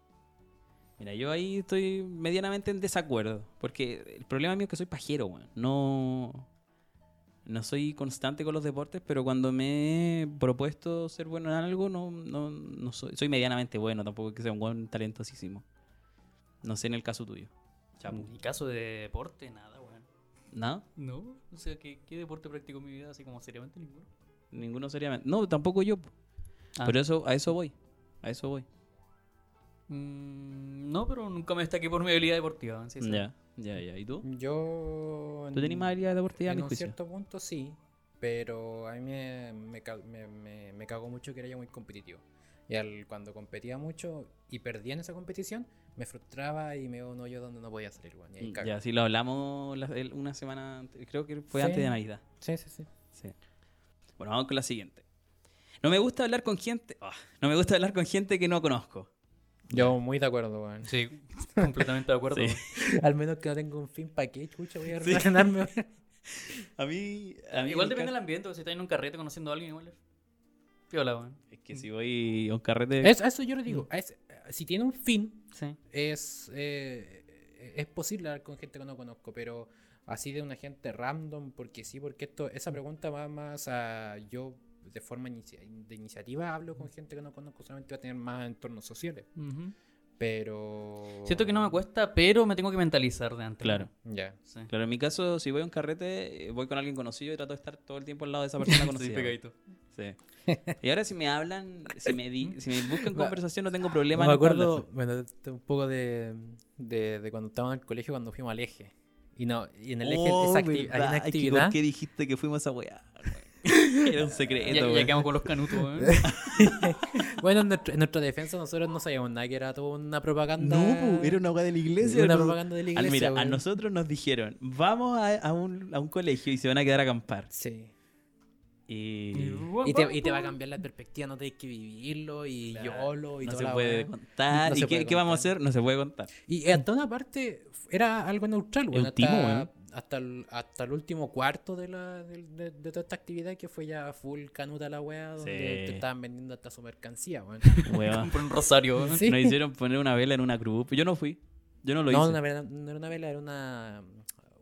Speaker 2: Mira, yo ahí estoy medianamente en desacuerdo. Porque el problema mío es que soy pajero, weón. No, no soy constante con los deportes, pero cuando me he propuesto ser bueno en algo, no, no, no soy, soy medianamente bueno. Tampoco es que sea un buen talentosísimo. No sé en el caso tuyo. Chapu.
Speaker 4: En mi pues, caso de deporte, nada, weón.
Speaker 2: ¿No?
Speaker 4: No, o sea, ¿qué, qué deporte practico en mi vida así como seriamente ninguno?
Speaker 2: Ninguno seriamente. No, tampoco yo. po.
Speaker 4: Ah.
Speaker 2: Pero eso, a eso voy. A eso voy.
Speaker 4: Mm, no, pero nunca me destaqué por mi habilidad deportiva. sí, sí.
Speaker 2: Ya, ya, ya. ¿Y tú?
Speaker 3: Yo. en-
Speaker 2: ¿Tú tenías más habilidad deportiva a
Speaker 3: En
Speaker 2: mi
Speaker 3: un
Speaker 2: juicio?
Speaker 3: Mm. cierto punto sí, pero a mí me, me, ca- me- me- me cagó mucho que era yo muy competitivo. Y al, cuando competía mucho y perdía en esa competición, me frustraba y me iba a un hoyo donde no podía salir, weón. Y ahí
Speaker 2: Mm,
Speaker 3: cago.
Speaker 2: Ya, sí, lo hablamos la- el- una semana antes. Creo que fue
Speaker 3: Sí.
Speaker 2: antes de Navidad.
Speaker 3: Sí, sí, sí.
Speaker 2: Sí. Bueno, vamos con la siguiente. No me gusta hablar con gente. ah, no me gusta hablar con gente que no conozco.
Speaker 3: Yo muy de acuerdo, weón.
Speaker 4: Sí, completamente de acuerdo.
Speaker 2: Sí.
Speaker 3: *laughs*
Speaker 4: weón.
Speaker 3: al menos que no tengo un fin para qué, chucha, voy a relacionarme.
Speaker 2: *laughs* A mí. A mí
Speaker 4: Igual
Speaker 2: en un
Speaker 4: depende del
Speaker 2: car-
Speaker 4: ambiente, o si estás en un carrete conociendo a alguien, igual es piola, weón.
Speaker 2: Es que si voy a un carrete.
Speaker 3: Eso, eso yo le digo. a ese- si tiene un fin,
Speaker 4: Sí.
Speaker 3: es, eh, es posible hablar con gente que no conozco, pero así de una gente random, porque sí, porque esto, esa pregunta va más a yo de forma inicia- de iniciativa hablo con gente que no conozco, solamente va a tener más entornos sociales, pero...
Speaker 4: Siento que no me cuesta, pero me tengo que mentalizar de antes.
Speaker 2: Claro.
Speaker 3: Ya.
Speaker 4: Sí.
Speaker 2: Claro, en mi caso, si voy a un carrete, eh, voy con alguien conocido y trato de estar todo el tiempo al lado de esa
Speaker 3: *laughs*
Speaker 2: persona
Speaker 4: Sí,
Speaker 2: conocida.
Speaker 4: pegadito.
Speaker 2: Sí. Y ahora si me hablan, si me, di- si me
Speaker 3: *laughs*
Speaker 2: buscan
Speaker 3: Va-
Speaker 2: conversación, no tengo problema.
Speaker 3: me
Speaker 2: en
Speaker 3: acuerdo,
Speaker 2: hablarlo.
Speaker 3: bueno, este, un poco de, de, de cuando estábamos en el colegio, cuando fuimos al eje. Y no, y en el eje
Speaker 2: Oh,
Speaker 3: esa acti- hay
Speaker 2: verdad,
Speaker 3: una
Speaker 2: es que
Speaker 3: actividad...
Speaker 2: ¿Por qué dijiste que fuimos a weá? Era un
Speaker 4: Ya,
Speaker 2: secreto,
Speaker 4: ya
Speaker 2: weón.
Speaker 4: quedamos con los canutos, weón.
Speaker 3: *laughs* Bueno, en, nuestro- en nuestra defensa nosotros no sabíamos nada, que era toda una propaganda...
Speaker 2: No, pu, era una weá de la iglesia.
Speaker 3: Una
Speaker 2: no.
Speaker 3: propaganda de la
Speaker 2: Ah,
Speaker 3: iglesia.
Speaker 2: Mira, a
Speaker 3: weón.
Speaker 2: nosotros nos dijeron, vamos a, a un, a un colegio y se van a quedar a acampar.
Speaker 3: Sí.
Speaker 2: Y
Speaker 3: Y te, y te va a
Speaker 4: *laughs*
Speaker 3: cambiar la perspectiva, no tenés que vivirlo y YOLO y
Speaker 2: no
Speaker 3: toda
Speaker 2: se
Speaker 3: la
Speaker 2: puede
Speaker 3: weá.
Speaker 2: contar.
Speaker 3: No
Speaker 2: ¿Y
Speaker 3: se
Speaker 2: qué,
Speaker 3: puede
Speaker 2: qué vamos a
Speaker 3: contar.
Speaker 2: hacer? No se puede contar.
Speaker 3: *laughs* Y hasta una parte f- era algo neutral, weón.
Speaker 2: Eutimo,
Speaker 3: Hasta,
Speaker 2: weón.
Speaker 3: hasta, el, hasta el último cuarto de, la, de, de- de toda esta actividad que fue ya full canuta la weá, donde
Speaker 2: Sí.
Speaker 3: te estaban vendiendo hasta su
Speaker 2: *laughs*
Speaker 3: mercancía, weón.
Speaker 2: Weón.
Speaker 4: Compré un rosario, weón.
Speaker 3: Sí.
Speaker 2: Nos hicieron poner una vela en una cruz. Yo no fui. Yo no lo
Speaker 3: No,
Speaker 2: hice.
Speaker 3: una vela- no era una vela, era una.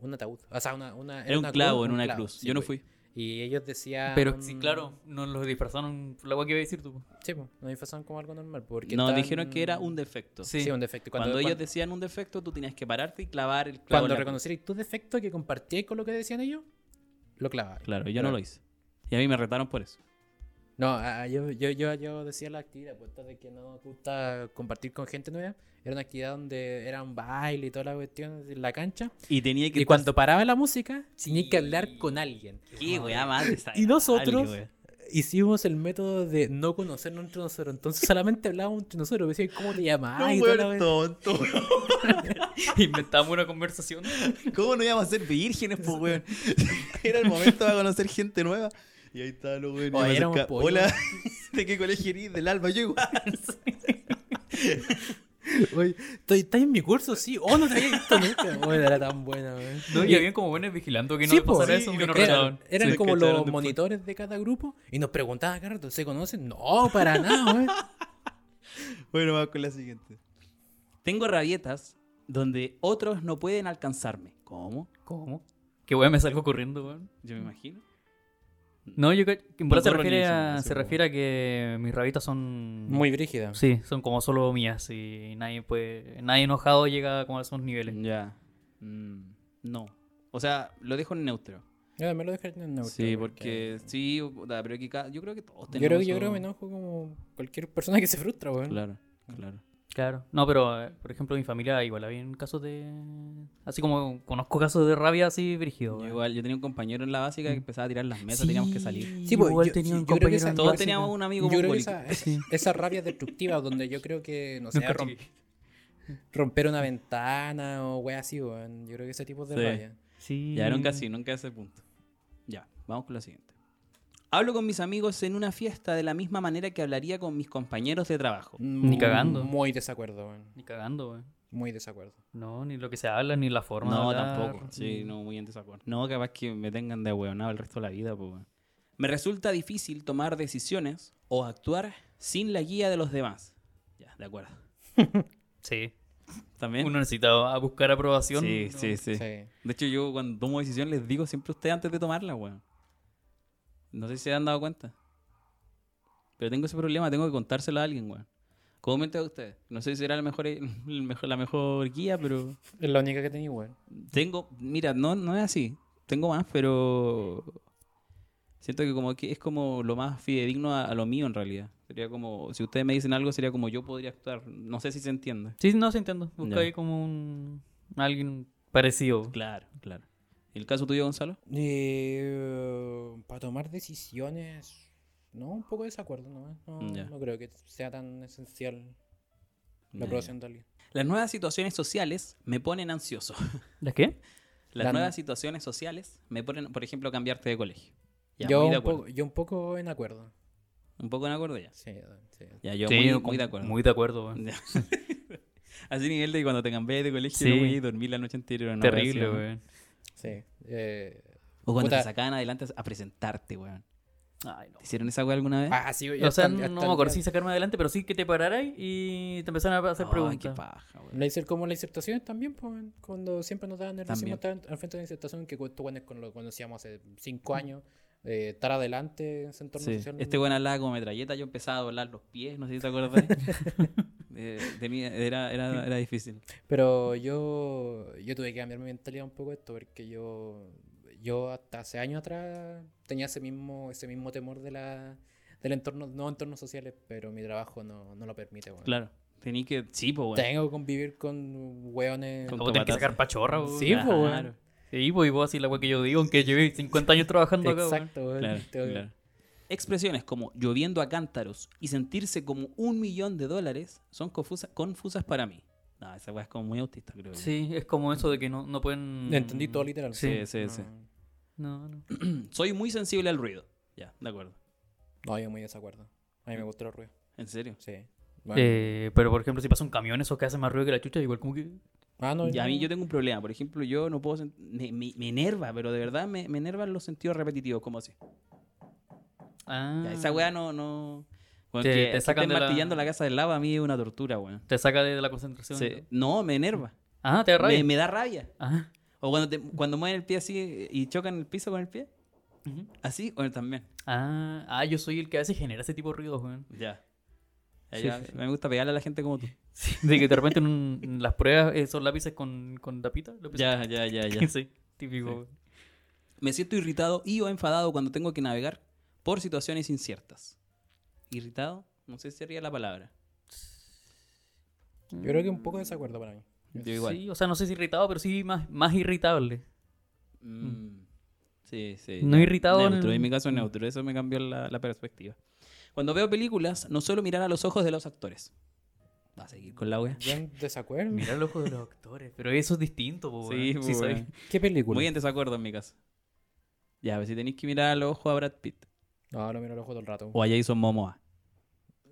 Speaker 3: Un ataúd. O sea, una. una
Speaker 2: Era un
Speaker 3: una cruz,
Speaker 2: clavo en
Speaker 3: un
Speaker 2: una
Speaker 3: clavo,
Speaker 2: cruz.
Speaker 3: sí,
Speaker 2: Yo no
Speaker 3: weón.
Speaker 2: fui.
Speaker 3: Y ellos decían.
Speaker 4: Pero sí, claro, nos los disfrazaron por la agua que iba a decir tú. po.
Speaker 3: Sí, pues, nos disfrazaron como algo normal. Porque
Speaker 2: No,
Speaker 3: estaban-
Speaker 2: dijeron que era un defecto.
Speaker 4: Sí.
Speaker 3: Sí, un defecto.
Speaker 2: Cuando, ellos
Speaker 3: cuan-
Speaker 2: decían un defecto, tú tenías que pararte y clavar el clavo.
Speaker 3: Cuando
Speaker 2: en la cruz.
Speaker 3: reconocierais tu defecto que compartíais con lo que decían ellos, lo clavabais.
Speaker 2: Claro, yo no lo hice. Y a mí me retaron por eso.
Speaker 3: No, ah, ah, yo, yo, yo, yo decía la actividad, pues esta de que no nos gusta compartir con gente nueva. Era una actividad donde era un baile y toda la cuestión en la cancha.
Speaker 2: Y tenía que.
Speaker 3: Y cuando paraba la música,
Speaker 4: Sí.
Speaker 3: tenías que hablar con alguien.
Speaker 2: ¿Qué, weá, ah, madre?
Speaker 3: Y nosotros-
Speaker 2: weá.
Speaker 3: Hicimos el método de no conocernos entre nosotros. Entonces solamente hablábamos entre nosotros. Pues, Decían, ¿cómo te llamas?
Speaker 2: No,
Speaker 3: y toda la
Speaker 2: weón,
Speaker 3: cuestión.
Speaker 2: tonto, weón.
Speaker 4: *laughs* Inventamos una conversación.
Speaker 2: *laughs* ¿Cómo no íbamos a ser vírgenes, pues, weón? *laughs* Era el momento de conocer gente nueva. Y ahí está, lo weón. y
Speaker 3: Oye,
Speaker 2: me
Speaker 3: Oh, éramos
Speaker 2: acerca-
Speaker 3: pollo.
Speaker 2: Hola, ¿de qué colegio eres? *laughs* Del Alba, yo igual.
Speaker 3: *laughs* Oye, ¿tú- ¿estás en mi curso? Sí. Oh, no te había visto nunca. Bueno, era tan buena, weón.
Speaker 4: No, y habían como buenos vigilando que no
Speaker 3: Sí,
Speaker 4: le pasara
Speaker 3: po.
Speaker 4: eso,
Speaker 3: Sí,
Speaker 4: que nos
Speaker 3: era-
Speaker 4: rechazaban.
Speaker 3: Eran
Speaker 2: Sí.
Speaker 3: como
Speaker 2: Cacharon
Speaker 3: los
Speaker 2: después.
Speaker 3: monitores de cada grupo y nos preguntaban, Carlos, ¿se conocen? No, para
Speaker 2: *laughs*
Speaker 3: nada, güey.
Speaker 2: Bueno, vamos con la siguiente. Tengo rabietas donde otros no pueden alcanzarme. ¿Cómo?
Speaker 4: ¿Cómo? Que weón me salgo corriendo, weón.
Speaker 2: Yo me imagino.
Speaker 4: No, yo creo que en verdad se
Speaker 2: corro ni
Speaker 4: refiere
Speaker 2: eso,
Speaker 4: a,
Speaker 2: así
Speaker 4: se
Speaker 2: como-
Speaker 4: refiere a que mis rabitas son
Speaker 3: Muy brígida.
Speaker 4: Sí, son como solo mías y nadie puede, nadie enojado llega como a esos niveles.
Speaker 2: Ya. Mm, no. O sea, lo dejo en neutro.
Speaker 3: Yo también lo dejé en neutro.
Speaker 2: sí, porque sí, puta, pero que ca- yo creo que todos
Speaker 3: Yo
Speaker 2: tenemos.
Speaker 3: creo, que- yo creo que me
Speaker 2: eso.
Speaker 3: enojo como cualquier persona que se frustra, güey.
Speaker 2: Claro, claro.
Speaker 4: Claro. No, pero eh, por ejemplo mi familia igual había en casos de así como conozco casos de rabia así brígido.
Speaker 2: Yo
Speaker 4: weón.
Speaker 2: igual, yo tenía un compañero en la básica que empezaba a tirar las mesas,
Speaker 4: Sí,
Speaker 2: teníamos que salir.
Speaker 3: Sí, pues,
Speaker 4: igual
Speaker 3: yo-
Speaker 4: tenía
Speaker 3: sí,
Speaker 4: un
Speaker 3: yo creo que
Speaker 4: compañero
Speaker 3: esa-
Speaker 4: en
Speaker 2: Todos
Speaker 4: básica.
Speaker 2: teníamos un amigo
Speaker 3: Yo creo que
Speaker 2: mongólico.
Speaker 3: esa, esa, *laughs* esa rabia destructiva donde yo creo que, no sé,
Speaker 4: Nunca
Speaker 3: rom-
Speaker 4: llegué.
Speaker 3: romper una ventana o güey así, güey. Yo creo que ese tipo de
Speaker 2: Sí.
Speaker 3: rabia.
Speaker 4: Sí.
Speaker 2: Ya,
Speaker 3: Mm.
Speaker 2: nunca así, nunca a ese punto. Ya, vamos con la siguiente. Hablo con mis amigos en una fiesta de la misma manera que hablaría con mis compañeros de trabajo.
Speaker 3: Ni
Speaker 4: cagando.
Speaker 3: Muy desacuerdo, güey.
Speaker 4: Ni cagando, weón.
Speaker 3: Muy desacuerdo.
Speaker 4: No, ni lo que se habla, ni la forma de
Speaker 2: No,
Speaker 4: hablar, Mm.
Speaker 3: Mm.
Speaker 2: tampoco. Sí,
Speaker 4: ni-
Speaker 2: no, muy en desacuerdo. No, capaz que me tengan de hueonado el resto de la vida, pues. weón. Me resulta difícil tomar decisiones o actuar sin la guía de los demás. Ya, de acuerdo.
Speaker 4: Sí.
Speaker 2: También.
Speaker 4: Uno necesita a buscar aprobación.
Speaker 2: sí,
Speaker 4: ¿no?
Speaker 2: sí, sí,
Speaker 3: Sí.
Speaker 2: De hecho, yo cuando tomo decisión les digo siempre a ustedes antes de tomarla, weón. No sé si se han dado cuenta. Pero tengo ese problema, tengo que contárselo a alguien, weón. Comúnmente a ustedes. No sé si será la mejor, *laughs* el mejor- la mejor guía, pero...
Speaker 3: Es la única que tenía, weón.
Speaker 2: Tengo, mira, no, no es así. Tengo más, pero siento que como que es como lo más fidedigno a, a lo mío en realidad. Sería como, si ustedes me dicen algo, sería como yo podría actuar. No sé si se entiende.
Speaker 4: Sí, no, sí entiendo. Busca
Speaker 2: Ya.
Speaker 4: ahí como un... Alguien parecido.
Speaker 2: Claro, claro. ¿El caso tuyo, Gonzalo?
Speaker 3: Eh, para tomar decisiones, no, un poco de desacuerdo nomás. No,
Speaker 2: Ya.
Speaker 3: no creo que sea tan esencial la
Speaker 2: Ya,
Speaker 3: aprobación de alguien.
Speaker 2: Las nuevas situaciones sociales me ponen ansioso.
Speaker 4: ¿La qué?
Speaker 2: Las
Speaker 3: Las-
Speaker 2: nuevas situaciones sociales me ponen, por ejemplo, cambiarte de colegio. Ya,
Speaker 3: yo,
Speaker 2: muy de
Speaker 3: un
Speaker 2: acuerdo.
Speaker 3: poco, yo un poco en acuerdo.
Speaker 2: Un poco en acuerdo ya.
Speaker 3: Sí, sí.
Speaker 2: Ya, yo
Speaker 4: Sí,
Speaker 2: muy,
Speaker 4: yo
Speaker 2: muy de
Speaker 4: con-
Speaker 2: acuerdo.
Speaker 4: Muy de acuerdo, weón.
Speaker 2: *laughs* Ya. Así nivel de cuando te cambié de colegio
Speaker 4: Sí.
Speaker 2: no voy a dormir la noche entera. no,
Speaker 4: Terrible,
Speaker 2: así, ¿no?
Speaker 4: weón.
Speaker 3: sí. Eh,
Speaker 2: O cuando te
Speaker 3: Puta.
Speaker 2: sacaban adelante a presentarte, weón.
Speaker 4: Ay, no.
Speaker 2: ¿Te hicieron esa weá alguna vez?
Speaker 3: ah, sí,
Speaker 4: O sea,
Speaker 3: hasta-
Speaker 4: no
Speaker 3: hasta
Speaker 4: me
Speaker 3: el
Speaker 4: acuerdo
Speaker 3: día-
Speaker 4: si sacarme adelante, pero sí que te pararas y te empezaron a hacer
Speaker 2: Ay, qué
Speaker 4: preguntas.
Speaker 2: paja, weón.
Speaker 3: La inser- como las insertaciones también, pues, weón, cuando siempre nos daban nerviosismo
Speaker 2: También.
Speaker 3: estar en- al frente de la insertación, que tú, bueno, con lo conocíamos hace cinco años, eh, estar adelante en ese entorno
Speaker 2: Sí.
Speaker 3: social.
Speaker 2: Este weón hablaba como metralleta, yo empezaba a doblar los pies, no sé si te
Speaker 3: *laughs*
Speaker 2: acuerdas. Eh, de mí era, era, era difícil.
Speaker 3: Pero yo, yo tuve que cambiar mi mentalidad un poco esto, porque yo, yo hasta hace años atrás tenía ese mismo, ese mismo temor de la, del entorno, no entornos sociales, pero mi trabajo no, no lo permite, weón.
Speaker 2: Claro. Tení que. Sí, pues, weón.
Speaker 3: Tengo que convivir con weones.
Speaker 2: Con
Speaker 4: O tenés que
Speaker 2: Tomatazo.
Speaker 4: sacar pachorra, weón.
Speaker 3: Sí, po, weón.
Speaker 2: Claro,
Speaker 4: Sí, pues y vos así la weá que yo digo, aunque llevé 50 años trabajando acá, weón.
Speaker 3: Exacto, weón.
Speaker 2: claro,
Speaker 3: Tengo que-
Speaker 2: claro. Expresiones como lloviendo a cántaros y sentirse como un millón de dólares son confusa- confusas para mí. No, esa weá es como muy autista, creo. yo.
Speaker 4: Sí, es como eso de que no, no pueden...
Speaker 3: Entendí todo literal.
Speaker 4: Sí,
Speaker 2: sí, sí.
Speaker 3: No,
Speaker 4: No, no.
Speaker 2: Soy muy sensible al ruido. Ya, de acuerdo.
Speaker 3: no, yo muy desacuerdo. A mí me gusta el ruido.
Speaker 2: En serio.
Speaker 3: Sí. Bueno.
Speaker 4: Eh, pero por ejemplo, si pasa un camión, esos que hacen más ruido que la chucha, igual como que.
Speaker 3: Ah, no,
Speaker 2: Y a mí
Speaker 3: no.
Speaker 2: yo tengo un problema. Por ejemplo, yo no puedo... sent- Me, me, me enerva, pero de verdad me, me enervan los sentidos repetitivos, como así.
Speaker 4: Ah,
Speaker 2: Ya, esa weá no... no... Como
Speaker 4: Te-
Speaker 2: que
Speaker 4: te
Speaker 2: que
Speaker 4: sacan
Speaker 2: estén
Speaker 4: de la-
Speaker 2: martillando la... casa del lava a mí es una tortura, weón.
Speaker 4: Te saca de la concentración.
Speaker 2: Se- No, me enerva.
Speaker 4: Ah, te da rabia.
Speaker 2: Me, me da rabia.
Speaker 4: Ah,
Speaker 2: O cuando, te- cuando mueven el pie así y chocan el piso con el pie.
Speaker 4: ujú.
Speaker 2: Así, o también.
Speaker 4: ah, ah, yo soy el que a veces genera ese tipo de ruidos, weón.
Speaker 2: Ya. Ya,
Speaker 4: Sí,
Speaker 2: ya,
Speaker 4: sí, sí.
Speaker 2: Me gusta pegarle a la gente como tú.
Speaker 4: De que de repente en, un- en las pruebas eh, son lápices con, con tapita. lápices-
Speaker 2: Ya, ya, ya, ya.
Speaker 4: *laughs* sí, típico.
Speaker 2: Sí.
Speaker 4: weón.
Speaker 2: *laughs* Me siento irritado y o enfadado cuando tengo que navegar por situaciones inciertas. Irritado, no sé si sería la palabra.
Speaker 3: Yo creo que un poco desacuerdo para mí.
Speaker 2: Yo igual.
Speaker 4: Sí, o sea, no sé si irritado, pero sí más, más irritable.
Speaker 2: Mm. Sí, sí.
Speaker 4: No
Speaker 2: ya.
Speaker 4: irritado en Mm.
Speaker 2: Neutro,
Speaker 4: el-
Speaker 2: en mi caso neutro. Eso me cambió la, la perspectiva. Cuando veo películas, no suelo mirar a los ojos de los actores. Va a seguir con la wea.
Speaker 3: Yo en desacuerdo.
Speaker 4: Mirar el ojo de los actores, pero eso es distinto, po,
Speaker 2: Sí,
Speaker 4: weón.
Speaker 2: po,
Speaker 4: Sí, soy-
Speaker 2: pues, weón.
Speaker 3: ¿Qué película?
Speaker 2: Muy en desacuerdo en mi caso. Ya, a ver si tenéis que mirar a los ojos a Brad Pitt
Speaker 3: No, lo miro al ojo todo el rato.
Speaker 2: o a Jason Momoa.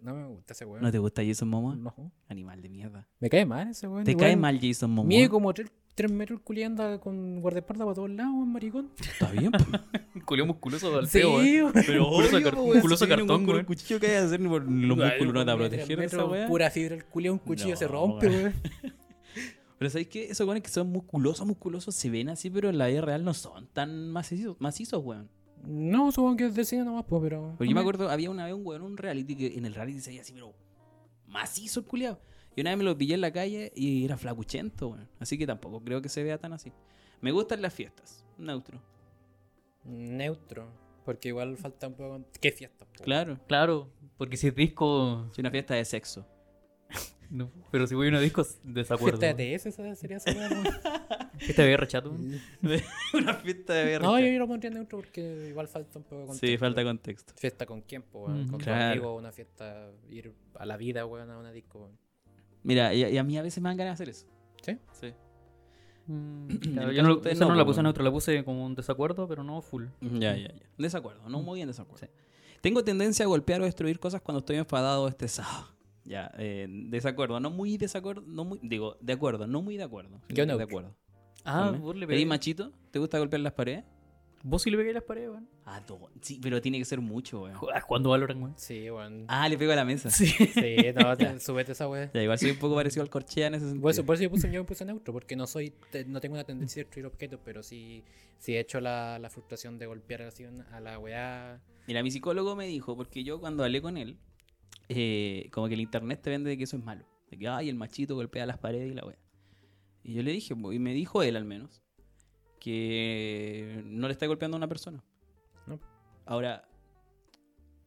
Speaker 3: No me gusta ese weón.
Speaker 2: Oh. ¿No te gusta Jason Momoa?
Speaker 3: No.
Speaker 2: Animal de mierda.
Speaker 3: Me cae mal ese weón.
Speaker 2: ¿Te
Speaker 3: igual.
Speaker 2: cae mal Jason Momoa?
Speaker 3: Mide como 3 metros culiando con guardaespaldas para todos lados,
Speaker 2: *laughs*
Speaker 3: weón, maricón.
Speaker 2: Está bien, pues.
Speaker 4: Culio musculoso del
Speaker 3: Sí,
Speaker 4: feo, weón.
Speaker 3: weón.
Speaker 4: Pero musculoso, car- musculoso cartón,
Speaker 2: con
Speaker 4: weón.
Speaker 2: un cuchillo que hay que hacer ni por los
Speaker 3: Ay,
Speaker 2: músculos no te va a
Speaker 3: weón, mide
Speaker 2: proteger
Speaker 3: tres
Speaker 2: de esa
Speaker 3: metros,
Speaker 2: weá.
Speaker 3: Pura fibra, el culiado, un cuchillo
Speaker 2: No,
Speaker 3: se rompe,
Speaker 2: weón.
Speaker 3: weón.
Speaker 2: Pero ¿sabéis qué? Esos weones que son musculosos, musculosos se ven así, pero en la vida real no son tan macizos, macizos weón.
Speaker 3: No, supongo que es de cine nomás, pues, pero.
Speaker 2: Porque yo me acuerdo, había una vez un weón, en un reality, que en el reality se veía así, pero macizo el culiado. Y una vez me lo pillé en la calle y era flacuchento, weón. Así que tampoco creo que se vea tan así. Me gustan las fiestas, neutro.
Speaker 3: Neutro. Porque igual falta un poco. ¿Qué fiesta? po?
Speaker 2: Claro.
Speaker 4: Claro, porque si es disco.
Speaker 2: Si una fiesta de sexo.
Speaker 4: no, pero si voy a una disco, desacuerdo.
Speaker 3: Fiesta
Speaker 4: weón.
Speaker 3: de TS, esa
Speaker 2: *laughs*
Speaker 3: sería esa weá, weón.
Speaker 4: Fiesta de BR chato. weón.
Speaker 2: *laughs* una fiesta de verga.
Speaker 3: No, yo, yo lo pondría neutro porque igual falta un poco de
Speaker 2: Sí,
Speaker 3: contexto.
Speaker 2: falta contexto.
Speaker 3: Fiesta con quién, po, weón.
Speaker 2: Mm,
Speaker 4: Ujú.
Speaker 3: Con tu
Speaker 2: Claro.
Speaker 3: amigo, una fiesta. Ir a la vida, weón, a una disco, weón.
Speaker 2: Mira, y a, y a mí a veces me dan ganas de hacer eso.
Speaker 3: ¿Sí?
Speaker 2: Sí.
Speaker 4: Mm,
Speaker 2: En
Speaker 4: claro,
Speaker 2: el caso de
Speaker 4: yo no, lo-
Speaker 2: ustedes
Speaker 4: esa
Speaker 2: no,
Speaker 4: no
Speaker 2: pues,
Speaker 4: la puse
Speaker 2: bueno.
Speaker 4: neutra, la puse como un desacuerdo, pero no full.
Speaker 2: Ya, ya, ya. Desacuerdo, no muy en desacuerdo. Tengo tendencia a golpear o destruir cosas cuando estoy enfadado o estresado. *laughs* Ya, eh, desacuerdo, no muy desacuerdo, no muy, digo, de acuerdo, no muy de acuerdo. sino
Speaker 3: Yo
Speaker 2: que De
Speaker 3: neutro.
Speaker 2: acuerdo.
Speaker 4: Ah,
Speaker 2: ¿Vale?
Speaker 4: vos le
Speaker 2: ¿Eres
Speaker 4: pegáis-
Speaker 2: machito? ¿Te gusta golpear las paredes?
Speaker 4: Vos sí le pegáis a las paredes, weón.
Speaker 2: Ah, do- sí, pero tiene que ser mucho, weón.
Speaker 4: Joder, ¿Cuándo valoran, weón?
Speaker 3: Sí, weón.
Speaker 2: Ah, le pego a la mesa.
Speaker 4: Sí.
Speaker 3: Sí, no, te- *laughs* súbete esa weá.
Speaker 2: Ya, igual soy un poco parecido al corchea en ese sentido.
Speaker 3: Por eso, por eso yo, puse, yo me puse neutro, porque no soy te- no tengo una tendencia a destruir objetos, pero sí, sí he hecho la, la frustración de golpear así un- a la weá.
Speaker 2: Mira, mi psicólogo me dijo, porque yo cuando hablé con él, eh, como que el internet te vende de que eso es malo. De que, ay, el machito golpea las paredes y la wea. Y yo le dije, bo- y me dijo él al menos, que no le está golpeando a una persona.
Speaker 3: No.
Speaker 2: Ahora,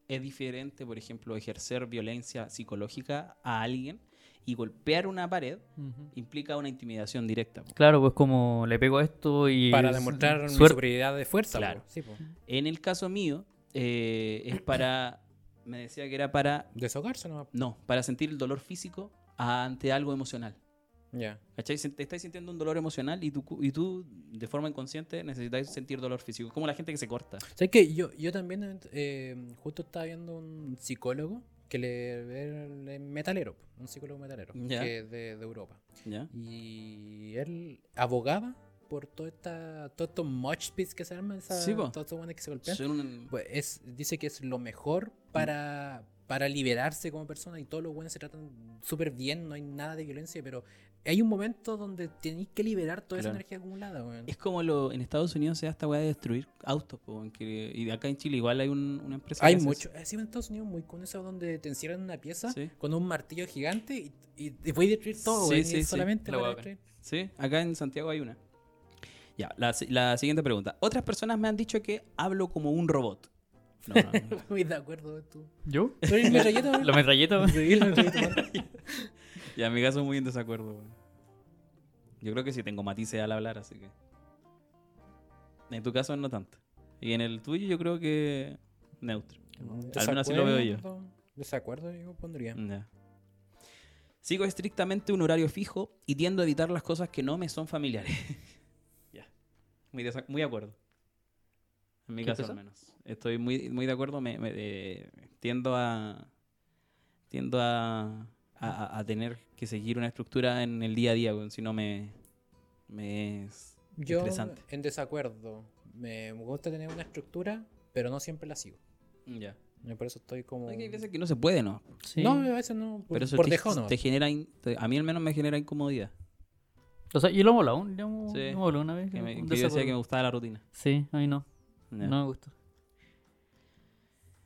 Speaker 2: es diferente, por ejemplo, ejercer violencia psicológica a alguien y golpear una pared implica una intimidación directa. po.
Speaker 4: Claro, pues como le pego a esto y.
Speaker 3: Para
Speaker 4: es-
Speaker 3: demostrar mi
Speaker 4: suerte.
Speaker 3: superioridad de fuerza,
Speaker 2: Claro.
Speaker 3: po. Sí, po.
Speaker 2: En el caso mío, eh, es para, me decía que era para
Speaker 3: Deshogarse nomás.
Speaker 2: No, para sentir el dolor físico ante algo emocional.
Speaker 3: Ya.
Speaker 2: ¿Cachai? Sen- Te estás sintiendo un dolor emocional y tú, cu- y tú de forma inconsciente, necesitas sentir dolor físico. Como la gente que se corta.
Speaker 3: ¿Sabes que yo, yo también eh, justo estaba viendo un psicólogo que le le- metalero, po, un psicólogo metalero
Speaker 2: Ya.
Speaker 3: que es de, de Europa.
Speaker 2: ¿Ya?
Speaker 3: Y él abogaba por todo esta, todos estos mosh pits que se arman, esa-
Speaker 2: Sí, po.
Speaker 3: todos estos weones que se golpean.
Speaker 2: Son un-
Speaker 3: Pues es, dice que es lo mejor
Speaker 2: Mm.
Speaker 3: para, para liberarse como persona y todos los buenos se tratan súper bien, no hay nada de violencia, pero hay un momento donde tenéis que liberar toda esa
Speaker 2: Claro.
Speaker 3: energía acumulada, weón.
Speaker 2: Es como lo, en Estados Unidos se da esta weá de destruir autos. po, en que- y de acá en Chile igual hay un- una empresa. que
Speaker 3: Hay
Speaker 2: hace
Speaker 3: mucho. Ha sido en Estados Unidos muy con eso donde te encierran en una pieza
Speaker 2: Sí.
Speaker 3: con un martillo gigante y, y, y puedes destruir todo,
Speaker 2: Sí,
Speaker 3: weón, y
Speaker 2: sí,
Speaker 3: es
Speaker 2: sí.
Speaker 3: solamente
Speaker 4: La
Speaker 3: para
Speaker 4: hueá
Speaker 3: destruir. *laughs*
Speaker 2: eso. Sí, acá en Santiago hay una. Ya, la, si- la siguiente pregunta. Otras personas me han dicho que hablo como un robot. No, no,
Speaker 3: *laughs*
Speaker 2: no.
Speaker 3: Muy de acuerdo weón, tú.
Speaker 4: ¿Yo?
Speaker 3: Tú
Speaker 2: *laughs*
Speaker 3: eres metralleta, weón.
Speaker 4: La
Speaker 3: *laughs*
Speaker 4: metralleta, weón.
Speaker 3: Sí, la metralleta, weón.
Speaker 2: Ya, en mi caso muy en desacuerdo, weón. Yo creo que sí tengo matices al hablar, así que. En tu caso no tanto. Y en el tuyo yo creo que neutro. *laughs* Al menos así lo veo yo.
Speaker 3: Desacuerdo, Desacuerdo, yo pondría.
Speaker 2: Ya. Sigo estrictamente un horario fijo y tiendo a evitar las cosas que no me son familiares. *laughs* ya. Muy, desa- muy de acuerdo. En mi
Speaker 4: ¿Qué
Speaker 2: caso,
Speaker 4: cosa?
Speaker 2: al menos. Estoy muy, muy de acuerdo. Me, me- eh, tiendo a. Tiendo a, a- a- a tener que seguir una estructura en el día a día, weón, si no me. Me es
Speaker 3: Yo
Speaker 2: estresante.
Speaker 3: en desacuerdo. Me gusta tener una estructura, pero no siempre la sigo.
Speaker 2: Ya.
Speaker 3: Yo por eso estoy como.
Speaker 2: Hay veces que no se puede, ¿no?
Speaker 4: Sí.
Speaker 3: No, eh. a veces no. Por,
Speaker 2: Pero eso
Speaker 3: por
Speaker 2: te,
Speaker 3: dejón, no.
Speaker 2: te genera. in- te- a mí al menos me genera incomodidad.
Speaker 4: O sea, yo lo hemos hablado, ya hemos,
Speaker 2: Sí.
Speaker 4: lo hemos hablado una vez.
Speaker 2: Que me- que
Speaker 4: un
Speaker 2: yo decía
Speaker 4: desacuerdo.
Speaker 2: que me gustaba la rutina.
Speaker 4: Sí, a mí no.
Speaker 2: Ya.
Speaker 4: No me gusta.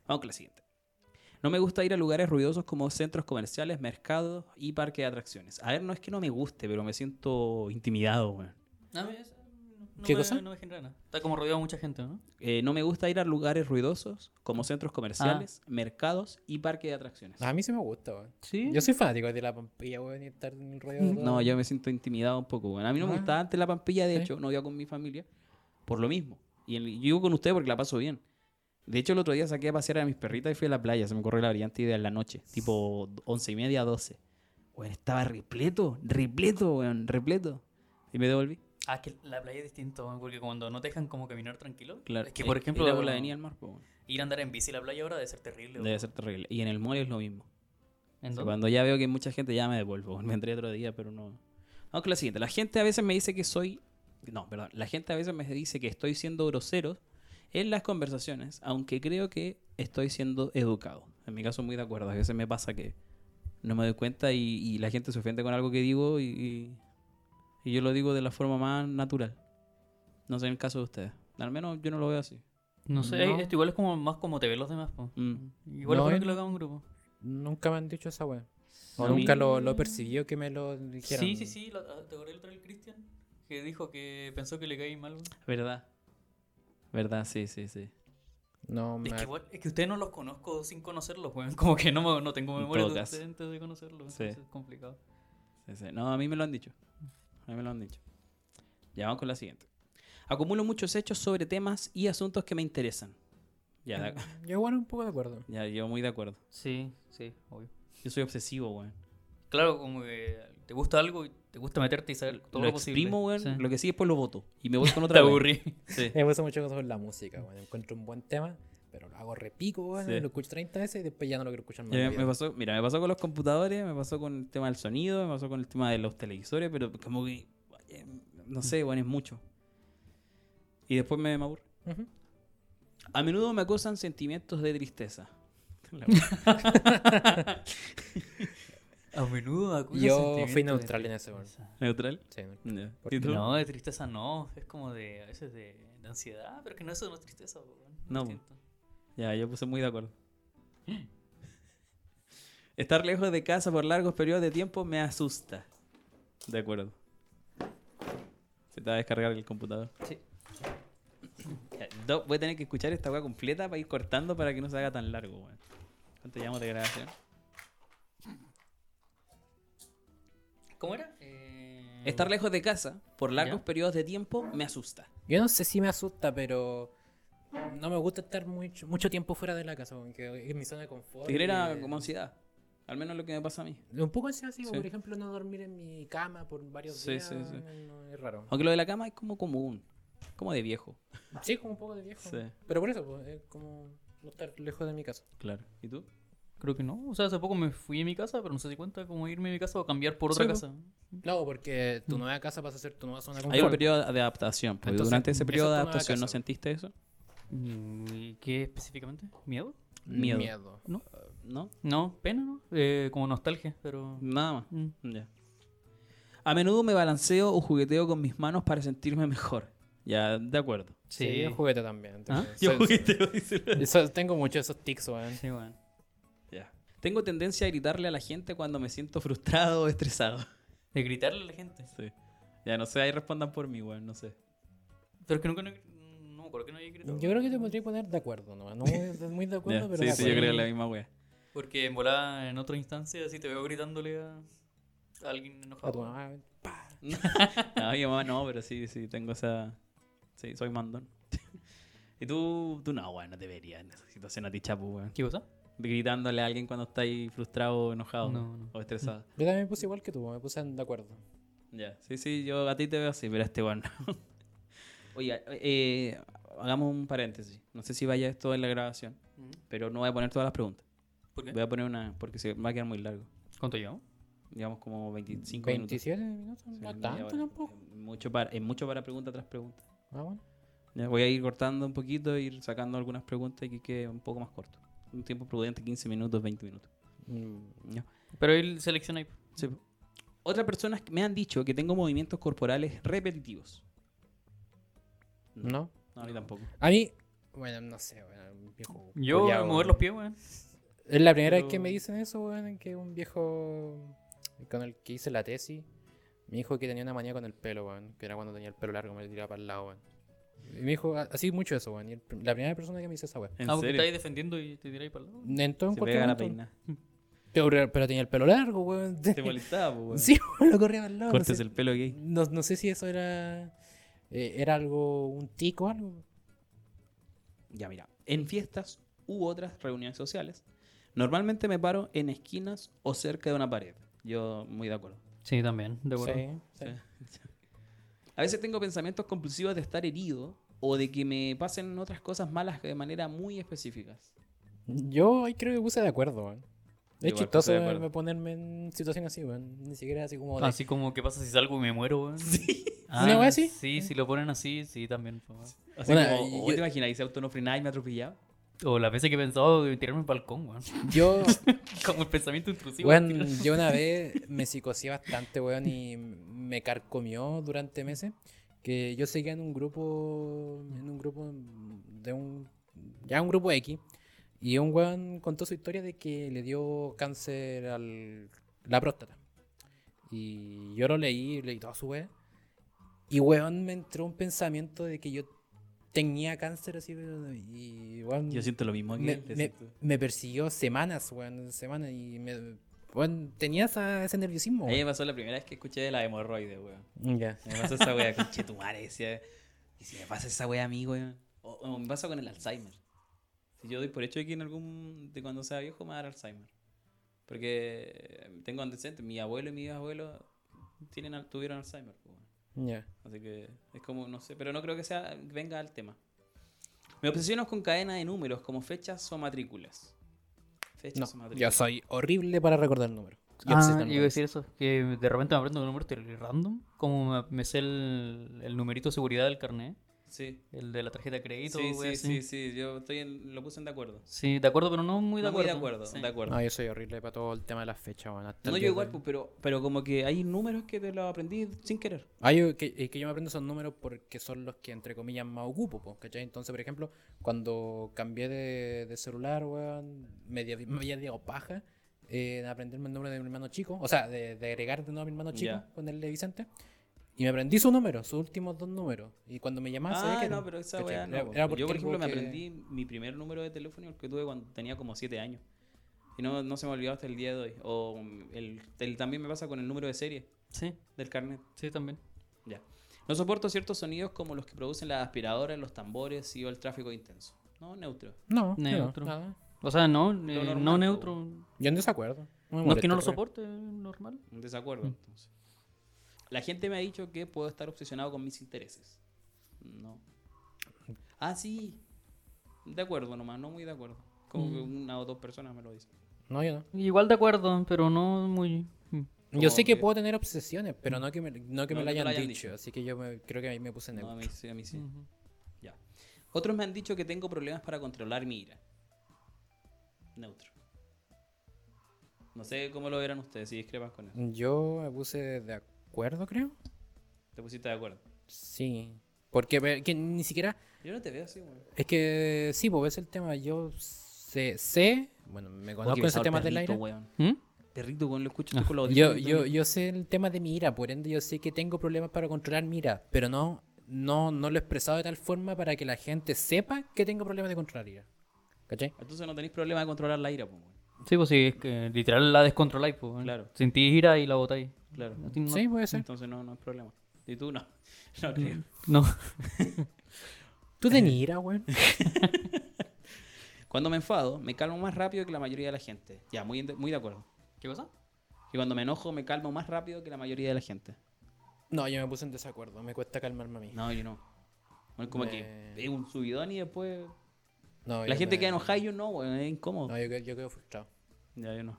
Speaker 2: Vamos con la siguiente. No me gusta ir a lugares ruidosos como centros comerciales, mercados y parques de atracciones. A ver, no es que no me guste, pero me siento intimidado, weón.
Speaker 3: ¿Qué me- cosa?
Speaker 4: No me genera nada. Está como rodeado de mucha gente, ¿no?
Speaker 2: Eh, no me gusta ir a lugares ruidosos como centros comerciales, mercados y parques de atracciones.
Speaker 3: A mí sí me gusta, weón.
Speaker 4: Sí.
Speaker 3: Yo soy fanático de la Pampilla, weón, y estar en el rollo de todo.
Speaker 2: No, yo me siento intimidado un poco, weón. A mí no me
Speaker 3: Ah.
Speaker 2: gustaba antes la pampilla, de
Speaker 3: Sí.
Speaker 2: hecho, no iba con mi familia, por lo mismo. Y el- yo vivo con ustedes porque la paso bien. De hecho, el otro día saqué a pasear a mis perritas y fui a la playa. Se me ocurrió la brillante idea en la noche, tipo once y media, 12. Weón, estaba repleto, repleto, weón, repleto. Y me devolví.
Speaker 4: Ah, es que la playa es distinto, weón, porque cuando no te dejan como caminar tranquilo.
Speaker 2: Claro.
Speaker 4: Es que, por ejemplo,
Speaker 2: ir a por la avenida al mar, po, weón.
Speaker 4: ir a andar en bici a la playa ahora debe ser terrible.
Speaker 2: debe ser terrible. Y en el mall es lo mismo.
Speaker 4: ¿En
Speaker 2: O sea,
Speaker 4: dónde?
Speaker 2: Cuando ya veo que mucha gente ya me devuelvo. *laughs* Vendré otro día, pero no. Vamos con la siguiente. La gente a veces me dice que soy. No, perdón. La gente a veces me dice que estoy siendo grosero en las conversaciones, aunque creo que estoy siendo educado. En mi caso, muy de acuerdo. A veces me pasa que no me doy cuenta y, y la gente se ofende con algo que digo y, y- y yo lo digo de la forma más natural. No sé en el caso de ustedes. Al menos yo no lo veo así.
Speaker 4: No sé,
Speaker 3: No.
Speaker 4: esto igual es como más como te ven los demás, po.
Speaker 2: Mm.
Speaker 4: Igual
Speaker 3: No,
Speaker 4: es bueno
Speaker 3: eh.
Speaker 4: que lo haga un grupo.
Speaker 3: Nunca me han dicho esa weón.
Speaker 2: A mí-
Speaker 3: Nunca lo, lo he percibido que me lo dijeron.
Speaker 4: Sí, sí, sí. la- ¿Te acordás el otro del Cristian? Que dijo que pensó que le caí mal. weón.
Speaker 2: ¿Verdad? ¿Verdad? Sí, sí, sí.
Speaker 3: No, me...
Speaker 4: Es que, igual- es que ustedes no los conozco sin conocerlos, weón. *laughs* Como que no, me- no tengo
Speaker 2: En
Speaker 4: memoria
Speaker 2: todo
Speaker 4: de
Speaker 2: caso.
Speaker 4: ustedes antes de conocerlos.
Speaker 2: Sí.
Speaker 4: entonces es complicado.
Speaker 2: Sí, sí. No, a mí me lo han dicho. A mí me lo han dicho. Ya vamos con la siguiente. Acumulo muchos hechos sobre temas y asuntos que me interesan.
Speaker 4: Ah.
Speaker 2: Ya, de-
Speaker 3: Yo igual un poco de acuerdo.
Speaker 2: ya yo muy de acuerdo.
Speaker 4: Sí, sí, obvio.
Speaker 2: Yo soy obsesivo, weón.
Speaker 4: Claro, como que te gusta algo y te gusta meterte y saber todo
Speaker 2: Lo
Speaker 4: lo posible.
Speaker 2: exprimo, weón.
Speaker 4: Sí.
Speaker 2: Lo que sí después lo voto. Y me voy
Speaker 4: *laughs*
Speaker 2: con
Speaker 4: Te
Speaker 2: otra weón.
Speaker 4: aburrí.
Speaker 2: Sí.
Speaker 3: Me pasa mucho con la música, weón. Encuentro un buen tema, pero lo hago repico, weón.
Speaker 2: Sí.
Speaker 3: Lo escucho 30 veces y después ya no lo quiero escuchar más.
Speaker 2: Ya
Speaker 3: en la
Speaker 2: me-
Speaker 3: vida.
Speaker 2: me pasó, mira, me pasó con los computadores, me pasó con el tema del sonido, me pasó con el tema de los televisores, pero como que, eh, no sé, bueno, es mucho. Y después me, me aburre.
Speaker 3: Ujú.
Speaker 2: A menudo me acosan sentimientos de tristeza. *laughs*
Speaker 4: A menudo acusa
Speaker 3: Yo
Speaker 4: sentimientos
Speaker 3: fui
Speaker 4: de
Speaker 3: neutral en ese momento.
Speaker 4: tristeza.
Speaker 2: ¿Neutral?
Speaker 3: Sí, no.
Speaker 2: Ya.
Speaker 3: Porque
Speaker 2: ¿Y tú?
Speaker 4: No, de tristeza no. Es como de, a veces de, de ansiedad, pero que no eso no es tristeza. po, weón.
Speaker 2: No,
Speaker 4: Lo siento.
Speaker 2: Ya, yo puse muy de acuerdo. *gasps* Estar lejos de casa por largos periodos de tiempo me asusta. De acuerdo. Se te va a descargar el computador.
Speaker 4: Sí.
Speaker 2: *coughs* Ya, do- voy a tener que escuchar esta weá completa para ir cortando para que no se haga tan largo, weón. ¿Cuánto llevamos de
Speaker 4: Eh.
Speaker 2: grabación?
Speaker 4: ¿Cómo era? Eh,
Speaker 2: Estar lejos de casa por largos
Speaker 4: Ya.
Speaker 2: periodos de tiempo me asusta.
Speaker 3: Yo no sé si me asusta, pero no me gusta estar mucho, mucho tiempo fuera de la casa, porque es mi zona de confort.
Speaker 2: Te genera
Speaker 3: y-
Speaker 2: como ansiedad. Al menos lo que me pasa a mí.
Speaker 3: Un poco ansiedad, sí, o
Speaker 2: Sí.
Speaker 3: por ejemplo, no dormir en mi cama por varios
Speaker 2: Sí,
Speaker 3: días.
Speaker 2: sí, sí.
Speaker 3: no, es raro.
Speaker 2: Aunque lo de la cama es como común. Como de viejo.
Speaker 3: Sí, como un poco de viejo.
Speaker 2: Sí.
Speaker 3: Pero por eso, pues, es como no estar lejos de mi casa.
Speaker 2: Claro. ¿Y tú?
Speaker 4: Creo que no. O sea, hace poco me fui de mi casa, pero no sé si cuenta como irme de mi casa o cambiar por otra
Speaker 3: Sí, po.
Speaker 4: casa.
Speaker 3: No, porque tu nueva casa pasa a ser tu nueva zona de confort.
Speaker 2: Hay un periodo de adaptación. porque
Speaker 3: Entonces,
Speaker 2: durante ese
Speaker 3: esa
Speaker 2: periodo
Speaker 3: es tu
Speaker 2: de
Speaker 3: nueva
Speaker 2: adaptación, ¿no
Speaker 3: casa.
Speaker 2: sentiste eso?
Speaker 4: Mm, ¿y ¿Qué específicamente? ¿Miedo?
Speaker 2: miedo.
Speaker 3: Mm, miedo.
Speaker 2: ¿No?
Speaker 4: No, pena, ¿no? Eh, como nostalgia, pero...
Speaker 2: Nada más.
Speaker 4: Mm.
Speaker 2: Ya. A menudo me balanceo o jugueteo con mis manos para sentirme mejor. Ya, de acuerdo.
Speaker 3: Sí, yo juguete también.
Speaker 2: ¿Ah?
Speaker 3: entonces,
Speaker 2: Yo
Speaker 3: soy-
Speaker 4: este
Speaker 2: jugueteo, dice
Speaker 3: *laughs*
Speaker 2: la-
Speaker 3: eso- tengo muchos esos tics, weón.
Speaker 4: Sí, bueno.
Speaker 2: Ya. Tengo tendencia a gritarle a la gente cuando me siento *laughs* frustrado o estresado.
Speaker 4: De gritarle a la gente.
Speaker 2: Sí. Ya, no sé, ahí respondan por mí, weón, no sé.
Speaker 4: Pero es que nunca... No, no me acuerdo que no haya gritado.
Speaker 3: Yo creo que te podría poner de acuerdo, ¿no?
Speaker 2: *laughs*
Speaker 3: No muy de
Speaker 2: Ya,
Speaker 3: acuerdo, pero.
Speaker 2: sí,
Speaker 3: de
Speaker 2: sí, yo creo que
Speaker 3: acuerdo.
Speaker 2: es la misma wea. *laughs*
Speaker 4: Porque en volada, en otra instancia, si te veo gritándole a, a alguien
Speaker 3: A Ah, tu
Speaker 4: enojado.
Speaker 3: mamá.
Speaker 2: No, yo mamá no, pero sí, sí, tengo esa... Sí, soy mandón. *laughs* y tú, tú no, weón, no te verías en esa situación a ti, chapu, weón.
Speaker 4: ¿Qué cosa?
Speaker 2: Gritándole a alguien cuando estáis frustrado o enojado
Speaker 4: No, no.
Speaker 2: o estresado.
Speaker 3: Yo también me puse igual que tú, me puse de acuerdo.
Speaker 2: Ya, sí, sí, yo a ti te veo así, pero a este weón no. *laughs* Oiga, eh, hagamos un paréntesis. No sé si vaya esto en la grabación, pero no voy a poner todas las preguntas.
Speaker 4: ¿Por qué?
Speaker 2: Voy a poner una, porque se va a quedar muy largo.
Speaker 4: ¿Cuánto llevamos?
Speaker 2: Digamos como 25 minutos.
Speaker 3: 27 minutos, no
Speaker 2: Sí,
Speaker 3: tanto
Speaker 2: media hora.
Speaker 3: tampoco.
Speaker 2: Mucho para, es mucho para pregunta tras pregunta.
Speaker 3: Ah, bueno.
Speaker 2: Ya, voy a ir cortando un poquito, ir sacando algunas preguntas y que quede un poco más corto. Un tiempo prudente, 15 minutos, 20 minutos. Ya.
Speaker 4: Pero él selecciona ahí.
Speaker 2: Sí. Otras personas que me han dicho que tengo movimientos corporales repetitivos.
Speaker 3: No.
Speaker 2: No, a mí tampoco.
Speaker 3: A mí, bueno, no sé, bueno, un viejo.
Speaker 4: Yo
Speaker 3: culiao,
Speaker 4: mover
Speaker 3: weón.
Speaker 4: los pies, weón.
Speaker 3: Es la primera
Speaker 4: pero-
Speaker 3: vez que me dicen eso, weón, que un viejo con el que hice la tesis me dijo que tenía una manía con el pelo, weón, que era cuando tenía el pelo largo, me lo tiraba para el lado, weón. Y me dijo a- así mucho eso, weón. Y el pr- la primera persona que me hizo esa, weón.
Speaker 2: ¿En
Speaker 4: ah, porque
Speaker 2: serio?
Speaker 4: estáis defendiendo y te tiráis para el lado.
Speaker 3: En todo
Speaker 2: Se pega la
Speaker 3: encuentro.
Speaker 2: peina.
Speaker 3: Pero, pero tenía el pelo largo, weón. *laughs*
Speaker 2: Te molestaba, po, *laughs* weón.
Speaker 3: Sí, pues, weón, lo corría para el lado. no
Speaker 2: Cortes
Speaker 3: sé.
Speaker 2: el pelo gay.
Speaker 3: No, no sé si eso era. eh, era algo. un tico o algo.
Speaker 2: Ya, mira. En fiestas u otras reuniones sociales, normalmente me paro en esquinas o cerca de una pared. Yo muy de acuerdo.
Speaker 4: Sí, también, de
Speaker 3: Sí, sí.
Speaker 2: A veces tengo pensamientos compulsivos de estar herido o de que me pasen otras cosas malas de manera muy específica.
Speaker 3: Yo ahí creo que puse de acuerdo, weón. Es
Speaker 2: Igual puse
Speaker 3: chistoso
Speaker 2: de
Speaker 3: weón,
Speaker 2: acuerdo. Ah,
Speaker 3: me ponerme en situación así, weón. Ni siquiera así como. de-
Speaker 4: Así como que pasa si salgo y me muero, weón. Sí.
Speaker 3: ¿Una weá así?
Speaker 4: Sí, si lo ponen así, sí, también. po, weón.
Speaker 2: Así
Speaker 3: Bueno,
Speaker 2: como, oh,
Speaker 3: yo-
Speaker 2: ¿te imaginas? Hice autonofrenada y me atropellaba.
Speaker 4: O las veces que he pensado de tirarme al balcón, weón. *laughs*
Speaker 3: Yo,
Speaker 2: *laughs*
Speaker 4: Como el pensamiento intrusivo. de
Speaker 3: weón,
Speaker 4: tirar-
Speaker 3: yo una vez me psicoseé bastante, weón, y me carcomió durante meses. Que yo seguía en un grupo. En un grupo. De un. Ya un grupo X. Y un weón contó su historia de que le dio cáncer al. La próstata. Y yo lo leí, leí toda su wea. Y weón me entró un pensamiento de que yo tenía cáncer así, pero- y weón.
Speaker 2: Yo siento lo mismo que
Speaker 3: me,
Speaker 2: él, te
Speaker 3: me-
Speaker 2: siento.
Speaker 3: me persiguió semanas, weón, semanas y me, weón, tenía esa- ese nerviosismo.
Speaker 2: A mí me
Speaker 3: weón.
Speaker 2: pasó la primera vez que escuché de la hemorroide, weón.
Speaker 3: Ya.
Speaker 2: Me pasó esa wea, conche tu madre, decía. Y si me pasa esa wea a mí, weón. O, o me pasa con el Alzheimer. Si yo doy por hecho de que en algún. de cuando sea viejo me va a dar Alzheimer. Porque eh, tengo antecedentes. Mi abuelo y mi abuelo tienen, al- tuvieron Alzheimer, pues, weón.
Speaker 3: Ya.
Speaker 2: Así que es como, no sé, pero no creo que sea venga al tema. Me obsesiono con cadena de números como fechas o matrículas.
Speaker 3: No,
Speaker 2: Fechas o
Speaker 3: yo
Speaker 2: matrículas.
Speaker 3: soy horrible para recordar números. Yo obsesiono
Speaker 4: Ah,
Speaker 3: con
Speaker 4: iba a
Speaker 3: eso.
Speaker 4: decir eso, que de repente me aprendo un número terrible random, como me, me sé el, el numerito de seguridad del carnet,
Speaker 2: Sí.
Speaker 4: El de la tarjeta de crédito,
Speaker 2: Sí,
Speaker 4: güey,
Speaker 2: sí,
Speaker 4: así.
Speaker 2: sí, sí, yo estoy en- lo puse en de acuerdo.
Speaker 4: Sí, de acuerdo, pero no muy de
Speaker 2: No,
Speaker 4: acuerdo.
Speaker 2: de acuerdo,
Speaker 4: sí.
Speaker 2: de acuerdo.
Speaker 3: No, yo soy horrible para todo el tema de las fechas, weón. hasta el
Speaker 2: No,
Speaker 3: día
Speaker 2: yo
Speaker 3: de
Speaker 2: igual,
Speaker 3: hoy.
Speaker 2: pues, pero, pero como que hay números que te los aprendí sin querer.
Speaker 3: Ah, yo, que, es que yo me aprendo esos números porque son los que, entre comillas, más ocupo, po, ¿cachai? Entonces, por ejemplo, cuando cambié de, de celular, weón, me, di- me había dado paja eh, de aprenderme el nombre de mi hermano chico, o sea, de, de agregar de nuevo a mi hermano chico
Speaker 2: Ya.
Speaker 3: con el de Vicente. Y me aprendí su número, sus últimos dos números. Y cuando me llamaba, sabía
Speaker 2: Ah,
Speaker 3: que
Speaker 2: no,
Speaker 3: eran,
Speaker 2: pero esa
Speaker 3: ¿cachai?
Speaker 2: weá no.
Speaker 3: Era-
Speaker 2: po.
Speaker 3: era porque
Speaker 2: yo, por
Speaker 3: el
Speaker 2: ejemplo, me
Speaker 3: que-
Speaker 2: aprendí mi primer número de teléfono, el que tuve cuando tenía como 7 años. Y no, no se me olvidó hasta el día de hoy. O mm, el, el- también me pasa con el número de serie
Speaker 4: Sí,
Speaker 2: del carnet.
Speaker 4: sí, también.
Speaker 2: Ya. No soporto ciertos sonidos como los que producen las aspiradoras, los tambores y o el tráfico intenso. No, neutro.
Speaker 3: No, yo no,
Speaker 4: Neutro.
Speaker 3: nada.
Speaker 4: O sea, no, eh,
Speaker 2: normal,
Speaker 4: no
Speaker 2: po.
Speaker 4: neutro.
Speaker 3: Yo en desacuerdo. me
Speaker 4: No es que
Speaker 3: molesta,
Speaker 4: no lo
Speaker 3: weón.
Speaker 4: soporte, normal.
Speaker 2: Un desacuerdo, entonces. La gente me ha dicho que puedo estar obsesionado con mis intereses. No. Ah, sí. De acuerdo nomás, no muy de acuerdo. Como que una o dos personas me lo dicen.
Speaker 3: No, yo no.
Speaker 4: Igual de acuerdo, pero no muy. mm.
Speaker 3: Yo sé que
Speaker 2: que-
Speaker 3: puedo tener obsesiones, pero no que me, no que
Speaker 2: No que
Speaker 3: me
Speaker 2: te lo
Speaker 3: lo hayan,
Speaker 2: hayan
Speaker 3: dicho.
Speaker 2: dicho.
Speaker 3: Así que yo me- creo que ahí me puse
Speaker 2: No,
Speaker 3: neutro.
Speaker 2: a mí sí, a mí sí. Ya. Otros me han dicho que tengo problemas para controlar mi ira. Neutro. No sé cómo lo verán ustedes, si discrepan con eso.
Speaker 3: Yo me puse de acuerdo, creo.
Speaker 2: Te pusiste de acuerdo.
Speaker 3: Sí. Porque ve- que ni siquiera.
Speaker 2: Yo no te veo así, güey.
Speaker 3: Es que sí, pues ves el tema. Yo sé. sé bueno, me conozco ese tema del aire.
Speaker 4: ¿Mm?
Speaker 2: Perrito, weón, lo
Speaker 3: *laughs*
Speaker 2: escucho estoy con los
Speaker 3: Yo,
Speaker 2: audífonos y
Speaker 3: yo,
Speaker 2: todo.
Speaker 3: yo sé el tema de mi ira, por ende, yo sé que tengo problemas para controlar mi ira. Pero no, no, no lo he expresado de tal forma para que la gente sepa que tengo problemas de controlar ira. ¿Cachai?
Speaker 2: Entonces no tenéis problema de controlar la ira, pues, güey.
Speaker 4: Sí, pues sí, es que literal la descontroláis, pues.
Speaker 2: Claro.
Speaker 4: Sentís ira y la botáis.
Speaker 2: Claro.
Speaker 4: A ti No,
Speaker 3: Sí, puede ser.
Speaker 2: Entonces no, no es problema. Y tú no. *laughs* No creo.
Speaker 4: No. *laughs*
Speaker 2: *laughs*
Speaker 3: ¿Tú tenías ira, weón?
Speaker 2: Cuando me enfado, me calmo más rápido que la mayoría de la gente. Ya, muy, inde- muy de acuerdo.
Speaker 4: ¿Qué cosa?
Speaker 2: Y cuando me enojo, me calmo más rápido que la mayoría de la gente.
Speaker 3: No, yo me puse en desacuerdo. Me cuesta calmarme a mí.
Speaker 2: No, yo no. Bueno, como que
Speaker 3: Me-
Speaker 2: es un subidón y después.
Speaker 3: No,
Speaker 2: la
Speaker 3: yo
Speaker 2: gente
Speaker 3: me-
Speaker 2: queda enojada y yo no, weón, es incómodo.
Speaker 3: No, yo, que- yo quedo frustrado.
Speaker 2: Ya, yo no.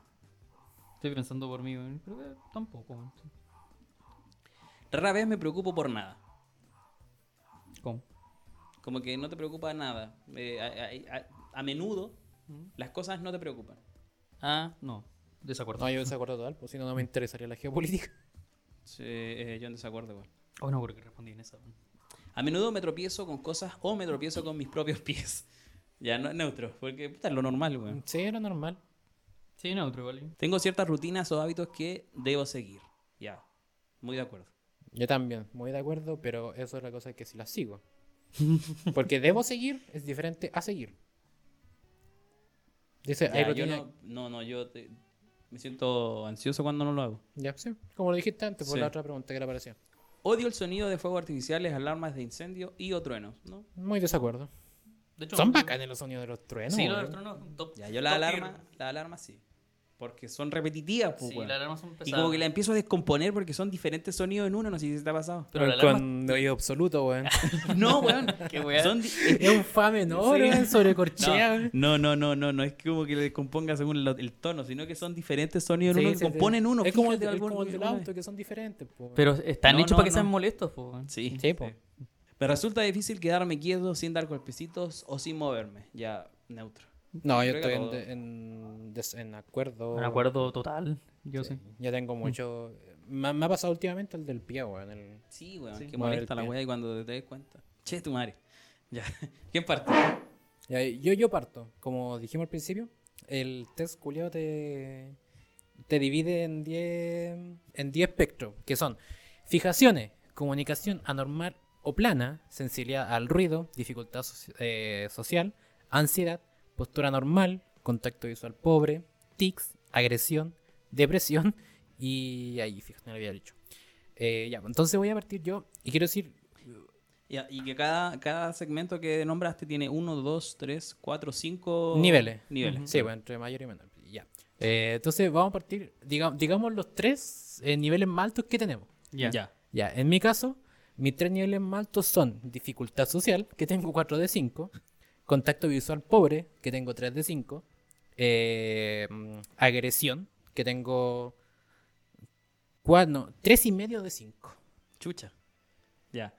Speaker 4: Estoy pensando por mí, weón. Creo que tampoco, weón.
Speaker 2: Rara vez me preocupo por nada.
Speaker 4: ¿Cómo?
Speaker 2: Como que no te preocupa nada. Eh, a, a- a- a menudo las cosas no te preocupan.
Speaker 4: Ah, no. Desacuerdo.
Speaker 3: No, yo desacuerdo total, pues si no, no me interesaría la geopolítica.
Speaker 2: Sí, eh, yo en desacuerdo, weón.
Speaker 4: Oh, no, porque respondí en esa. weón.
Speaker 2: A menudo me tropiezo con cosas o me tropiezo con mis propios pies. *laughs* Ya, no, neutro, porque puta, es lo normal, weón.
Speaker 3: Sí, era normal.
Speaker 4: Sí, neutro, igual.
Speaker 2: Tengo ciertas rutinas o hábitos que debo seguir. Ya, muy de acuerdo.
Speaker 3: Yo también, muy de acuerdo, pero eso es la cosa que si la sigo. Porque debo seguir es diferente a seguir. Dice, hay
Speaker 2: Ya, yo
Speaker 3: rutina.
Speaker 2: no, no, no, yo te- me siento ansioso cuando no lo hago.
Speaker 3: Ya, sí, como lo dijiste antes, por la
Speaker 2: Sí.
Speaker 3: otra pregunta que le apareció.
Speaker 2: Odio el sonido de fuegos artificiales, alarmas de incendio y o truenos, ¿no?
Speaker 3: Muy desacuerdo.
Speaker 4: De hecho,
Speaker 3: Son bacanes los sonidos de los truenos.
Speaker 4: Sí, los
Speaker 3: weón.
Speaker 4: electronos top.
Speaker 2: Ya, yo la
Speaker 4: top tier.
Speaker 2: alarma, la alarma sí. Porque son repetitivas, pues,
Speaker 4: Sí,
Speaker 2: weón.
Speaker 4: las alarmas son
Speaker 2: Y
Speaker 4: pesadas.
Speaker 2: como que la empiezo a descomponer porque son diferentes sonidos en uno, no sé si te ha pasado. *laughs*
Speaker 4: Pero la
Speaker 3: Con
Speaker 4: alarma.
Speaker 3: oído absoluto, weón.
Speaker 2: No, weón.
Speaker 4: *laughs* Qué weá.
Speaker 2: Son di-
Speaker 3: es un fa *laughs* menor,
Speaker 2: Sí.
Speaker 3: weón, sobre corchea, weón.
Speaker 2: No, no, no, no, no es como que le descomponga según lo- el tono, sino que son diferentes sonidos en
Speaker 3: Sí,
Speaker 2: uno que
Speaker 3: sí, sí.
Speaker 2: componen uno.
Speaker 3: Es como el,
Speaker 2: fíjate
Speaker 3: es
Speaker 2: algún-
Speaker 3: como el del
Speaker 2: alguna
Speaker 3: auto,
Speaker 2: vez.
Speaker 3: que son diferentes. po, weón.
Speaker 4: Pero están
Speaker 2: No,
Speaker 4: hechos
Speaker 2: no,
Speaker 4: para que
Speaker 2: no.
Speaker 4: sean molestos, pues. weón.
Speaker 2: Sí.
Speaker 3: Sí, po.
Speaker 2: Me resulta difícil quedarme quieto sin dar golpecitos o sin moverme. Ya, neutro.
Speaker 3: No,
Speaker 2: Creo
Speaker 3: yo
Speaker 2: que
Speaker 3: estoy en,
Speaker 2: todo.
Speaker 3: de- en des- en acuerdo.
Speaker 4: Un acuerdo total. Yo
Speaker 3: Sí,
Speaker 4: sí.
Speaker 3: Ya tengo mucho. eh, Me, me ha pasado últimamente el del pie, weón. el-
Speaker 2: Sí, weón, que
Speaker 3: Mover el
Speaker 2: molesta la
Speaker 3: pie.
Speaker 2: weá y cuando te des cuenta. Che, tu madre. *laughs* Ya. ¿Quién parte?
Speaker 3: Ya, Yo, yo parto, como dijimos al principio, el test culiao te, te divide en 10 en 10 espectros, que son fijaciones, comunicación anormal o plana, sensibilidad al ruido, dificultad soci- eh, social, ansiedad, postura normal, contacto visual pobre, tics, agresión, depresión y ahí, fíjate, no lo había dicho. Eh, ya, entonces voy a partir yo y quiero decir
Speaker 2: Ya, y que cada, cada segmento que nombraste tiene uno, dos, tres, cuatro, cinco
Speaker 3: Niveles.
Speaker 2: Niveles.
Speaker 3: Sí, bueno, entre mayor y menor. Ya. Eh, entonces vamos a partir, diga- digamos, los tres eh, niveles más altos que tenemos.
Speaker 4: Ya.
Speaker 2: Ya.
Speaker 3: Ya, en mi caso, mis tres niveles más altos son dificultad social, que tengo 4 de 5, contacto visual pobre, que tengo 3 de 5, eh, mm, agresión, que tengo 4, no, 3 y medio de 5.
Speaker 2: Chucha. Ya.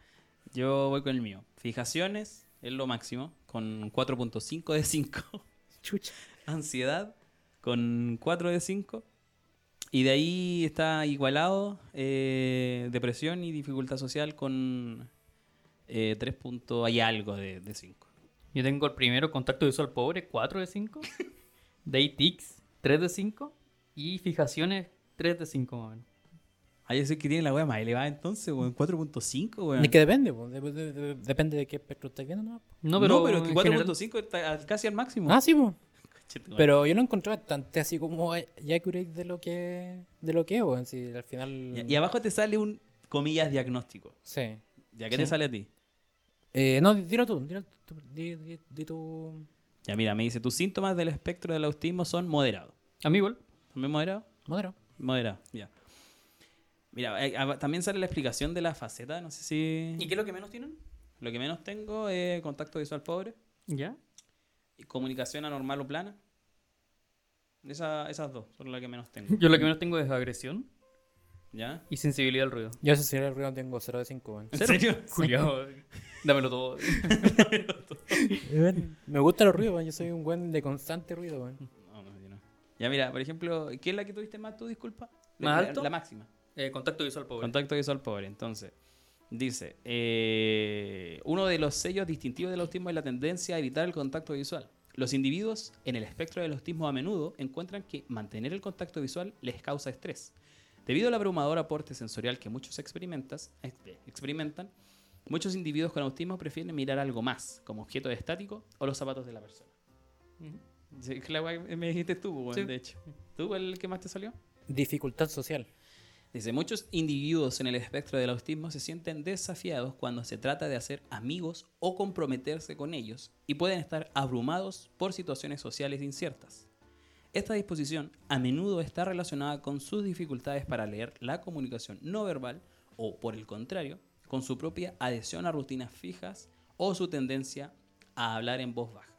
Speaker 2: Yo voy con el mío. Fijaciones es lo máximo, con 4.5 de 5.
Speaker 4: Chucha.
Speaker 2: Ansiedad, con 4 de 5. Y de ahí está igualado eh, depresión y dificultad social con eh, 3 puntos, hay algo de, de 5.
Speaker 4: Yo tengo el primero, contacto visual pobre, 4
Speaker 2: *laughs*
Speaker 4: de 5. Day tics, 3 de 5. Y fijaciones, 3 de 5 más o menos.
Speaker 2: Ahí es Ah, que tiene la wea más elevada entonces, weón. 4.5, weón.
Speaker 3: Es que depende, po, de- de- de- depende de qué espectro estés viendo, ¿no?
Speaker 4: No, pero,
Speaker 2: es que
Speaker 4: en general-
Speaker 2: 4.5 está al- casi al máximo.
Speaker 3: Ah, sí, po.
Speaker 2: Conchetumare.
Speaker 3: Pero yo lo encontré bastante así como a- y accurate de lo que de lo que es, weón. Si al final.
Speaker 2: Y, y abajo te sale un, comillas, diagnóstico.
Speaker 3: Sí.
Speaker 2: ¿Ya qué
Speaker 4: Sí.
Speaker 2: te sale a ti?
Speaker 3: Eh, no, dilo tú, dilo tú, di, di- di tú.
Speaker 2: Ya mira, me dice, tus síntomas del espectro del autismo son moderados.
Speaker 4: A mí igual.
Speaker 2: ¿También moderado?
Speaker 3: Madero.
Speaker 2: Moderado, ya. Mira, eh, ab- también sale la explicación de la faceta, no sé si...
Speaker 4: qué es lo que menos tienen?
Speaker 2: Lo que menos tengo es contacto visual pobre,
Speaker 4: ¿Ya?
Speaker 2: y comunicación anormal o plana. Esa- esas dos son las que menos tengo. *laughs*
Speaker 4: *laughs* Yo lo que menos tengo es agresión
Speaker 2: ¿Ya?
Speaker 4: y sensibilidad al ruido.
Speaker 3: Yo eso sí el ruido tengo 0 de 5, weón.
Speaker 2: ¿En
Speaker 4: *laughs*
Speaker 2: serio?
Speaker 4: Culiao, dámelo todo.
Speaker 3: Me gustan los ruidos, weón. Yo soy un buen de constante ruido, weón.
Speaker 2: No, no, yo no. Ya mira, por ejemplo, ¿qué es la que tuviste más tú, disculpa? La-
Speaker 4: ¿Más
Speaker 2: la-
Speaker 4: alto?
Speaker 2: La máxima.
Speaker 4: Eh, contacto visual pobre.
Speaker 2: Contacto visual pobre. Entonces, dice, eh, uno de los sellos distintivos del autismo es la tendencia a evitar el contacto visual. Los individuos en el espectro del autismo a menudo encuentran que mantener el contacto visual les causa estrés. Debido al abrumador aporte sensorial que muchos experimentas- este, experimentan, muchos individuos con autismo prefieren mirar algo más, como objetos estáticos o los zapatos de la persona.
Speaker 4: Ujú.
Speaker 2: Sí, es que la weá que me dijiste tú, weón,
Speaker 4: Sí.
Speaker 2: Uh, de hecho. ¿Tú cuál es el que más te salió?
Speaker 3: Dificultad social.
Speaker 2: Dice, muchos individuos en el espectro del autismo se sienten desafiados cuando se trata de hacer amigos o comprometerse con ellos y pueden estar abrumados por situaciones sociales inciertas. Esta disposición a menudo está relacionada con sus dificultades para leer la comunicación no verbal o, por el contrario, con su propia adhesión a rutinas fijas o su tendencia a hablar en voz baja.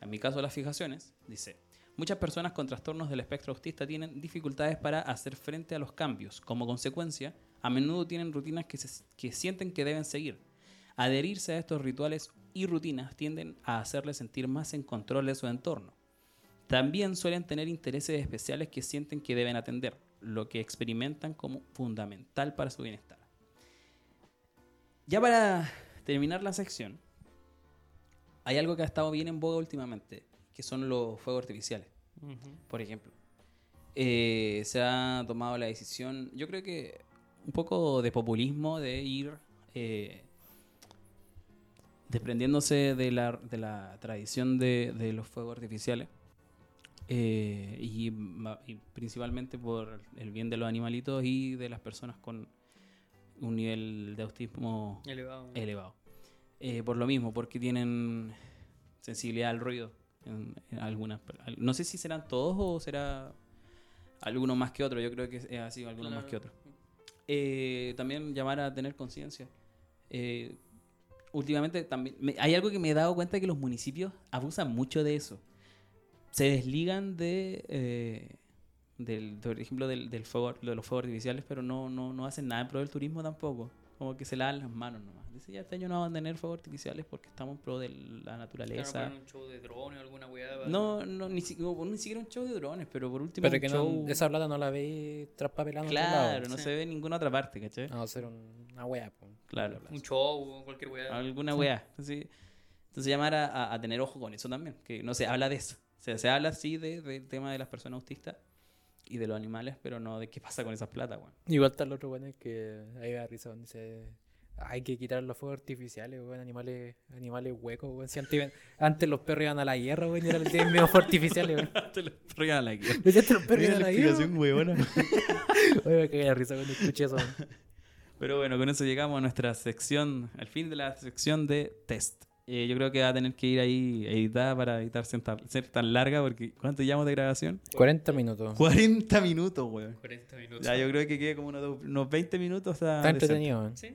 Speaker 2: En mi caso, las fijaciones, dice, muchas personas con trastornos del espectro autista tienen dificultades para hacer frente a los cambios. Como consecuencia, a menudo tienen rutinas que, se- que sienten que deben seguir. Adherirse a estos rituales y rutinas tienden a hacerles sentir más en control de su entorno. También suelen tener intereses especiales que sienten que deben atender, lo que experimentan como fundamental para su bienestar. Ya para terminar la sección, hay algo que ha estado bien en boga últimamente, que son los fuegos artificiales,
Speaker 4: Ujú.
Speaker 2: por ejemplo. Eh, se ha tomado la decisión, yo creo que un poco de populismo, de ir eh, desprendiéndose de la, de la tradición de, de los fuegos artificiales. eh, y, ma- y principalmente por el bien de los animalitos y de las personas con un nivel de autismo
Speaker 4: Elevado.
Speaker 2: elevado. Eh, por lo mismo, porque tienen sensibilidad al ruido. En, en algunas, per- al- no sé si serán todos o será alguno más que otro. Yo creo que es- ha sido alguno más
Speaker 4: Claro.
Speaker 2: que otro. Eh, también llamar a tener conciencia. Eh, últimamente también me- hay algo que me he dado cuenta que los municipios abusan mucho de eso. Se desligan de, eh, del, por ejemplo, del, del fuego, de los fuegos artificiales, pero no, no, no hacen nada en pro del turismo tampoco. Como que se lavan las manos nomás. Dice, ya este año no van a tener fuegos artificiales porque estamos en pro de la
Speaker 4: Claro,
Speaker 2: naturaleza.
Speaker 4: ponen un show de drones o alguna weá para-
Speaker 2: No, no ni, si- o ni siquiera un show de drones, pero por último
Speaker 3: Pero
Speaker 2: pues, un
Speaker 3: que
Speaker 2: show...
Speaker 3: no, esa plata no la veis traspapelando. en otro lado.
Speaker 2: Claro, no
Speaker 4: sí.
Speaker 2: se ve en ninguna otra parte, ¿cachai?
Speaker 3: A no ser un- una wea, po.
Speaker 2: Claro.
Speaker 4: Un show o cualquier weá.
Speaker 2: Alguna weá. Entonces, entonces llamar a, a- a tener ojo con eso también, que no se habla de eso. O sea, se habla sí de- del tema de las personas autistas y de los animales, pero no de qué pasa con esas plata, weón.
Speaker 3: Igual está el otro weón que ahí me da risa cuando dice hay que quitar los fuegos artificiales, weón, animales, animales huecos, weón. Si antes, iban- antes los perros iban a la guerra, weón, y ahora les tienen miedo a fuegos artificiales, weón.
Speaker 2: *laughs*
Speaker 3: *laughs*
Speaker 2: Te lo regala aquí.
Speaker 3: Decía, antes los perros iban a la guerra. weón.
Speaker 2: *laughs* weona.
Speaker 3: Oye, me cagué de risa cuando escuché eso. weón.
Speaker 2: Pero bueno, con eso llegamos a nuestra sección, al fin de la sección de test. Eh, yo creo que va a tener que ir ahí editada para evitar ser tan, ser tan larga, porque ¿cuánto llevamos de grabación?
Speaker 3: 40 minutos.
Speaker 2: 40 minutos, weón.
Speaker 4: 40 minutos.
Speaker 2: Ya, yo creo que quede como unos, unos 20 minutos. Está,
Speaker 3: Está
Speaker 2: decente.
Speaker 3: entretenido, weón.
Speaker 4: Sí.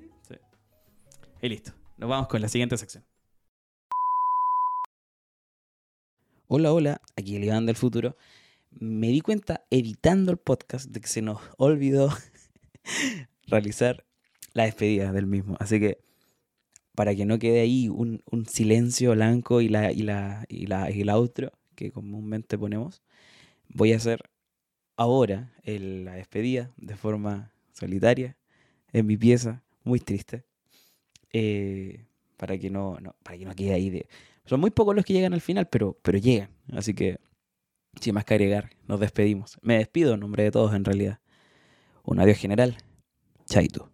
Speaker 2: Y listo. Nos vamos con la siguiente sección. Hola, hola. Aquí el Iván del futuro. Me di cuenta editando el podcast de que se nos *laughs* olvidó realizar la despedida del mismo. Así que para que no quede ahí un, un silencio blanco y la, y la, y la, y el outro que comúnmente ponemos, voy a hacer ahora el- la despedida de forma solitaria en mi pieza, muy triste, eh, para, que no, no- para que no quede ahí. De... Son muy pocos los que llegan al final, pero, pero llegan. Así que, sin más que agregar, nos despedimos. Me despido en nombre de todos, en realidad. Un adiós general. Chaito.